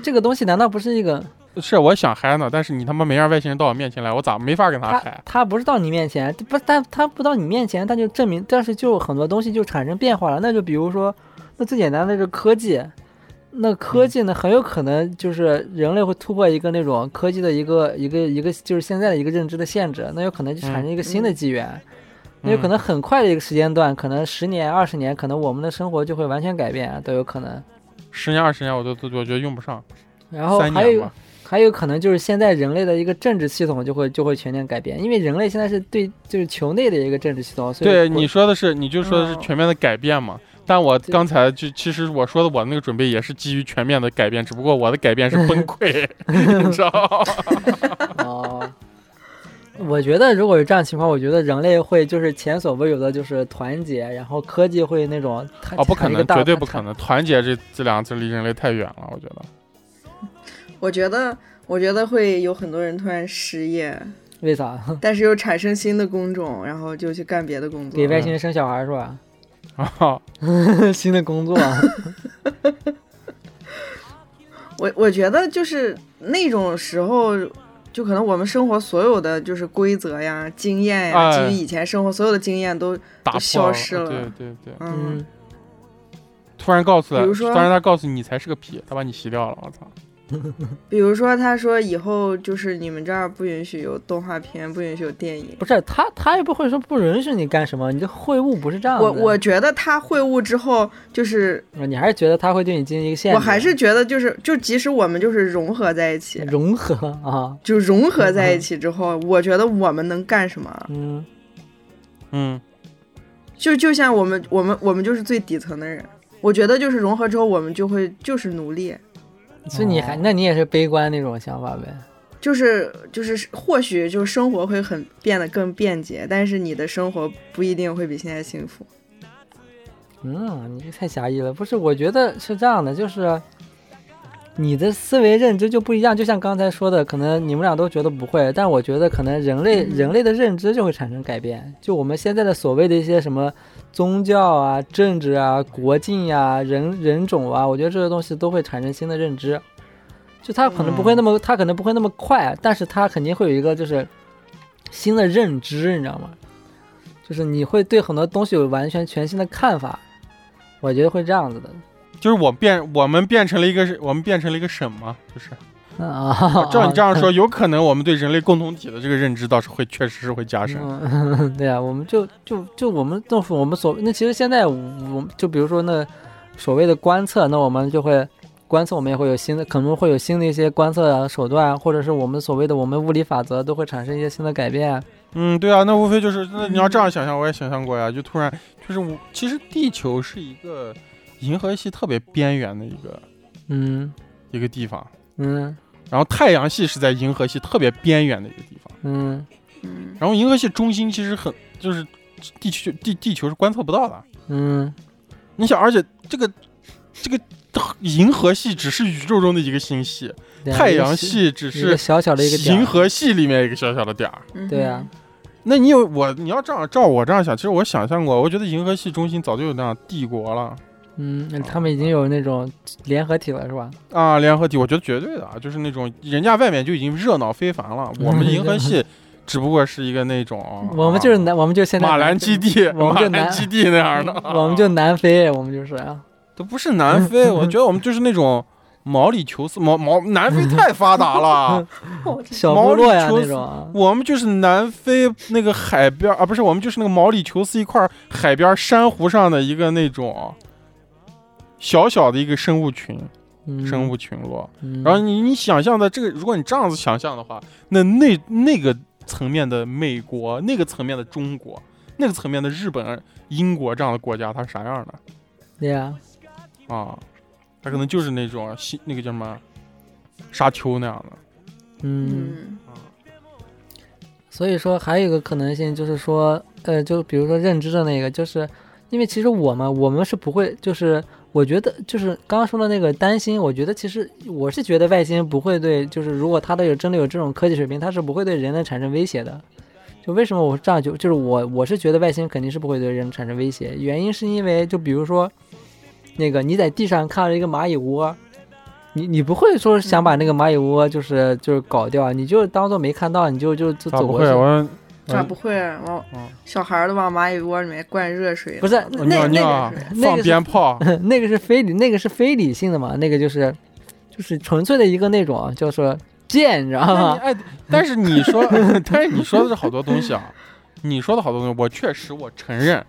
Speaker 1: 这个东西难道不是一个
Speaker 2: 是，我想嗨呢，但是你他妈没让外星人到我面前来，我咋没法跟他
Speaker 1: 他
Speaker 2: 嗨？
Speaker 1: 他不是到你面前，不但他不到你面前，他就证明，但是就很多东西就产生变化了。那就比如说，那最简单的就是科技，那科
Speaker 2: 嗯
Speaker 1: 技呢很有可能就是人类会突破一个那种科技的一个一个一个就是现在的一个认知的限制，那有可能就产生一个
Speaker 2: 嗯
Speaker 1: 新的纪元。那有可能很快的一个时间段，可能十年、二十年，可能我们的生活就会完全改变，啊都有可能。
Speaker 2: 十年二十年我都都我觉得用不上，
Speaker 1: 然后
Speaker 2: 三
Speaker 1: 还有
Speaker 2: 年吧。
Speaker 1: 还有可能就是现在人类的一个政治系统就会就会全面改变，因为人类现在是对就是球内的一个政治系统，所以
Speaker 2: 对，
Speaker 1: 国
Speaker 2: 你说的是，你就说的是
Speaker 4: 嗯
Speaker 2: 全面的改变嘛。但我
Speaker 1: 对
Speaker 2: 刚才就其实我说的我那个准备也是基于全面的改变，只不过我的改变是崩溃，你知道吗？
Speaker 1: 哦，我觉得如果有这样情况，我觉得人类会就是前所未有的就是团结，然后科技会那种
Speaker 4: 啊
Speaker 1: 它
Speaker 2: 哦，不可
Speaker 1: 产一个
Speaker 2: 能，
Speaker 1: 大
Speaker 2: 绝对不可。能！团结这这两个字离人类太远了，我觉得。
Speaker 4: 我觉得，我觉得会有很多人突然 失业，
Speaker 1: 为啥？
Speaker 2: 嗯
Speaker 4: 但是又产生新的工种，然后就去干别的工作
Speaker 1: 给。外星人生小孩是 吧？
Speaker 2: 啊，
Speaker 1: 新的工作，
Speaker 4: 我我觉得就是那种时候，就可能我们生活所有的就是规则呀、经验呀，
Speaker 2: 哎
Speaker 4: 基于以前生活所有的经验都，
Speaker 2: 打破
Speaker 4: 消失了
Speaker 2: 对对对，
Speaker 4: 嗯
Speaker 1: 嗯，
Speaker 2: 突然告诉
Speaker 4: 比
Speaker 2: 他，
Speaker 4: 如说
Speaker 2: 突然他告诉你你才是个屁，他把你洗掉了，我操！
Speaker 4: 比如说他说以后就是你们这儿不允许有动画片，不允许有电影。
Speaker 1: 不是他他也不会说不允许你干什么，你这会晤不是这样的。
Speaker 4: 我我觉得他会晤之后，就是
Speaker 1: 你还是觉得他会对你进行一个限制，
Speaker 4: 我还是觉得就是就即使我们就是融合在一起，
Speaker 1: 融合啊，
Speaker 4: 就融合在一起之后，我觉得我们能干什么？
Speaker 1: 嗯。
Speaker 2: 嗯，
Speaker 4: 就就像我们我们我们就是最底层的人，我觉得就是融合之后，我们就会就是奴隶，
Speaker 1: 所以你还，那你也是悲观那种想法呗？
Speaker 4: 就是就是或许就是生活会很变得更便捷，但是你的生活不一定会比现在幸福。
Speaker 1: 嗯，你这太狭义了。不是，我觉得是这样的，就是你的思维认知就不一样。就像刚才说的，可能你们俩都觉得不会，但我觉得可能人类、
Speaker 4: 嗯
Speaker 1: 人类的认知就会产生改变。就我们现在的所谓的一些什么宗教啊、政治啊、国境呀、人人种啊，我觉得这些东西都会产生新的认知。就它可能
Speaker 2: 嗯
Speaker 1: 不会那么，它可能不会那么快，但是它肯定会有一个就是新的认知，你知道吗？就是你会对很多东西有完全全新的看法，我觉得会这样子的。
Speaker 2: 就是我变，我们变成了一个，我们变成了一个省嘛，就是。
Speaker 1: 嗯
Speaker 4: 哦
Speaker 1: 啊，
Speaker 2: 照你哦这样 说，有可能我们对人类共同体的这个认知倒是会，确实是会加深。
Speaker 1: 嗯， 对啊，我们就就就我们政府，我们所那其实现在我们就比如说那所谓的观测，那我们就会观测，我们也会有新的，可能会有新的一些观测啊手段，或者是我们所谓的我们物理法则都会产生一些新的改变。
Speaker 2: 嗯，对啊，那无非就是，那你要这
Speaker 4: 嗯
Speaker 2: 样想象，我也想象过呀，就突然就是我，其实地球是一个银河系特别边缘的一个
Speaker 1: 嗯
Speaker 2: 一个地方，
Speaker 1: 嗯
Speaker 2: 然后太阳系是在银河系特别边缘的一个地方，
Speaker 1: 嗯
Speaker 4: 嗯，
Speaker 2: 然后银河系中心其实很就是地球地地球是观测不到的。
Speaker 1: 嗯，
Speaker 2: 你想，而且这个这个银河系只是宇宙中的一个星系，
Speaker 1: 对啊
Speaker 2: 太
Speaker 1: 一个
Speaker 2: 阳
Speaker 1: 小
Speaker 2: 系只
Speaker 1: 一个
Speaker 2: 是
Speaker 1: 小小的一个点儿
Speaker 2: 银河系里面一个小小的点儿。
Speaker 4: 嗯
Speaker 1: 对啊，
Speaker 2: 那你有我，你要这样照我这样想，其实我想象过，我觉得银河系中心早就有那样帝国了
Speaker 1: 嗯，那他们已经有那种联合体了，是吧？
Speaker 2: 啊，联合体，我觉得绝对的啊，就是那种人家外面就已经热闹非 凡了，我们银河系只不过是一个那种，
Speaker 1: 我们就是南，我们就现在
Speaker 2: 啊马兰基地，
Speaker 1: 我们
Speaker 2: 马
Speaker 1: 就
Speaker 2: 兰
Speaker 1: 南
Speaker 2: 基地那样的，
Speaker 1: 我们就南非，我们就是啊，
Speaker 2: 都不是南 非，我觉得我们就是那种毛里求斯，毛毛南非太发达 了，
Speaker 4: 哦
Speaker 1: 小部落呀
Speaker 2: 毛里求
Speaker 1: 那
Speaker 2: 斯
Speaker 1: 种啊。
Speaker 2: 我们就是南非那个海边儿啊，不是我们就是那个毛里求斯一块儿海边儿珊瑚上的一个那种小小的一个生物群，
Speaker 1: 嗯
Speaker 2: 生物群落。
Speaker 1: 嗯
Speaker 2: 然后你你想象的这个，如果你这样子想象的话，那那那个层面的美国，那个层面的中国，那个层面的日本、英国这样的国家，它是啥样的
Speaker 1: 对呀，
Speaker 2: 啊？它可能就是那种西那个叫什么沙丘那样的
Speaker 1: 嗯，
Speaker 4: 嗯，
Speaker 2: 啊。
Speaker 1: 所以说还有一个可能性就是说，呃，就比如说认知的那个，就是因为其实我嘛，我们是不会，就是我觉得就是刚刚说的那个担心，我觉得其实我是觉得外星不会对，就是如果它的有真的有这种科技水平，它是不会对人类产生威胁的。就为什么我是这样就就是我我是觉得外星肯定是不会对人产生威胁，原因是因为就比如说，那个你在地上看了一个蚂蚁窝，你你不会说想把那个蚂蚁窝就是就是搞掉，啊你就当做没看到，你就就就
Speaker 2: 咋
Speaker 1: 走
Speaker 2: 啊不
Speaker 1: 过
Speaker 2: 会？
Speaker 1: 去。
Speaker 2: 我
Speaker 4: 咋不会啊？往
Speaker 2: 嗯
Speaker 4: 小孩儿都往蚂蚁窝里面灌热水，
Speaker 1: 哦不是
Speaker 4: 那
Speaker 2: 我尿
Speaker 4: 那
Speaker 2: 尿啊
Speaker 4: 个是
Speaker 1: 那个
Speaker 2: 放
Speaker 1: 是
Speaker 2: 鞭 炮，
Speaker 1: 那个是非理，那个是非理性的嘛，那个就是就是纯粹的一个那种啊叫做贱，你知道
Speaker 2: 那你
Speaker 1: 吗？
Speaker 2: 哎，但是你说， 但是你说的是好多东西啊，你说的好多东西，我确实我承认，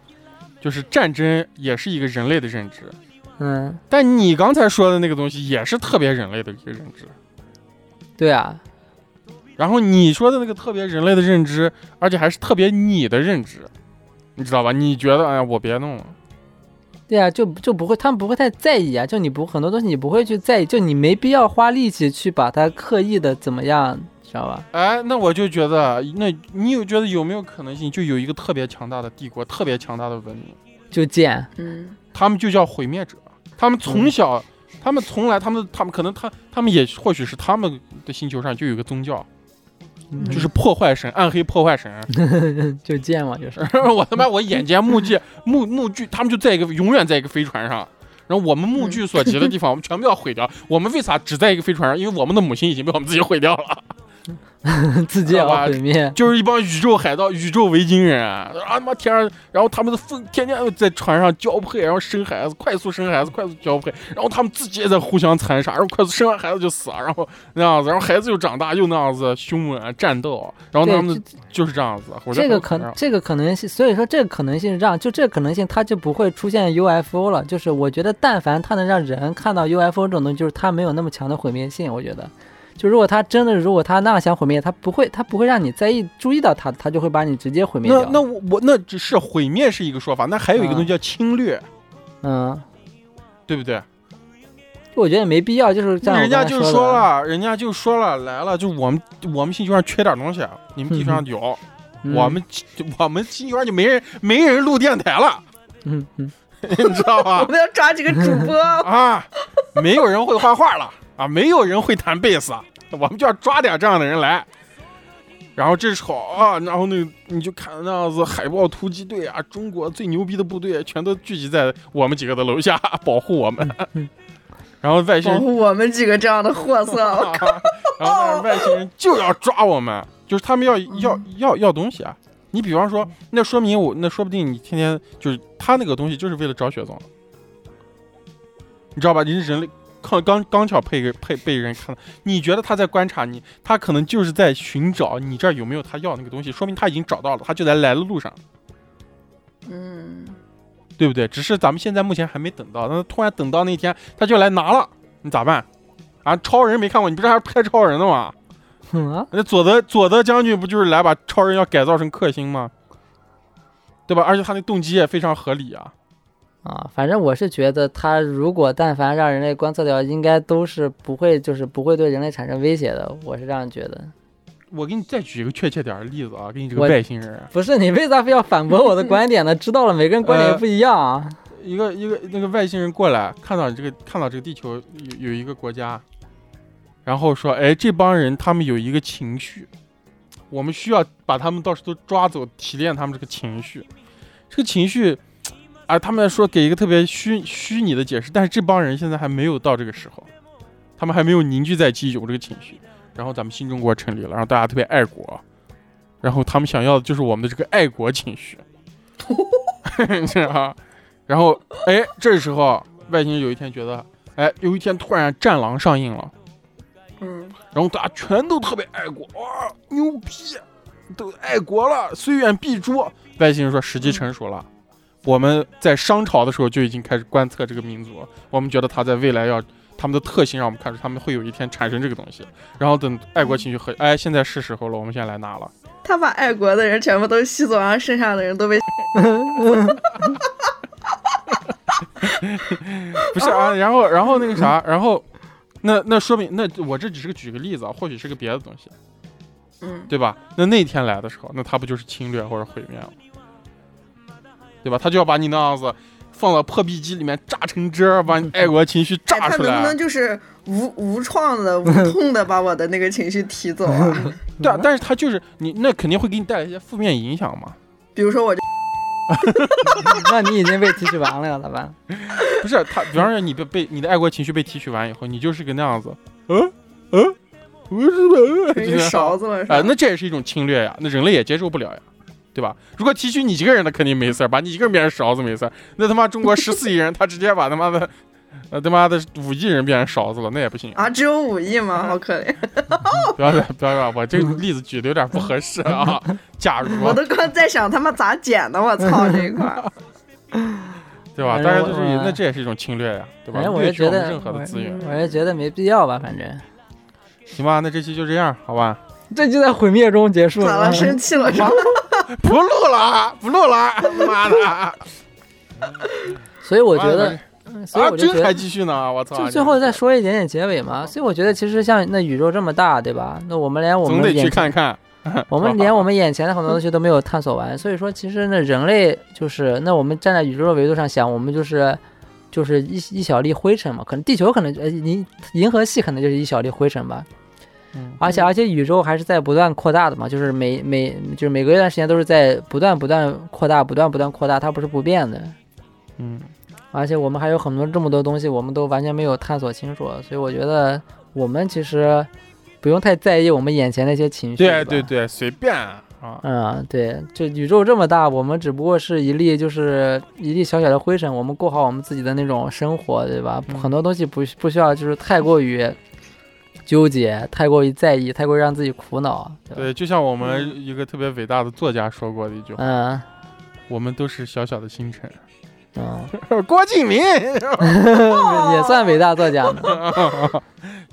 Speaker 2: 就是战争也是一个人类的认知，
Speaker 1: 嗯，
Speaker 2: 但你刚才说的那个东西也是特别人类的一个认知。
Speaker 1: 对啊，
Speaker 2: 然后你说的那个特别人类的认知，而且还是特别你的认知，你知道吧？你觉得哎呀，我别弄了，
Speaker 1: 对啊，就就不会，他们不会太在意啊，就你不很多东西你不会去在意，就你没必要花力气去把它刻意的怎么样，知道吧？
Speaker 2: 哎，那我就觉得，那你有觉得有没有可能性，就有一个特别强大的帝国，特别强大的文明，
Speaker 1: 就贱，
Speaker 4: 嗯，
Speaker 2: 他们就叫毁灭者，他们从小，他们从来，他们他们可能他他们也或许是他们的星球上就有一个宗教，
Speaker 4: 嗯
Speaker 2: 就是破坏神，暗黑破坏神。
Speaker 1: 嗯就贱嘛，就是。
Speaker 2: 我他妈我眼见目 击目目据，他们就在一个永远在一个飞船上。然后我们目据所及的地方，我们全部要毁掉。我们为啥只在一个飞船上？因为我们的母星已经被我们自己毁掉了，
Speaker 1: 自己也
Speaker 2: 啊好吧
Speaker 1: 要毁灭，
Speaker 2: 就是一帮宇宙海盗、宇宙维京人啊！他妈天上，然后他们的疯，天天在船上交配，然后生孩子，快速生孩子，快速交配，然后他们自己也在互相残杀，然后快速生完孩子就死了，然后那样子，然后孩子又长大又那样子凶猛战斗，然后
Speaker 1: 对
Speaker 2: 他们就是这样子。我觉
Speaker 1: 这
Speaker 2: 得
Speaker 1: 个
Speaker 2: 很
Speaker 1: 可
Speaker 2: 然后
Speaker 1: 这个可能性，所以说这个可能性是这样，就这个可能性它就不会出现 UFO 了。就是我觉得，但凡它能让人看到 UFO 这种东西，就是它没有那么强的毁灭性。我觉得，就如果它真的如果它那样想毁灭，它不会，它不会让你在意注意到它，它就会把你直接毁灭
Speaker 2: 那
Speaker 1: 掉。
Speaker 2: 那我我那只是毁灭是一个说法，那还有一个
Speaker 1: 啊
Speaker 2: 东西叫侵略，
Speaker 1: 嗯，
Speaker 2: 对不对？
Speaker 1: 我觉得也没必要，就是像我
Speaker 2: 人家
Speaker 1: 刚才
Speaker 2: 就
Speaker 1: 说
Speaker 2: 说
Speaker 1: 的，啊
Speaker 2: 了，人家就说了，来了，就我们我们星球上缺点东西，啊你们地球上有，
Speaker 1: 嗯
Speaker 2: 我们 我们星球上就没人没人录电台了，
Speaker 1: 嗯嗯，
Speaker 2: 你知道
Speaker 4: 我
Speaker 2: 吧？
Speaker 4: 们要抓几个主 播，
Speaker 2: 啊，没有人会画画了啊，没有人会弹贝斯，我们就要抓点这样的人来。然后这时候啊，然后那个你就看那样子海豹突击队啊，中国最牛逼的部队全都聚集在我们几个的楼下 保护我们。 然后外星
Speaker 4: 嗯保
Speaker 2: 人，
Speaker 4: 护我们几个这样的货色。
Speaker 2: 然后但是外星人就要抓我们，就是他们要要要要东西啊。你比方说，那说明我那说不定你天天就是他那个东西就是为了找雪藏，你知道吧？人人类刚刚刚巧被个被被人看到，你觉得他在观察你，他可能就是在寻找你这儿有没有他要那个东西，说明他已经找到了，他就在来的路上，
Speaker 4: 嗯，
Speaker 2: 对不对？只是咱们现在目前还没等到，那突然等到那天他就来拿了，你咋办？啊，超人没看过，你不是还拍超人的吗？
Speaker 1: 嗯啊，
Speaker 2: 那佐德佐德将军不就是来把超人要改造成克星吗？对吧？而且他那动机也非常合理啊。
Speaker 1: 啊，反正我是觉得，它如果但凡让人类观测掉，应该都是不会，就是不会对人类产生威胁的。我是这样觉得。
Speaker 2: 我给你再举一个确切点儿的例子啊，给你这个
Speaker 1: 我
Speaker 2: 外星人啊，
Speaker 1: 不是你为啥非要反驳我的观点呢？知道了，每个人观
Speaker 2: 呃
Speaker 1: 点也不一样啊。
Speaker 2: 一个一个那个外星人过来，看到你这个看到这个地球有有一个国家，然后说，哎，这帮人他们有一个情绪，我们需要把他们到时候都抓走，提炼他们这个情绪。这个情绪，啊，他们说给一个特别虚虚拟的解释，但是这帮人现在还没有到这个时候，他们还没有凝聚在一起有这个情绪。然后咱们新中国成立了，然后大家特别爱国，然后他们想要的就是我们的这个爱国情绪， 是啊。然后，哎，这时候外星人有一天觉得，哎，有一天突然《战狼》上映了。
Speaker 4: 嗯，
Speaker 2: 然后大家全都特别爱国，哇，牛逼，都爱国了，虽远必诛。外星人说时机成熟了，我们在商朝的时候就已经开始观测这个民族，我们觉得他在未来要他们的特性让我们看出他们会有一天产生这个东西。然后等爱国情绪和哎，现在是时候了，我们现在来拿了。
Speaker 4: 他把爱国的人全部都吸走，然后剩下的人都被
Speaker 2: 不是啊，然后然后那个啥，然后那那说明那我这只是举个例子啊，或许是个别的东西。
Speaker 4: 嗯
Speaker 2: 对吧？那那天来的时候，那他不就是侵略或者毁灭了？对吧？他就要把你那样子放到破壁机里面榨成汁儿，把你爱国情绪
Speaker 4: 哎，
Speaker 2: 榨
Speaker 4: 他
Speaker 2: 出
Speaker 4: 能不
Speaker 2: 来啊
Speaker 4: 能。就是无无创的、无痛的把我的那个情绪提走 啊？
Speaker 2: 对啊，但是他就是你，那肯定会给你带来一些负面影响嘛。
Speaker 4: 比如 说我这，
Speaker 1: 那你已经被提取完了，咋办？
Speaker 2: 不是他，比方说你被被你的爱国情绪被提取完以后，你就是个那样子，嗯嗯，不是吧？
Speaker 4: 成
Speaker 2: 就
Speaker 4: 一个
Speaker 2: 那样
Speaker 4: 勺子了，是吧？
Speaker 2: 啊，那这也是一种侵略呀，那人类也接受不了呀，对吧？如果提取你一个人，那肯定没事儿，把你一个人变成勺子没事儿。那他妈中国十四亿人，他直接把他妈的，呃他妈的五亿人变成勺子了，那也不行。
Speaker 4: 啊，只有五亿吗？好可怜，哦
Speaker 2: 不要再不要再，我这个例子举的有点不合适 啊。假如
Speaker 4: 我
Speaker 2: 啊
Speaker 4: 都刚在想他妈咋剪的，我操这一 块儿。
Speaker 2: 对吧？
Speaker 1: 反正
Speaker 2: 但是就是
Speaker 1: 哎我
Speaker 2: 那这也是一种侵略呀，对吧？
Speaker 1: 反正哎我
Speaker 2: 掠
Speaker 1: 是
Speaker 2: 取
Speaker 1: 觉
Speaker 2: 我们
Speaker 1: 得
Speaker 2: 任何的资源，
Speaker 1: 我嗯是觉得没必要吧，反正
Speaker 2: 行吧？那这期就这样，好吧？
Speaker 1: 这就在毁灭中结束
Speaker 4: 咋
Speaker 2: 啊
Speaker 1: 了
Speaker 4: 了？。生气了是吧？
Speaker 2: 不录了，啊，不录了啊，妈的！
Speaker 1: 所 以我
Speaker 2: 我
Speaker 1: 觉得，所以
Speaker 2: 啊，
Speaker 1: 我就觉
Speaker 2: 真还
Speaker 1: 得，
Speaker 2: 继续呢，我操！
Speaker 1: 就最后再说一点点结尾嘛。所以我觉得，其实像那宇宙这么大，对吧？那我们连我
Speaker 2: 总
Speaker 1: 们
Speaker 2: 得
Speaker 1: 眼
Speaker 2: 去
Speaker 1: 前
Speaker 2: 看看。
Speaker 1: 我们连我们眼前的很多东西都没有探索完，所以说其实呢，人类就是那我们站在宇宙的维度上想，我们就是就是一一小粒灰尘嘛，可能地球可能呃银银河系可能就是一小粒灰尘吧，
Speaker 2: 嗯
Speaker 1: 而且而且宇宙还是在不断扩大的嘛，就是每每就是每隔一段时间都是在不断不断扩大，不断不断扩大，它不是不变的，
Speaker 2: 嗯。
Speaker 1: 而且我们还有很多这么多东西，我们都完全没有探索清楚，所以我觉得我们其实不用太在意我们眼前那些情绪，
Speaker 2: 对对
Speaker 1: 对吧
Speaker 2: 对，随便啊。
Speaker 1: 嗯，对，就宇宙这么大，我们只不过是一粒，就是一粒小小的灰尘。我们过好我们自己的那种生活，对吧？
Speaker 2: 嗯
Speaker 1: 很多东西不不需要，就是太过于纠结，太过于在意，太过于让自己苦恼。对吧
Speaker 2: 对，就像我们一个特别伟大的作家说过的一句话：“
Speaker 1: 嗯
Speaker 2: 我们都是小小的星辰。
Speaker 1: 嗯，”
Speaker 2: 郭敬 明，
Speaker 1: 也算伟大作家呢。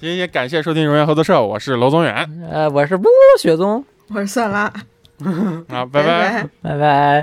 Speaker 2: 也也感谢收听《荣源合作社》，我是娄宗远
Speaker 1: 呃，我是不雪宗，
Speaker 4: 我说算啦，
Speaker 2: 啊，拜
Speaker 4: 拜
Speaker 2: 拜。
Speaker 4: 拜。
Speaker 1: 拜拜。